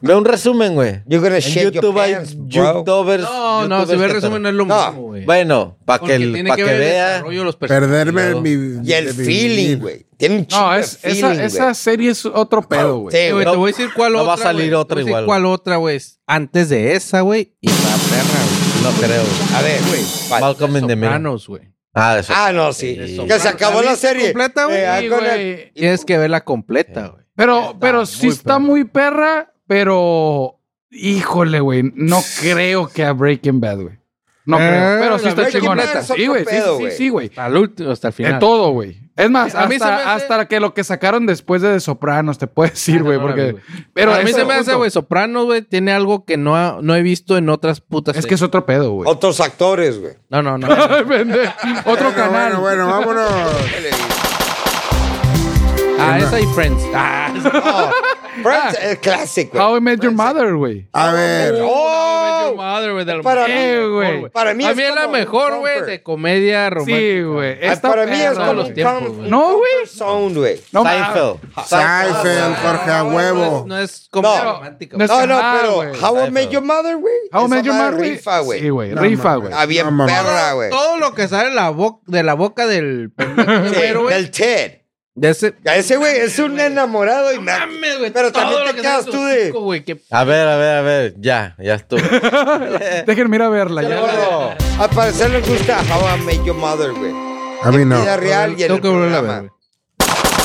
Ve un resumen, güey. You're gonna En shit your YouTube hay pants, bro. youtubers. No, no, youtubers si ve que el resumen no es lo No. mismo, güey. Bueno, para Porque que, el- tiene pa que ver el vea. desarrollo de los personajes, Perderme ¿no? mi. Y el de mi feeling, vivir. güey. Tiene un chingo No, de es, feeling, esa, güey. esa serie es otro pedo, güey. Sí, Eh, güey. güey, No- te voy a decir cuál no otra. va a salir güey. otra Te voy a decir igual, ¿Cuál otra, güey? Antes de esa, güey. Y la perra, güey. No creo. güey. A ver, güey. Ah, ¿cuál? Malcolm in the Middle. Sopranos, güey. Ah, eso. Ah, no, sí. Sí. Que se acabó ¿La la viste serie. completa, güey? Eh, Sí, I'm gonna- güey. Tienes que verla completa, güey. Pero, pero sí muy está perra. muy perra, pero híjole, güey, no creo que a Breaking Bad, güey. No Eh, creo, pero sí la está Breaking chingona. Bad es otro Sí, güey, sí, pedo, sí, güey. sí, sí, güey. Al último, hasta el final. De todo, güey. Es más, A mí se hasta, me hace- hasta que lo que sacaron después de, The Sopranos, te puedes decir, güey, no la vi, porque... güey. Pero a mí ese se me hace, punto- güey, Soprano, güey, tiene algo que no, ha- no he visto en otras putas. Es que es otro pedo, *laughs* güey. Otros actores, güey. No, no, no. no. Pendejo. otro Bueno, canal. Bueno, bueno, vámonos. Ah, esa y Friends. Ah, Friends, el clásico. How I Met Your Mother, güey. A ver, Your ¡Oh! Mother, güey, de lo Para mejor, mí, güey. güey. Para mí a es mí es la como mejor, güey, Comfort. de comedia romántica. Sí, güey. Ay, Está para mí es perro. todos como los tiempos, Comfort güey. No, güey. Zone, güey. No, Seinfeld. Ah. Seinfeld, Jorge a No huevo. es, no es comedia No. romántica. No güey. es- No, no, Ah, pero güey. How I Seinfeld. Met Your Mother, güey. How I Esa Met Your madre Mother, güey. Rifa, güey. Sí, güey. No, rifa, mames. güey. Ah, bien No, mamá. perra, güey. Todo lo que sale de la, bo- de la boca del pendejo, Sí, güey, güey, del Ted. de ese... A ese güey es un enamorado y me... Mames, güey, Pero todo también lo te que quedas sale tú su de... hocico, güey, que- A ver, a ver, a ver. Ya, ya estuvo. Déjenme ir a verla. Ya. Gordo. Al parecer les gusta How I Met Your Mother, güey. A mí no. Vida real y en Tengo el que volverla a ver, programa.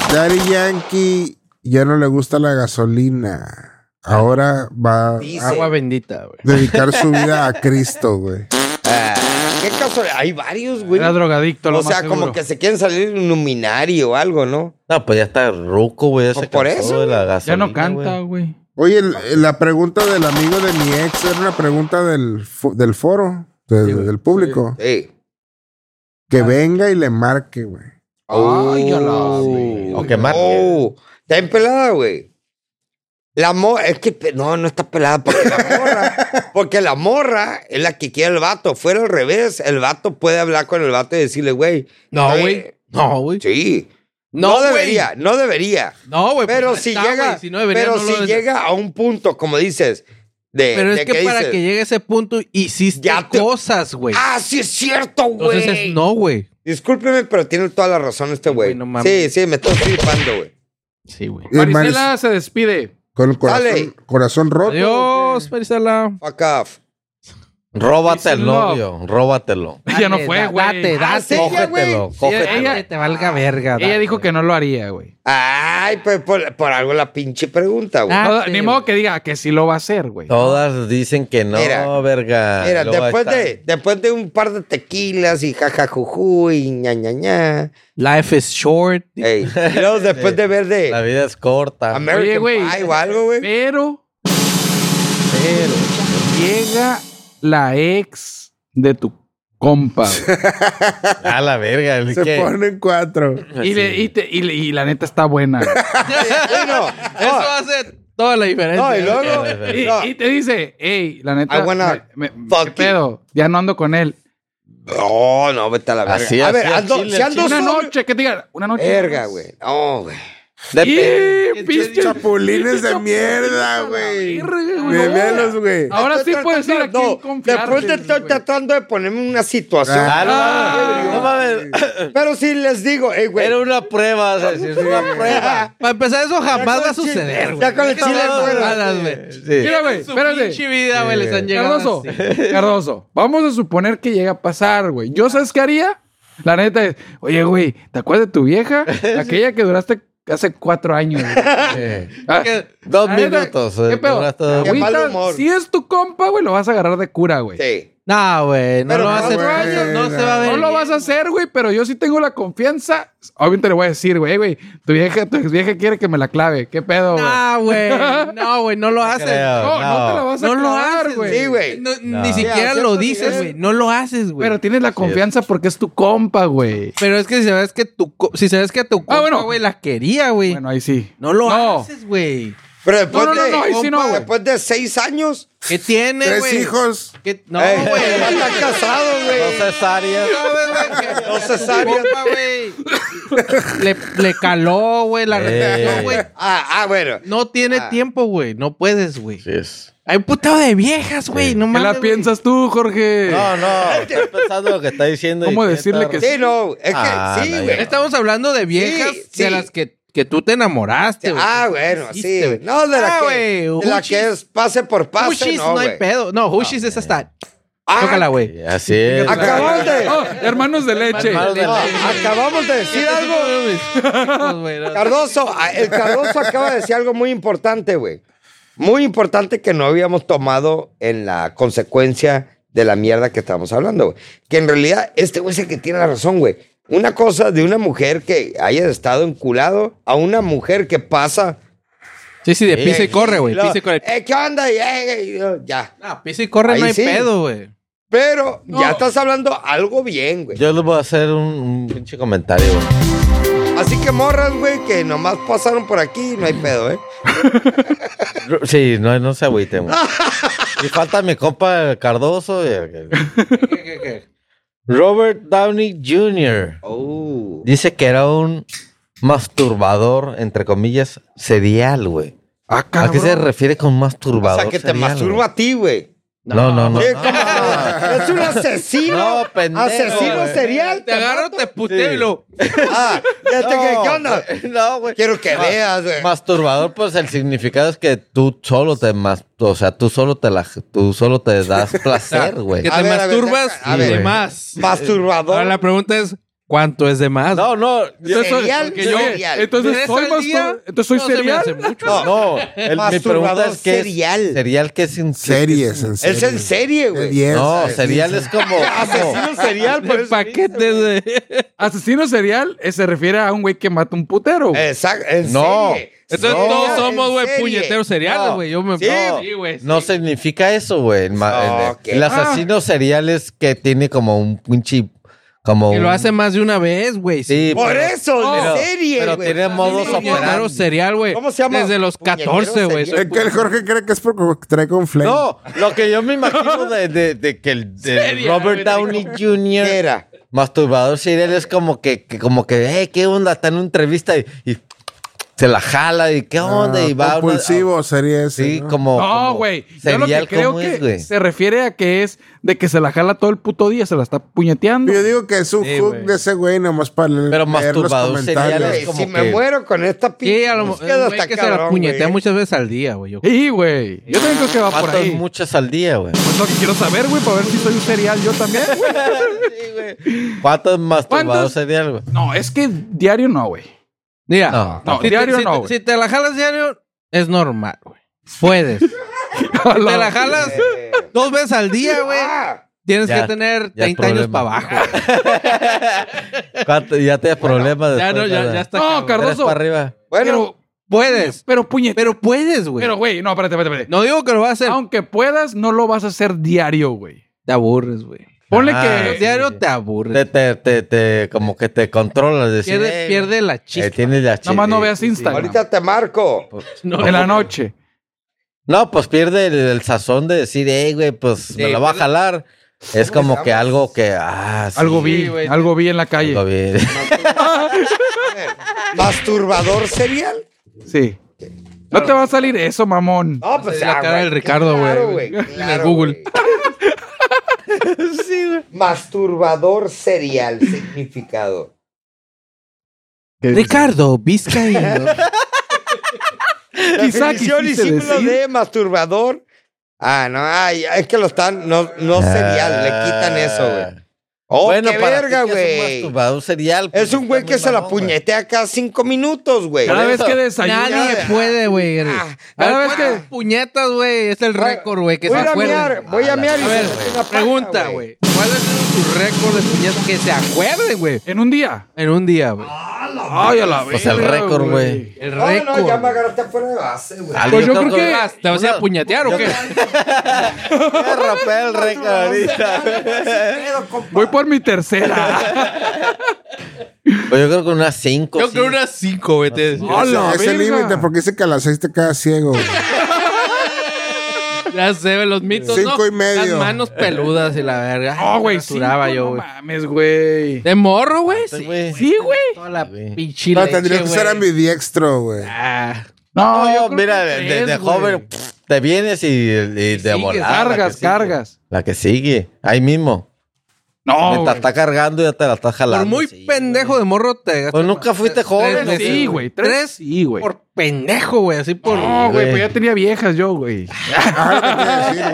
güey. Daddy Yankee ya no le gusta la gasolina. Ahora va Dice. a Agua bendita, güey. dedicar su vida a Cristo, güey. Ah, qué casualidad. Hay varios, güey. Era drogadicto, lo O sea, más como seguro. que se quieren salir de un luminario o algo, ¿no? No, pues ya está ruco, güey. ya se Pues por cansó eso, de la Ya gasolina, no canta, güey. Oye, el- la pregunta del amigo de mi ex era una pregunta del, fo- del foro, de- Sí, güey. del público. Sí. Que venga y le marque, güey. Ay, a la Oh. O que marque. Oh, está empelada, güey. La morra, es que pe- no, no está pelada porque la *laughs* morra, porque la morra es la que quiere el vato. Fuera al revés, el vato puede hablar con el vato y decirle, güey. No, eh, güey. No, güey. Sí. No, No, güey. debería, no debería. No, güey. Pero pues, si está, llega, güey, si no debería, pero no lo si des- llega a un punto, como dices, de, Pero es de que para dices, que llegue a ese punto hiciste Ya te- cosas, güey. ah, sí es cierto, güey. Entonces es no, güey. Discúlpeme, pero tiene toda la razón este güey. güey, no mames. sí, sí, me estoy flipando, güey. Sí, güey. Y el Maris- Marisela se despide. con el corazón, Dale. corazón roto. Adiós, Marisela. Fuck off. Róbate el Dice no. novio, róbatelo. *laughs* Ya no fue, Date, güey. Date, Ah, sí, date. güey. Cógetelo, cógetelo. ella- Que te valga verga. Ella dijo que no lo haría, güey. Ay, pues por, por algo la pinche pregunta, güey. Ah, No, sí, ni güey. modo que diga que sí lo va a hacer, güey. Todas dicen que no, Mira, verga. Mira, Luego después está- de, después de un par de tequilas y jajajuju y ña ña ña. Life *laughs* is short. Ey, y luego después de ver La de vida es corta. Oye, American güey. Pie o algo, güey. Pero, pero, llega la ex de tu compa, güey. A la verga. el Se que- ponen cuatro. Y, le- y te- y le- y la neta está buena. güey. Bueno, *laughs* Eso hace toda la diferencia. no, y luego. Y, no. y te dice, hey, la neta, I wanna me- me- fuck ¿qué pedo? Ya no ando con él. No, no, vete a la verga. Así, a ver, así, ando, así, si ando Una solo- noche, que te diga, una noche. Verga, güey. No, güey. Depende. Y pinche Chapulines de mierda, güey. Verga, güey, De no. velos, güey. Ahora sí Estoy puedes decir a tratando- quién Después te confiarte, estoy güey. tratando de ponerme en una situación. Ah, no Ah. mames, no mames. Pero sí les digo, hey, güey. Era una prueba, o sea, sí, es una prueba. Para empezar, eso jamás con va a el chile- suceder, güey. ya con el Deja chile todas fuera. las mamadas, Sí. güey. Mira, güey, Su espérate. pinche vida, güey, les han llegado Cardoso, así. Cardoso, vamos a suponer que llega a pasar, güey. ¿Yo sabes qué haría? La neta es, oye, güey, ¿te acuerdas de tu vieja? Aquella que duraste hace cuatro años. güey. Ah, Que- Dos la neta, minutos. ¿Qué eh, pedo? duraste dos- Qué mal Ahorita, humor. si es tu compa, güey, lo vas a agarrar de cura, güey. Sí. No, güey, no Pero lo no, hace. güey, No se va a ver. No lo vas a hacer, güey, pero yo sí tengo la confianza. Obviamente le voy a decir, güey, güey, tu vieja, tu ex vieja quiere que me la clave. ¿Qué pedo, güey? No, güey. *laughs* No, güey, no lo haces. creo. no, no te la no. vas a No lo clavar, haces, güey. Sí, güey. No, No. Ni Sí, a siquiera cierto lo dices, nivel. güey. No lo haces, güey. Pero tienes la confianza porque es tu compa, güey. Pero es que si sabes que tu, co- si sabes que tu Ah, compa, bueno. güey, la quería, güey. Bueno, ahí sí. no lo No. haces, güey. Pero después No, no, de, no, no, ahí sí no, compa, güey. después de seis años, ¿Qué tiene, güey? Tres hijos. ¿Qué- No, Ey, güey. *laughs* ya No, está casado, Dos güey. cesáreas. güey, güey. *laughs* No Tu cesárea. compa, güey, Le, le caló, güey, la Ey. relación, güey. Ah, ah, bueno. No tiene Ah. tiempo, güey. No puedes, güey. Sí es. Hay un putado de viejas, güey. No ¿Qué mames. la güey. piensas tú, Jorge? Ah, No, no. Estoy pensando lo que está diciendo. y ¿Cómo tiene decirle toda que razón. Sí, no, es que Ah, sí, no, güey. ya. Estamos hablando de viejas Sí, sí. de las que, que tú te enamoraste, güey. Ah, bueno, sí. Hiciste, güey. güey. No, de la Ah, que, güey, de la Hushis- que es pase por pase, Hushis no, no, hay güey. pedo. No, Hushis es hasta. Ah, Tócala, güey. Sí, Así es. Acabamos de, *laughs* Oh, hermanos de leche. Hermanos de- no, ah, acabamos de decir algo. Cardoso, a- el Cardoso acaba de decir algo muy importante, güey. Muy importante que no habíamos tomado en la consecuencia de la mierda que estamos hablando, güey. Que en realidad este güey es el que tiene la razón, güey. una cosa de una mujer que haya estado enculado a una mujer que pasa. Sí, sí, de pisa y Sí. corre, güey. y luego, Pisa y corre. "Eh, ¿Qué onda? Y, eh, eh, y, ya. No, pisa y corre Ahí no hay sí. pedo, güey. Pero ya No. estás hablando algo bien, güey. Yo les voy a hacer un, un pinche comentario, güey. Así que morras, güey, que nomás pasaron por aquí, no hay pedo, ¿eh? Sí, no, no se agüiten, güey. Y falta mi compa Cardoso. eh, eh. Robert Downey Jr. Oh. dice que era un masturbador, entre comillas, serial, güey. Ah, ¿A qué se cabrón. refiere con O masturbador? sea, que te serial, masturba güey? a ti, güey. No, no, no. Sí, Eh, ¿cómo no? Es un asesino. No, pendejo, asesino güey. *laughs* serial. Te agarro, te puteo y lo. Ah, ya te- ¿qué- ¿qué onda? No, Ah, güey. Quiero que veas, güey. Masturbador, pues el significado es que tú solo te mas- o sea, tú solo te la, tú solo te das placer, güey. Que A te ver, a ver, masturbas a y ver. demás. Ahora Masturbador. la pregunta es, ¿cuánto es de más? No, no, yo- Entonces, Serial, porque yo- serial. Entonces, ¿Tres soy al día? mastur- entonces soy No, se me serial. hace mucho. No, no, el- mi pregunta Masturbador es que serial. serial que es un Series, en Es series. en serie, De güey. 10. No, de serial 15. es como, como- Asesino serial, por De eso. paquetes pues, de... Asesino serial eh, se refiere a un güey que mata un putero. güey. Exacto, en No. serie. Eh, Entonces No, todos en somos, güey, serie. puñeteros seriales, No, güey. Yo me... sí, No, sí, güey, sí. no significa eso, güey. El, ma- Ok. el- el asesino serial es que tiene como un pinche como Que lo un- hace más de una vez, güey. Sí, Por pero- eso, en pero- serie, Pero güey. tiene Sí, modos sí, sí. Puñetero operandi. serial, güey. ¿Cómo se llama? Desde los Puñetero 14, güey. serial. Es que el Jorge cree que es porque trae con flame. No, lo que yo me imagino de, de- de que el de Seria, Robert Downey Jr. ¿Qué era? masturbador serial es como que, que- como que, eh, ¿qué onda? Está en una entrevista y, y se la jala y qué onda y va. a una- Compulsivo sería Ah, ese. sí, ¿no? como. No, como güey. Yo lo Serial, que creo ¿cómo es, que güey? se refiere a que es de que se la jala todo el puto día, se la está puñeteando. Yo digo que es un Sí, hook güey. de ese güey, nomás para leer Pero los masturbador serial comentarios. Güey, es como si me que- muero con esta Sí, pinche a lo búsqueda mejor. está que se la cabrón, puñetea güey. muchas veces al día, güey. yo creo. Sí, güey. Yo también creo que va por ¿Cuántas ahí. muchas al *laughs* día, güey? Es lo que quiero saber, güey, para ver si soy un serial yo también. güey. ¿Cuántas masturbador ¿Cuántas? serial, güey? No, es que diario no, güey. Mira, No, no, si, diario te, si no, te- güey. si te la jalas diario, es normal, güey. *laughs* Puedes. Si *laughs* te la jalas Eh, dos veces *laughs* al día, güey. ah, Tienes Ya, que tener ya 30 años problema. *laughs* para abajo. güey. ¿Cuántas- Ya te das problemas Ya, después. no, ya, ¿verdad? ya está. No, Carlos. cabrón. Tres Cardoso. para arriba. Bueno, Pero, Puedes. pero puñetero. Pero puedes, güey. Pero, güey, no, espérate, espérate. espérate. No digo que lo vas a hacer. Aunque puedas, no lo vas a hacer diario, güey. Te aburres, güey. Ponle Ah, que. Diario te Te, aburres. te, te, te- como que te controlas. Decir, Pierde, eh, pierde la eh, chispa. tienes la Nada más no chile. veas Instagram. ahorita te marco. No, en la noche. No, pues pierde el, el sazón de decir, hey, güey, pues me la voy a pierde- jalar. Es ¿Cómo como que estamos? algo que, ah, sí, Algo vi, güey. algo vi en la calle. algo bien. A ver, ¿Masturbador serial? Sí. No te va a salir eso, mamón. No, pues. Es la ah, cara güey, del Ricardo, claro, güey. güey, En el claro, Google. güey. *laughs* Masturbador serial, significado. Que- Ricardo *laughs* Vizcaíno. Quizá Definición y quisiste símbolo decir- de masturbador. Ah, no, ay, es que lo están, no, no serial, le *laughs* quitan eso, güey. Oh, bueno, qué para verga, ti que Es un güey. masturbador serial. pues, Es un güey está que muy se la mamón, güey. puñetea cada cinco minutos, güey. Cada vez que Pues Nadie desayunas. puede, güey. Ah, Cada ah, vez que ah. puñetas, güey, es el récord, güey, que se voy a acuerden. mear, voy a A la mear y A se ver, me hace una paja, pregunta, güey. ¿Cuál es tu récord de puñetas que se acuerden, güey? En un día. En un día, güey. Ay, a la vez. Pues el récord, güey. El No, no, récord. no, ya me agarraste fuera de base, güey. Ah, Pues yo tengo creo que- Ah, ¿Te vas a puñetear o Voy qué? *laughs* a romper el récord ahorita. Voy por mi tercera. Pues yo creo que unas cinco. Yo sí. creo unas cinco, güey. te- A la es el verga. límite, porque dice que a las 6 te quedas ciego. güey. Ya se ven los mitos, ¿no? Cinco y medio. Las manos peludas y la verga. No, güey. Me rasuraba cinco, yo, no güey. mames, güey. ¿De morro, güey? Sí, güey. Sí, güey. Toda la güey. pinche No, leche, tendría que güey. ser ambidiextro, güey. Ah, No, No, yo creo mira, que de, de- tres, de güey. joven pff, te vienes y, y de sigues, volada. la que Cargas, sigue. cargas. La que sigue, ahí mismo. No, Mientras güey. está cargando ya te la estás jalando. Por muy sí, pendejo güey. de morro te Pues nunca fuiste joven. Tres, ese, Sí, güey. Tres. Tres, Sí, güey. Por pendejo, güey. Así por. No, güey, güey. pues ya tenía viejas yo, güey. Ah, lo que te iba a decir,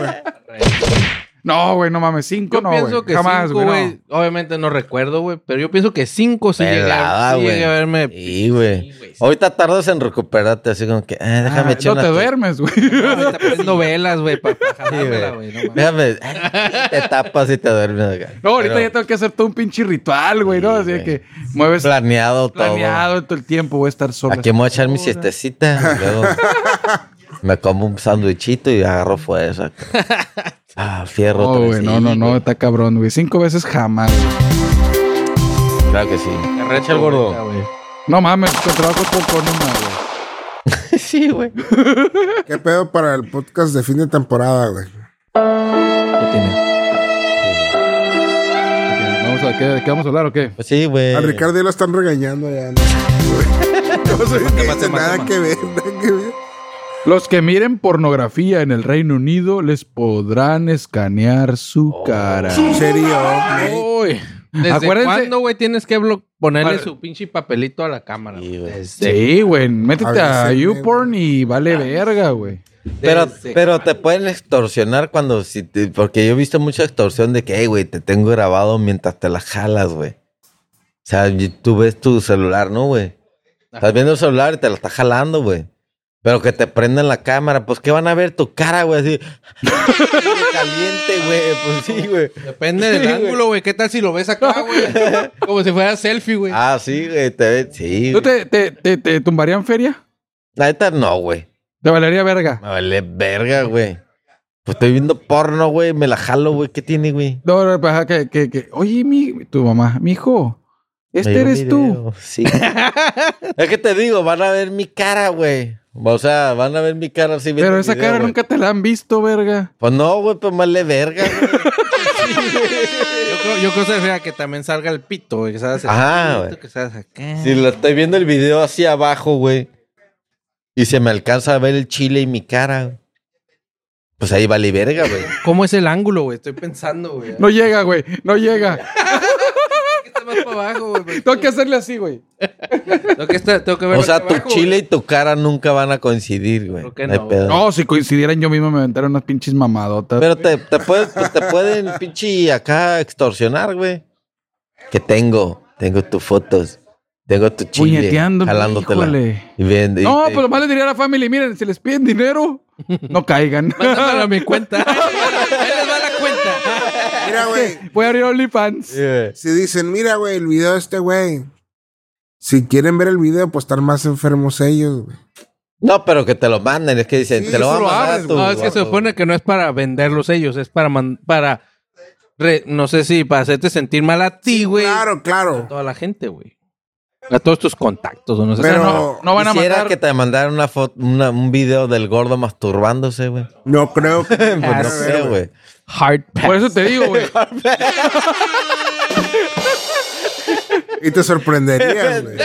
güey. No, güey, no mames. Cinco Yo no, pienso güey. que Jamás, cinco, güey. no. güey. Obviamente no recuerdo, güey. Pero yo pienso que cinco sí llegué, Pelada, sí güey. llegué a verme. *laughs* Sí, güey. Sí, güey. Ahorita tardas en recuperarte, así como que, eh, déjame Ah, echar no una te tu- duermes, güey. *laughs* No, ahorita prendo velas, güey, para jalármela, güey. no mames. Déjame, eh, te tapas y te duermes. acá. No, ahorita Pero ya tengo que hacer todo un pinche ritual, güey, ¿no? Sí, Así de güey. que mueves planeado todo. planeado todo el tiempo, voy a estar solo. Aquí me voy a echar *laughs* mi siestecita. y luego me como un sándwichito y *laughs* agarro fuerza. acá. Ah, fierro. No, otra vez. güey, no, no, Sí, no, güey. está cabrón, güey. Cinco veces jamás. Claro que sí. Arrecho, el gordo. neta, güey. No mames, con trabajo poco, no mames. güey. sí, güey. ¿Qué pedo para el podcast de fin de temporada, güey? ¿Qué tiene? Ok, Vamos a, ¿qué, ¿De qué vamos a hablar o qué? Pues sí, güey. A Ricardo ya lo están regañando ya. No, *laughs* No sé qué dice, nada que ver, nada que ver. Los que miren pornografía en el Reino Unido les podrán escanear su Oh. cara. Serio, güey. Uy. ¿Desde Acuérdense- cuándo, güey, tienes que blo- ponerle Vale. su pinche papelito a la cámara? Sí, güey? güey. Desde- Sí, güey, métete a A veces, YouPorn y vale verga, güey. Pero, desde- pero te pueden extorsionar cuando, si te- porque yo he visto mucha extorsión de que, hey, güey, te tengo grabado mientras te la jalas, güey. O sea, y tú ves tu celular, ¿no, güey? Ajá. Estás viendo el celular y te la está jalando, güey. Pero que te prendan la cámara, pues, ¿qué van a ver tu cara, güey? Así, *laughs* caliente, güey. Pues sí, güey. Depende *laughs* del Sí, güey. ángulo, güey. ¿Qué tal si lo ves acá, *laughs* güey? Como si fuera selfie, güey. Ah, sí, güey, te ves, sí. ¿Tú te, güey. te, te, te tumbarían feria? La neta, no, güey. ¿Te valería verga? Me vale verga, güey. Pues estoy viendo porno, güey. Me la jalo, güey. ¿Qué tiene, güey? No, no, pues, ajá, que, que, que, oye, mi, tu mamá, mi hijo, Me este dio un eres tú. video, Sí. *laughs* es que te digo, van a ver mi cara, güey. O sea, van a ver mi cara así. viendo Pero el esa video, cara güey. nunca te la han visto, verga. Pues no, güey, pues más le verga, güey. Yo creo, yo creo que sería que también salga el pito, güey. Que salgas el Ajá, pito, güey. que salgas acá. si lo estoy viendo el video así abajo, güey. Y se me alcanza a ver el chile y mi cara. Pues ahí vale verga, *laughs* güey. ¿Cómo es el ángulo, güey? Estoy pensando, güey. No llega, güey, no *laughs* llega. que está más para abajo, güey. Tengo que hacerle así, güey. Tengo que, estar- tengo que ver O sea, para tu abajo, chile y tu cara nunca van a coincidir, güey. Creo que No hay no, pedo. No, si coincidieran yo mismo me aventaron unas pinches mamadotas. Pero te, te, pueden, te pueden, pinche, acá extorsionar, güey. Que tengo, tengo tus fotos, tengo tu chile. Puñeteando, jalándotela. híjole. Y ven- y- no, y- pues nomás les diría a la familia, miren, si les piden *laughs* dinero, no caigan. güey. Mándamelo a mi cuenta. Ahí les va la cuenta. Mira, güey. Voy a abrir OnlyFans. Yeah. Si dicen, mira, güey, el video de este güey. Si quieren ver el video, pues están más enfermos ellos, güey. No, pero que te lo manden, es que dicen, Sí, te lo eso van a lo mandar a abres, tu No, es que se gordo. supone que no es para venderlos ellos, es para man- para re- no sé si para hacerte sentir mal a ti, güey. Claro, A claro. toda la gente, güey. A todos tus contactos, o no sé. Pero- O sea, No, no van a Quisiera matar. que te mandaran una foto, una- un video del gordo masturbándose, güey. No creo *laughs* que. Pues no sé, güey. hard pass. Por eso te digo, *laughs* güey. Y te sorprenderías, *laughs* güey.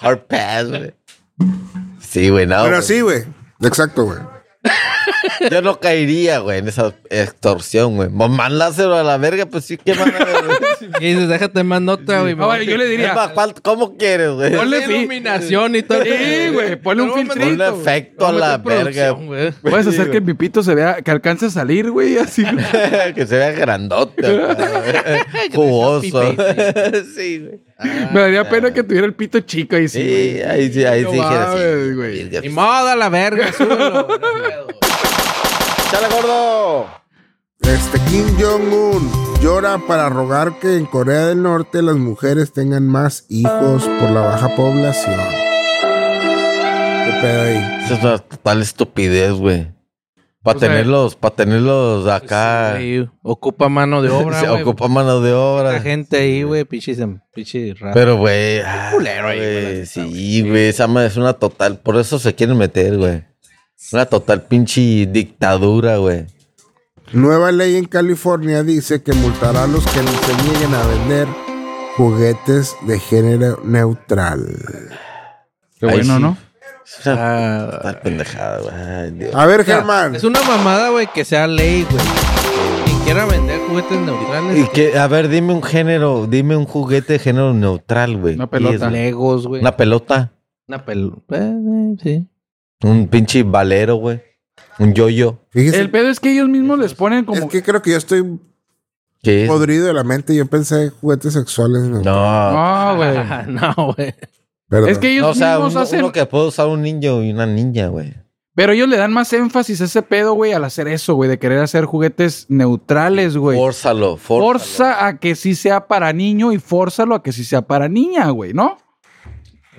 Hard pass, güey. Sí, güey, no. Pero güey. sí, güey. Exacto, güey. Yo no caería, güey, en esa extorsión, güey. Pues Mándaselo a la verga, pues sí, qué más. Y dices, déjate más nota, güey. me Ah, voy a- vale, yo le diría, ¿Cómo quieres, güey? Ponle Ponle fi- iluminación y todo. Sí, güey, ponle un Pero vamos a filtrito, Ponle meter- efecto a vamos la meter producción, verga. güey. puedes hacer Sí, que el pipito se vea, que alcance a salir, güey, así. *laughs* que se vea grandote, güey. *laughs* jugoso. *laughs* sí, güey. Me daría pena que tuviera el pito chico ahí sí. güey. Ah, Sí, ahí sí, ahí sí No dijera así. mames, güey. Ni Verga. modo a la verga, *laughs* súbelo. güey, no hay pedo. ¡Chale, gordo! Este Kim Jong-un llora para rogar que en Corea del Norte las mujeres tengan más hijos por la baja población. ¿Qué pedo ahí? Esa es una total estupidez, güey. Para O sea, tenerlos, para tenerlos acá. Sí, ocupa *laughs* mano de obra, se güey. ocupa mano de La obra. gente ahí, güey, pinche, sem- pinche rata. Pero, güey. ah, culero ahí, güey, la güey, neta, Sí, güey. Esa madre es una total. Por eso se quieren meter, güey. Una total pinche dictadura, güey. Nueva ley en California dice que multará a los que no se nieguen a vender juguetes de género neutral. Qué Ahí bueno, sí. ¿no? Es una Ah, total pendejada, güey. Ay, Dios. A ver, o sea, Germán. Es una mamada, güey, que sea ley, güey. Quien quiera vender juguetes neutrales. Y que, a ver, dime un género, dime un juguete de género neutral, güey. Una ¿Qué es, pelota. güey? Legos, güey. Una pelota. Una pelota. eh, Sí. Un pinche valero, güey. Un yo-yo. Fíjese, El pedo es que ellos mismos les ponen como. es que creo que yo estoy ¿Qué es? podrido de la mente. Yo pensé juguetes sexuales. No. No. no, güey. Ah, no, güey. Perdón. Es que ellos No, o sea, mismos uno, hacen. uno que puede usar un niño y una niña, güey. Pero ellos le dan más énfasis a ese pedo, güey, al hacer eso, güey, de querer hacer juguetes neutrales, güey. Fórzalo, fórzalo. Forza a que sí sea para niño y fórzalo a que sí sea para niña, güey, ¿no?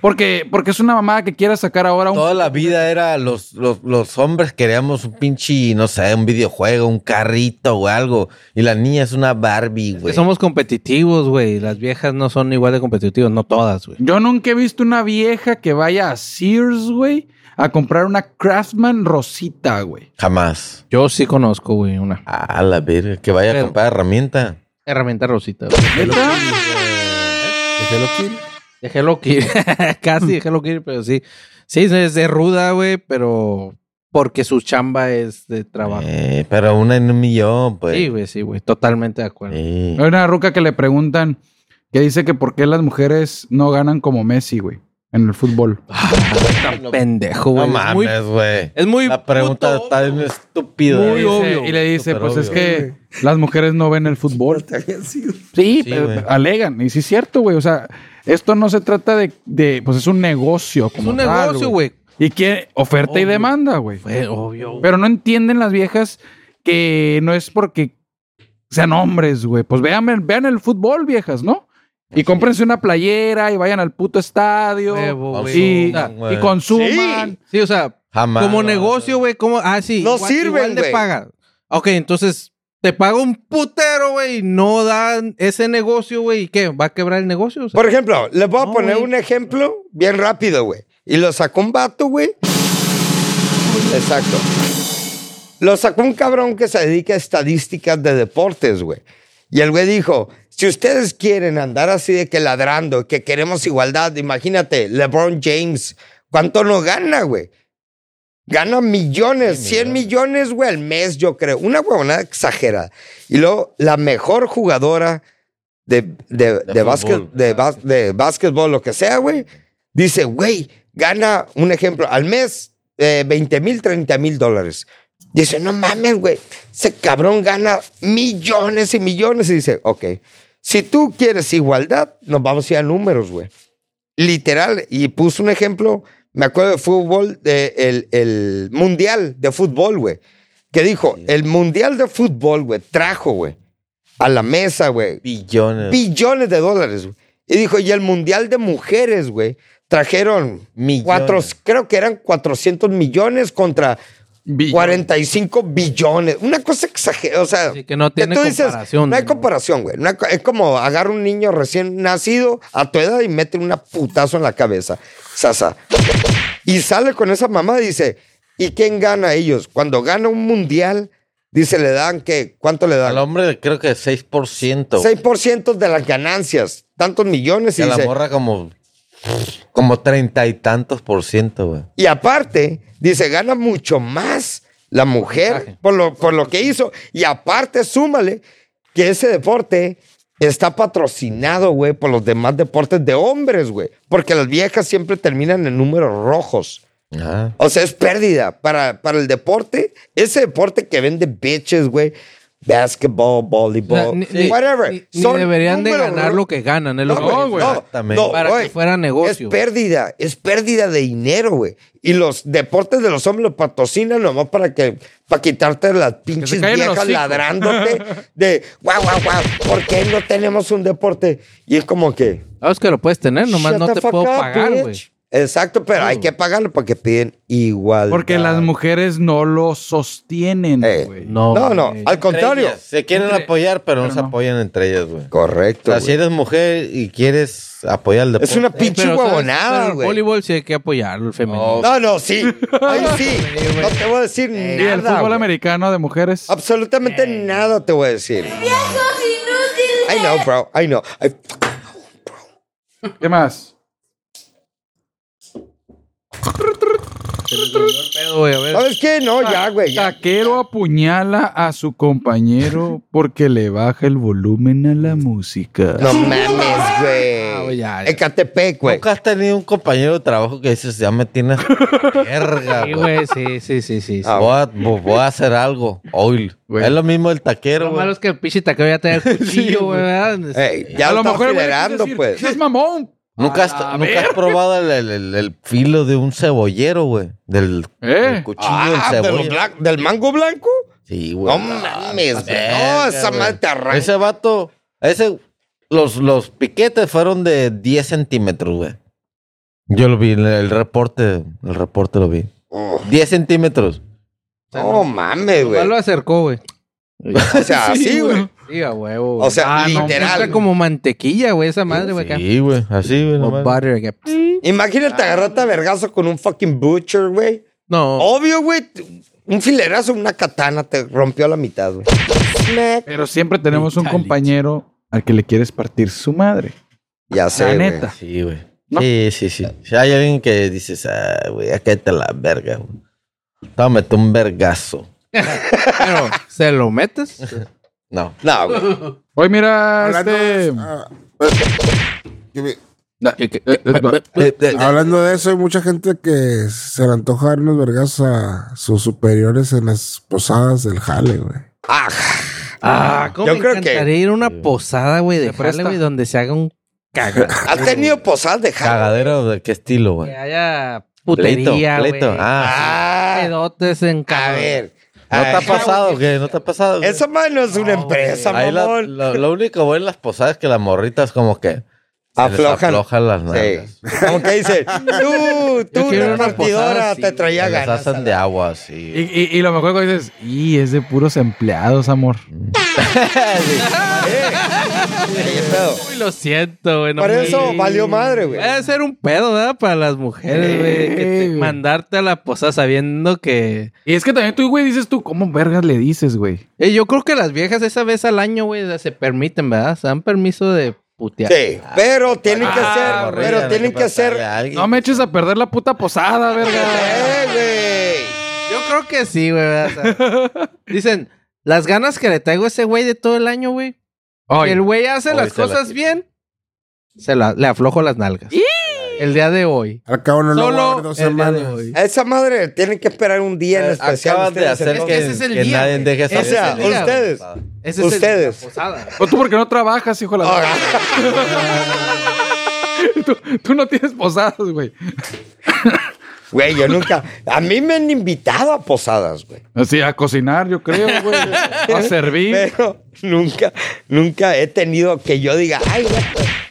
Porque, porque es una mamada que quiera sacar ahora un. Toda la vida era los, los, los hombres queríamos un pinche, no sé, un videojuego, un carrito o algo. Y la niña es una Barbie, Que güey. somos competitivos, güey. Las viejas no son igual de competitivas, no todas, güey. Yo nunca he visto una vieja que vaya a Sears, güey, a comprar una Craftsman rosita, güey. Jamás. Yo sí conozco, güey, una A la verga, que vaya Pero- a comprar herramienta. herramienta rosita, güey. ¿Neta? ¿De Hello Kitty? De Hello Kitty. *laughs* Casi de Hello Kitty, pero sí. Sí, es de ruda, güey, pero porque su chamba es de trabajo. Eh, pero una en un millón, pues. Sí, güey, sí, güey. Totalmente de acuerdo. Sí. Hay una ruca que le preguntan que dice que por qué las mujeres no ganan como Messi, güey, en el fútbol. Pendejo, No güey. es muy, mames, güey. es muy La pregunta puto está bien estúpida. Y le Muy dice- güey. obvio, Y le dice, súper pues es obvio. que las mujeres no ven el fútbol. Sí, Sí, pero güey. alegan. Y sí es cierto, güey. O sea, esto no se trata de, de- pues es un negocio. Es Como un tal, negocio, güey. Y que oferta y Obvio. demanda, güey. Fue obvio, güey. Pero no entienden las viejas que no es porque sean hombres, güey. Pues vean, vean el fútbol, viejas, ¿no? Y cómprense una playera y vayan al puto estadio. Huevo, güey. y, Ah, güey. y consuman. Sí, o sea, Jamás. como no, negocio, güey, como ah sí, No igual- sirven, igual te güey. paga. Ok, entonces te paga un putero, güey, y no dan ese negocio, güey, ¿y qué? ¿Va a quebrar el negocio? O sea, Por ejemplo, les voy a No, poner güey. un ejemplo bien rápido, güey. Y lo sacó un vato, güey. Exacto. Lo sacó un cabrón que se dedica a estadísticas de deportes, güey. Y el güey dijo, si ustedes quieren andar así de que ladrando, que queremos igualdad, imagínate, LeBron James, ¿cuánto no gana, güey? Gana millones, 100 millones, güey, al mes, yo creo. Una huevonada exagerada. Y luego, la mejor jugadora de, de, de, básquet, fútbol. de, bas- de básquetbol, lo que sea, güey, dice, güey, gana, un ejemplo, al mes eh, 20 mil, 30 mil dólares. Dice, no mames, güey, ese cabrón gana millones y millones. Y dice, ok, si tú quieres igualdad, nos vamos a ir a números, güey. Literal, y puso un ejemplo, me acuerdo de fútbol, de el, el mundial de fútbol, güey, que dijo, el mundial de fútbol, güey, trajo, güey, a la mesa, güey, Billones. billones de dólares. güey. Y dijo, y el Mundial de Mujeres, güey, trajeron Millones. cuatro, creo que eran 400 millones contra 45 billones. Una cosa exagerada, o sea, Así que no tiene comparación, no hay ¿no? comparación, güey. No hay co- es como agarrar un niño recién nacido a tu edad y mete una putazo en la cabeza. Sasa. Y sale con esa mamá y dice, ¿y quién gana ellos? Cuando gana un mundial, dice, le dan que, ¿cuánto le dan? Al hombre creo que 6%. 6% de las ganancias, tantos millones. Y Y, a la dice- morra como, como treinta y tantos por ciento, güey. y aparte, dice, gana mucho más la mujer por lo, por lo que hizo. Y aparte, súmale que ese deporte está patrocinado, güey, por los demás deportes de hombres, güey. Porque las viejas siempre terminan en números rojos. Ah. O sea, es pérdida para, para el deporte. Ese deporte que vende bitches, güey. Basketball, o sea, voleibol, ni- ni- whatever. ni- ni Son deberían de números ganar rojos. lo que ganan, es lo No, que- güey, no, Exactamente. no, para güey. que fuera negocio. Es pérdida, es pérdida de dinero, güey. Y los deportes de los hombres los patrocinan nomás para que para quitarte las pinches callen los viejas hocico. *laughs* ladrándote de guau, guau, guau, ¿por qué no tenemos un deporte? Y es como que. Sabes Ah, que lo puedes tener, nomás shut no the te fuck puedo up, pagar, bitch. güey. Exacto, pero hay que pagarlo porque piden igual. Porque las mujeres no lo sostienen, Eh. güey. No. No, no, güey. al contrario. Entre ellas. Se quieren Entre- apoyar, pero, no pero se no. apoyan entre ellas, güey. O Correcto. sea, si güey. eres mujer y quieres apoyar al deporte. Es una Eh, pinche pero, ¿sabes? Pero huevonada, el güey. voleibol sí hay que apoyarlo, el No, femenino. No, no, *laughs* sí. Ahí sí. güey. No te voy a decir Y el nada. fútbol güey. Ah, americano de mujeres. Absolutamente nada te voy a decir. I know, bro. I know. I fuck- ¿Qué más? Pedo, güey, a ver. ¿Sabes qué? No, ya, güey. ya. Taquero apuñala a su compañero porque le baja el volumen a la música. No mames, güey. ya, ya. Ecatepec, güey. Nunca has tenido un compañero de trabajo que dices, ya me tienes verga, Sí, güey. güey, sí, sí, sí, sí. sí. Ah, Voy a, vo- voy a hacer algo. Hoy. Güey. Es lo mismo el Lo taquero, güey. malo es que el pinche taquero *laughs* ya trae el Sí, cuchillo, güey, güey. Eh, ¿verdad? Este, Ey, ya lo, estamos güey, le quiso generando, decir, pues. Es mamón. Nunca has, A la nunca has probado el, el- el- el filo de un cebollero, güey. Del ¿Eh? del cuchillo Ah, del ¿del, cebolla. blan- del mango blanco? Sí, No güey. mames, güey. No, Verga, esa Ah, güey. madre te arranca. Ese vato, ese, los, los piquetes fueron de 10 centímetros, güey. Yo lo vi, en el reporte, el reporte lo vi. Oh, 10 centímetros. no mames, Ya güey. lo acercó, güey. O sea, así, güey. Sí, a huevo. O sea, literal, Está güey. como mantequilla, güey, esa madre, güey. acá. Sí, güey, así, güey. O nomás. butter, acá. Imagínate agarrarte a vergazo con un fucking butcher, güey. No. Obvio, güey. Un filerazo, una katana te rompió a la mitad, güey. Smack. Pero siempre tenemos un compañero al que le quieres partir su madre. Ya sé, La güey. neta. Eh, Sí, güey. ¿No? Sí, sí, sí. Si hay alguien que dices, ah, güey, acá te la verga, güey. Tómate un vergazo. *laughs* Pero, ¿se lo metes? No. No, güey. Hoy mira, Hablando este... de- ah, eh, que me- Pues, Eh, Hablando de eso, hay mucha gente que se le antoja dar unos vergazos a sus superiores en las posadas del jale, güey. Ah, Ah, ¿cómo Yo me creo que- encantaría ir a una posada, güey, de presta. jale, güey, donde se haga un caga. ¿Has tenido posadas de jala? ¿Cagadero de qué estilo, güey? que haya putería, güey. pleito. Ah, Ah, Pedotes en a caga. ver. ¿no te Ah, ha pasado, qué? ¿No te ha pasado? qué? Esa madre no es una No, empresa, Ahí la- mamón. lo, lo único bueno en las posadas es que las morritas como que se les Aflojan. aflojan las nalgas. Sí. Como que dicen, tú, tú, quiero una una partidora, posada te así. traía Se les ganas. hacen de agua, Y, sí. y- y lo mejor cuando dices, y es de puros empleados, amor. Ey, pedo. Uy, lo siento, güey. no Por me- eso valió madre, güey. Debe ser un pedo, ¿verdad? Para las mujeres, güey. que te- Sí, güey. Mandarte a la posada sabiendo que... Y es que también tú, güey, dices tú, ¿cómo vergas le dices, güey? Eh, yo creo que las viejas esa vez al año, güey, se permiten, ¿verdad? Se dan permiso de putear. Sí, pero tienen que Ah, ser, pero tienen que ser. No me eches a perder la puta posada, verga. Eh, güey. Yo creo que sí, güey. ¿verdad? *laughs* O sea, dicen, las ganas que le traigo a ese güey de todo el año, güey. Hoy. que el güey hace Hoy las se la cosas quito. bien, se la, le aflojo las nalgas. El día de hoy. Al cabo no lo voy a ver Solo dos el día semanas. de hoy. A esa madre tienen que esperar un día en especial. Acaban Eh, de ustedes, hacer entonces. que, Ese es el que día, nadie güey. deje Ese salir. O sea, es el día, ustedes. Ese es el- Ustedes. la posada. *laughs* O tú porque no trabajas, hijo de la... Ah, tú, tú no tienes posadas, güey. Güey, yo nunca. A mí me han invitado a posadas, güey. Así, a cocinar, yo creo, güey. A servir. Pero nunca, nunca he tenido que yo diga, ay, güey,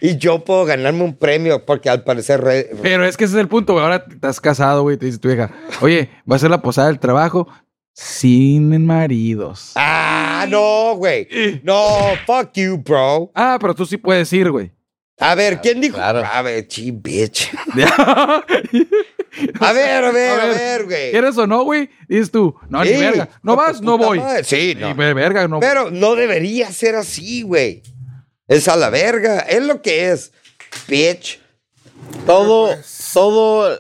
y yo puedo ganarme un premio porque al parecer. re- Pero es que ese es el punto, güey. Ahora estás casado, güey. Te dice tu hija, oye, va a ser la posada del trabajo sin maridos. Ah, no, güey. No, fuck you, bro. Ah, pero tú sí puedes ir, güey. *laughs* A ver, ¿quién dijo? claro. A ver, chi, bitch. A ver, *laughs* a ver, a ver, güey. ¿Quieres o no, güey? Dices tú, no, Sí, ni verga. No hijo de vas, tu no puta voy. madre. Sí, no. Ni de verga, no voy. Pero no debería ser así, güey. Es a la verga. Es lo que es. Bitch. pues, Todo, todo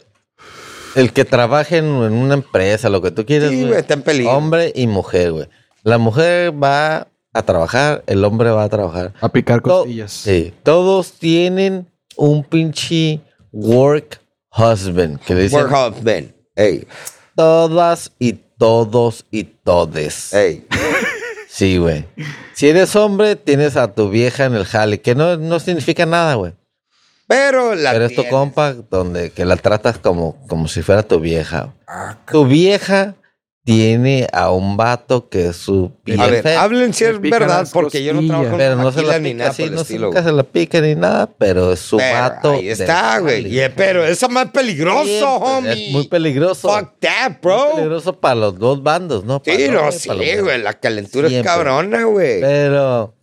el que trabaje en, en una empresa, lo que tú quieres, Sí, güey, güey, está en peligro. Hombre y mujer, güey. La mujer va a trabajar, el hombre va a trabajar. A picar To- costillas. sí, todos tienen un pinche work husband, que le dicen Work off, man. Ey, todas y todos y todes. ey. Sí, güey. Si eres hombre, tienes a tu vieja en el jale, que no, no significa nada, güey. Pero la. Pero es tu tienes. compa donde que la tratas como, como si fuera tu vieja. Ah, Tu vieja tiene a un vato que es su A ver, BFF, hablen si Me es pican verdad, las porque yo no costillas. trabajo pero en no se maquila la ni pica nada así, por el no se, estilo. nunca se la pica ni nada, pero es su Pero vato. ahí del está, güey. jale. Y- Pero esa más peligroso, Siempre, homie. Es muy peligroso. Fuck that, Muy bro. peligroso para los dos bandos, ¿no? Para Sí, el no, hombre y sí, para la mujer. güey. La calentura es Siempre. cabrona, güey. Pero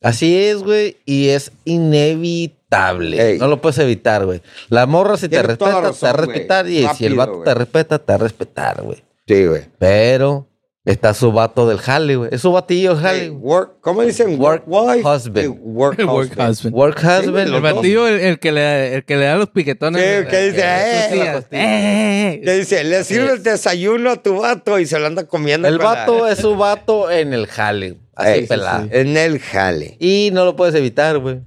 así es, güey, y es inevitable. Ey. No lo puedes evitar, güey. La morra si te Tienes toda la respeta, te va razón, a respetar. güey. Y si Rápido, el vato güey. te respeta, te va a respetar, güey. Sí, güey. Pero Está su vato del jale, güey. Es su batillo del jale. Hey, güey. work, ¿Cómo dicen? Work wife husband. y *laughs* Work El work husband. husband. Work husband. Sí, El los dos. batillo, el, el que le, el que le da los piquetones. Sí, de- el que de- dice, de- "Eh, de- la pastilla". "Eh, eh, eh". Le dice, le sirve el desayuno a tu vato y se lo anda comiendo. el con la- vato es su vato en el jale. Así Ey, pelado. En el jale. Y no lo puedes evitar, güey.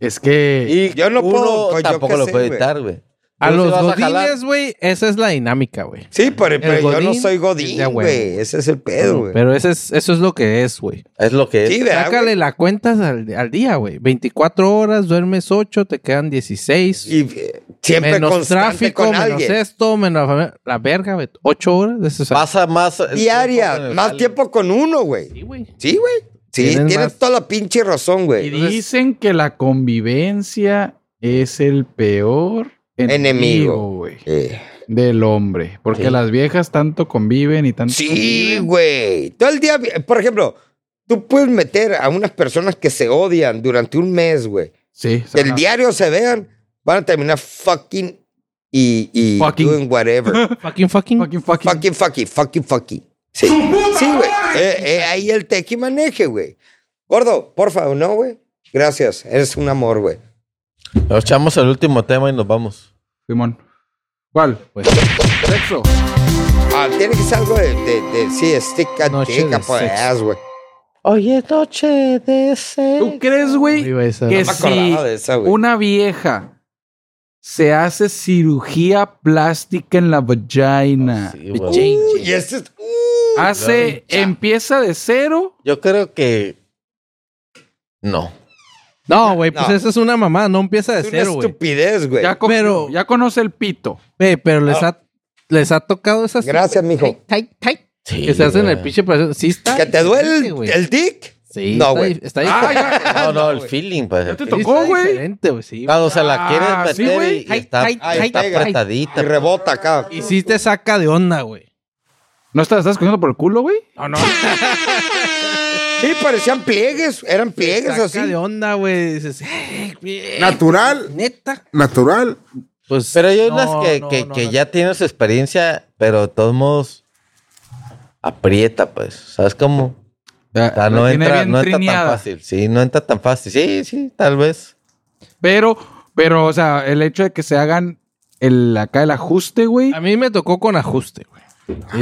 Es que Y yo no Uno puedo. pues, yo tampoco qué lo sé, puede güey. evitar, güey. A Tú sí los vas a jalar. godines, güey, esa es la dinámica, güey. Sí, pero, pero yo no Godín, soy ya, Godín, güey. güey. Ese es el pedo, güey. Pero ese es, eso es lo que es, güey. Es lo que es. Sí, ¿verdad, Sácale güey? la cuenta al, al día, güey. 24 horas, duermes 8, te quedan 16. Y eh, siempre menos constante tráfico, con menos alguien. esto, menos la, la verga, güey. 8 horas de eso. Pasa más. el Diaria, tiempo en el más jale. tiempo con uno, güey. Sí, güey. Sí, güey. Sí, Tienes tienes, más- toda la pinche razón, y güey. dicen que la convivencia es el peor Enemigo. enemigo, güey, Eh, del hombre. Porque Sí. las viejas tanto conviven y tanto Sí, conviven. güey. Todo el día, por ejemplo, tú puedes meter a unas personas que se odian durante un mes, güey. Sí, Que el ajá. diario se vean, van a terminar fucking y, y Fucking. doing *laughs* whatever. Fucking, fucking. Fucking, fucking. fucking, fucking, fucking, fucking. Sí, sí, güey. Eh, eh, ahí el tequi maneje, güey. Gordo, por favor, no, güey. Gracias, eres un amor, güey. Nos echamos el último tema y nos vamos. Simón. ¿Cuál? Pues. Sexo. Ah, tiene que ser algo de, de, de- sí, stick and Noche dick de up our sexo. ass, güey. Oye, noche de ¿Tú crees, güey, Arriba esa- que No me si acordaba de esa, güey. una vieja se hace cirugía plástica en la vagina, Ah, Uy, y ese es. uh, hace, empieza de cero, Yo creo que. No. No, güey, pues No. esa es una mamá, no empieza de es una cero, güey. estupidez, güey. ya, co- Pero- ya conoce el pito. Güey, pero les ha, les ha tocado esas. Gracias, mijo. Sí, Que se hacen güey. el pinche. proceso. Sí, está. ¿Que te duele el, güey. el dick? Sí, No, está güey. di- Está Ah, diferente. ya, *laughs* No, no, el feeling, pues. el ya te feeling. tocó, está güey. diferente, güey. Sí, Cuando se la Ah, quieren sí, meter güey. y- y, está, Ay, ay, y está ay, ay. apretadita. pues. Y rebota acá. Y sí te saca de onda, güey. ¿No estás, estás cogiendo por el culo, güey? No, no. Sí, parecían pliegues, eran te pliegues saca así. de onda, güey. Dices, "Eh, güey, Natural, neta. natural. Pues, Pero hay unas no, que, no, que, no, que no. ya tienen su experiencia, pero de todos modos aprieta, pues. ¿Sabes cómo? O sea, no La tiene entra, bien no entra tan trineada. fácil. Sí, no entra tan fácil. Sí, sí, tal vez. Pero, pero, o sea, el hecho de que se hagan el, acá el ajuste, güey. A mí me tocó con ajuste, güey.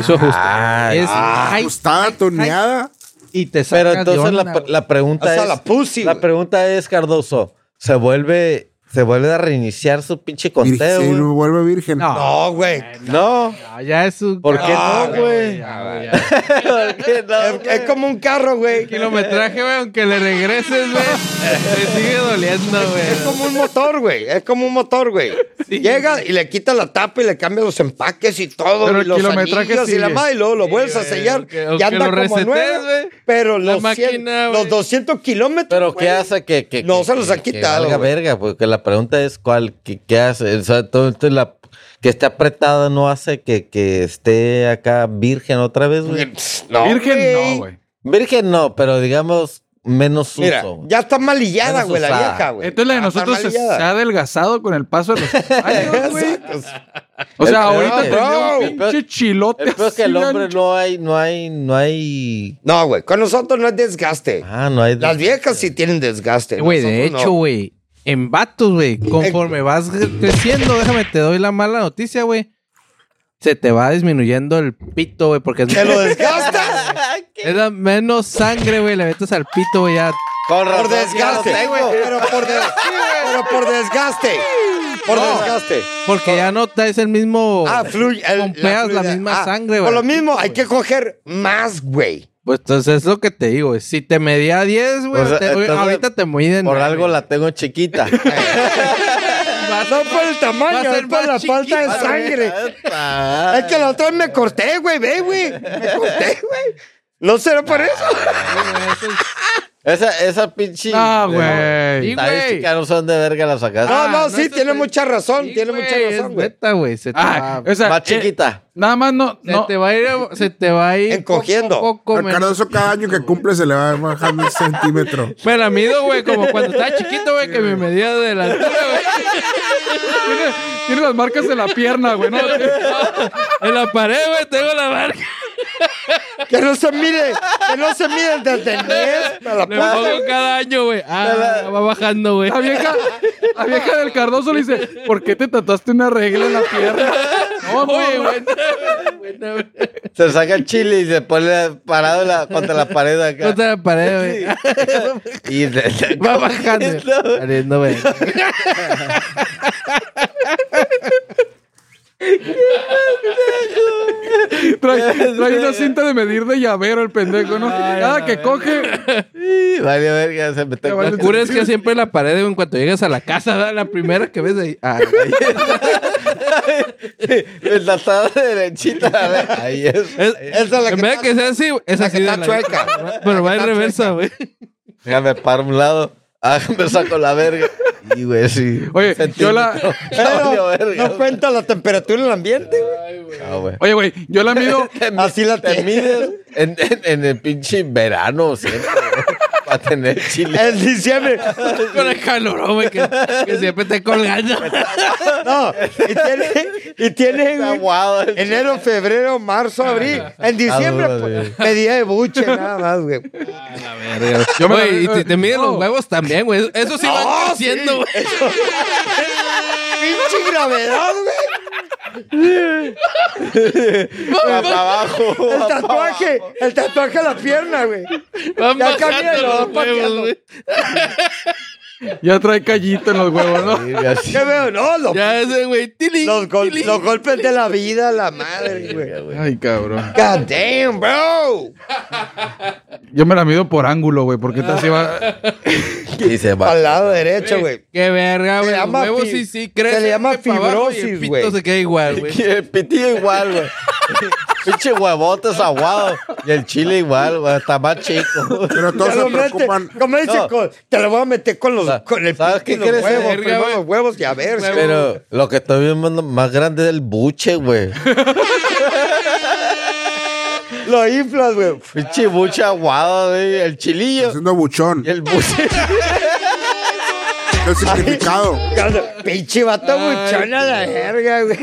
Hizo ajuste. Ah, es ay, Ajustada, pues, tuneada. y te saca Pero de entonces onda, la, güey. la pregunta Hasta es... la pussy, la güey. pregunta es, Cardoso, ¿se vuelve, ¿se vuelve a reiniciar su pinche Vir- conteo? se güey? vuelve virgen. No. No, güey. No. Ah, ya es un... ¿Por qué Ah, no, güey? ya, ya. ¿Por qué no, Es, güey? es como un carro, güey. Kilometraje, güey, aunque le *laughs* regreses, güey, te sigue doliendo, Es güey. como un motor, güey. Es como un motor, güey. Llega y le quita la tapa y le cambia los empaques y todo. Pero y el los kilometraje anillos y la sigue. madre. Y luego lo vuelves a güey, sellar. aunque- aunque ya anda lo como resetees, nuevo. güey, Pero la los, 100 máquina, güey. los 200 kilómetros. Pero güey, ¿qué hace que, que- No que- se los que- han quitado, Que valga güey. verga, porque la pregunta es cuál, qué, qué hace. O sea, todo esto es la que esté apretada no hace que, que esté acá virgen otra vez, güey. Pss, No, Virgen, no, güey. Virgen no, pero digamos menos Mira, uso. ya está malillada, Menos güey, la usada. vieja, güey. Entonces la de Ya está nosotros se, se malillada. ha adelgazado con el paso *laughs* de los *laughs* años, güey. Exacto. O sea, El- ahorita el- tenía bro. un pinche El- chilote. El peor es que *laughs* el así, hombre güey. no hay, no hay, no hay. No, güey. Con nosotros no es desgaste. Ah, no hay. Las viejas *laughs* sí tienen desgaste. Güey, de nosotros no. hecho, güey, en vatos, güey, conforme vas creciendo, déjame, te doy la mala noticia, güey. Se te va disminuyendo el pito, güey, porque es, ¿Te *laughs* lo desgastas? es la menos sangre, güey, le metes al pito, güey, ya. Con Por razón, ya lo desgaste, tengo. pero por, des- pero por desgaste. Por desgaste. Porque ya no traes el mismo... Ah, fluye. el- Pompeas la fluidez. misma sangre, Por güey. lo mismo, hay que coger más, güey. Pues entonces es lo que te digo, güey. Si te medía 10, güey, O sea, te- entonces, ahorita te miden. Por algo la tengo *laughs* chiquita. No por el Va a tamaño, ser es por más la chiquita, falta de güey. sangre. Ah, Es que la otra vez me corté, güey, ve, güey. Me corté, güey. No será por eso. Esa, esa pinche. Ah, güey. Sí, güey. Estadística no son de verga la sacaste. No, no, Ah, no, sí, eso tiene sí. mucha razón. Sí, tiene güey, mucha es razón, güey. Neta, güey. Se, te Ah, va- o sea, más eh, chiquita. nada más no. se no te va a ir, a- se te va a ir Encogiendo. poco a poco, Al men. Cardoso cada año que cumple se le va bajando un centímetro. Me la mido, güey, como cuando estaba chiquito, güey, que me medía de la altura, güey. tiene, *laughs* tiene las marcas de la pierna, güey. ¿no? En la pared, güey, tengo la marca. Que no se mire, que no se mire desde el mes a la Le plaza. pongo cada año, güey. Ah, va bajando, güey. La vieja, la vieja del Cardoso le dice, ¿por qué te tatuaste una regla en la pierna? No, no, Oye, no. güey. Buena, güey. Se saca el chile y se pone parado la- contra la pared acá. Contra la pared, güey. Y de- de- Va *laughs* bajando. Saliendo, güey. Trae, trae una cinta de medir de llavero el pendejo, ¿no? Cada que coge, Sí, vale, verga, se metió Te *laughs* con- vale- Lo cool es que siempre la pared, güey, en cuanto llegas a la casa, ¿verdad? la primera que ves ahí. Ah, güey. El tatuado de derechita. Ahí es. Es- Esa es la en que vez de está- que sea así, güey, es la así. que de está chueca. Pero va La que en está reversa, güey. Déjame para un lado. *laughs* Hágame saco la verga. Y güey, sí. Oye, yo la- Ya *laughs* valió Pero verga. no cuenta la temperatura en el ambiente, güey. No, güey. oye, güey, yo la mido, Así la Te mides tienes. en, *laughs* en- en el pinche verano siempre. güey, Para tener chile. En diciembre. *laughs* Con el calor, güey, que, que siempre te colgando. No, y tiene, y tiene Está güey, aguado el enero, febrero, marzo, Ah, abril. En diciembre, duro, pues, medida de buche, nada más, *laughs* güey. Yo me- Güey, y te, te miden No. los huevos también, güey. Eso sí va creciendo, güey. Pinche gravedad, güey. Va *laughs* para abajo. El va para tatuaje, el tatuaje a la pierna, güey. Van Ya bajando camina, lo los van pateando. huevos, güey. ya trae callito en los huevos, ¿no? abajo. Y así, ¿Qué veo? No, los, Ya ese, güey. tiling, los, gol- tiling. los golpes de la vida, la madre, güey. Ay, cabrón. God damn, bro. Yo me la mido por ángulo, güey, porque esta sí va... Y se va. Al lado derecho, güey. Qué verga, Se güey. Los llama huevos fi- sí, sí crecen. se le llama güey, para abajo y el fibrosis, pito güey. se queda igual, güey. *laughs* Y el pitillo igual, güey. Pinche huevotes aguado. Y el chile igual, güey. Está más chico. Pero todos Ya lo se mete, preocupan. como dice, No. con- te lo voy a meter con los Sa- con el ¿sabes pito y los qué quieres huevos, verga, primero güey? los huevos y a ver. güey. Huevo. Pero lo que estoy viendo más grande es el buche, güey. Lo inflas, güey. Pinche buche aguado, güey. El chilillo. Haciendo buchón. Y el buche. El significado. Cuando- Pinche vato buchón a la verga, güey.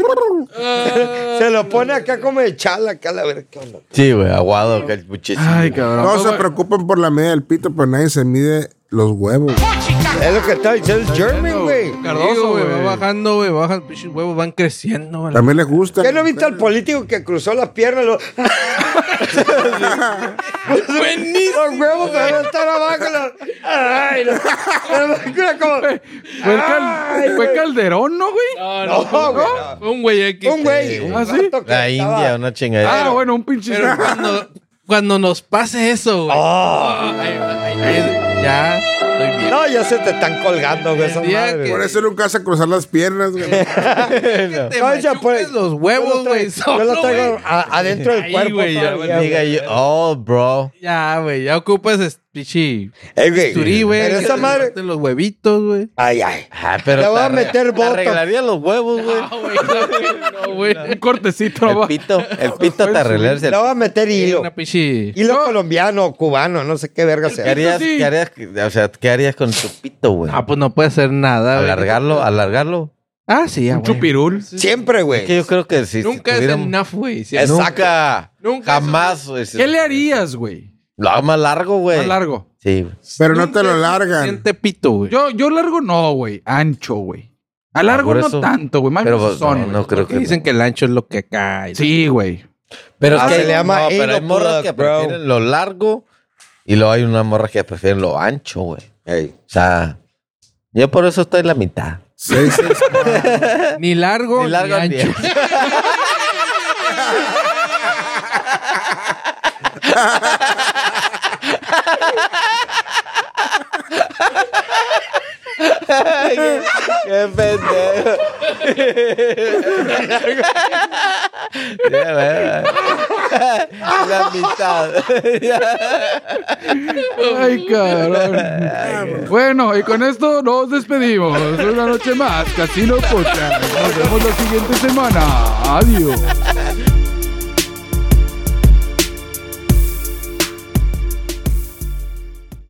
Se lo pone acá como de chala, acá la verga. ¿qué onda? Sí, güey, aguado que el buchecillo. Ay, cabrón. Todos se preocupan por la medida del pito, pero nadie se mide los huevos. Es lo que está diciendo el German, güey. Cardoso, güey. Va güey. bajando, güey. Va bajando. Pinches huevos van creciendo, güey. También les gusta. ¿Qué no viste al político que cruzó las piernas? Lo... Buenísimo. Los huevos van a estar abajo. los- Ay, los- Era como- Fue, el cal- Ay, fue güey. Calderón, ¿no, güey? No, Oh, güey. no. Un güey aquí. Un güey. ¿Ah, un sí? vato que La estaba- India, una chingadera. Ah, bueno, un pinche... Pero cuando, cuando nos pase eso, güey. Ah. Ay, ay, ay, ya estoy bien. No, ya se te están colgando, güey. esa El día madre, que- güey. Por eso nunca se cruzar las piernas, güey. Te No, ya, machuques pues, los Yo huevos, lo güey. traigo- Yo lo solo, traigo güey. a- adentro del Ahí, cuerpo. güey, ya, todavía, Diga güey. yo, oh, bro. Ya, güey. Ya ocupas es- pichi. Eh, güey, Turí, güey. Pero que esa te madre. maten los huevitos, güey. Ay, ay. Ah, pero Le voy te a arre- meter te botox. arreglaría los huevos, güey. Ah, No, Ah, güey. No, güey. No, Un cortecito, El ¿no? pito, el pito te arreglaría. Le voy a meter hilo. Una pichi. Hilo colombiano, cubano, no sé qué verga ¿Qué sea. harías, sí. qué harías, o sea, qué harías con tu pito, güey? Ah, pues no puede hacer nada, güey. Alargarlo, alargarlo. Ah, sí, ya, Un güey. chupirul. Siempre, Es que güey. yo creo que si, si Nunca es tuviéramos- enough, güey. Sí, Exacto. Nunca, Nunca jamás. güey, si- ¿Qué le harías, güey? Lo hago más largo, güey. Más largo. Sí, güey. Pero no te Nunca lo es largan. Siente pito, güey. Yo, yo largo no, güey. Ancho, güey. A largo Ah, por no eso. tanto, güey. Más Pero, pues, gruesón, no, güey. no creo Porque que. dicen que el ancho es lo que cae. Sí, güey. Pero Ah, se hay- le llama no, pero hay anal morras plug, que bro. prefieren lo largo y luego hay una morra que prefieren lo ancho, güey. O sea, yo por eso estoy en la mitad. Seis, *laughs* seis, Ni largo, Ni ni, largo ni ancho. *laughs* ¡Qué *laughs* pendejo! Ya, ¿verdad? la mitad. Ay, cabrón. Bueno, y con esto nos despedimos. Una noche más, Casino Pocha. Nos vemos la siguiente semana. Adiós.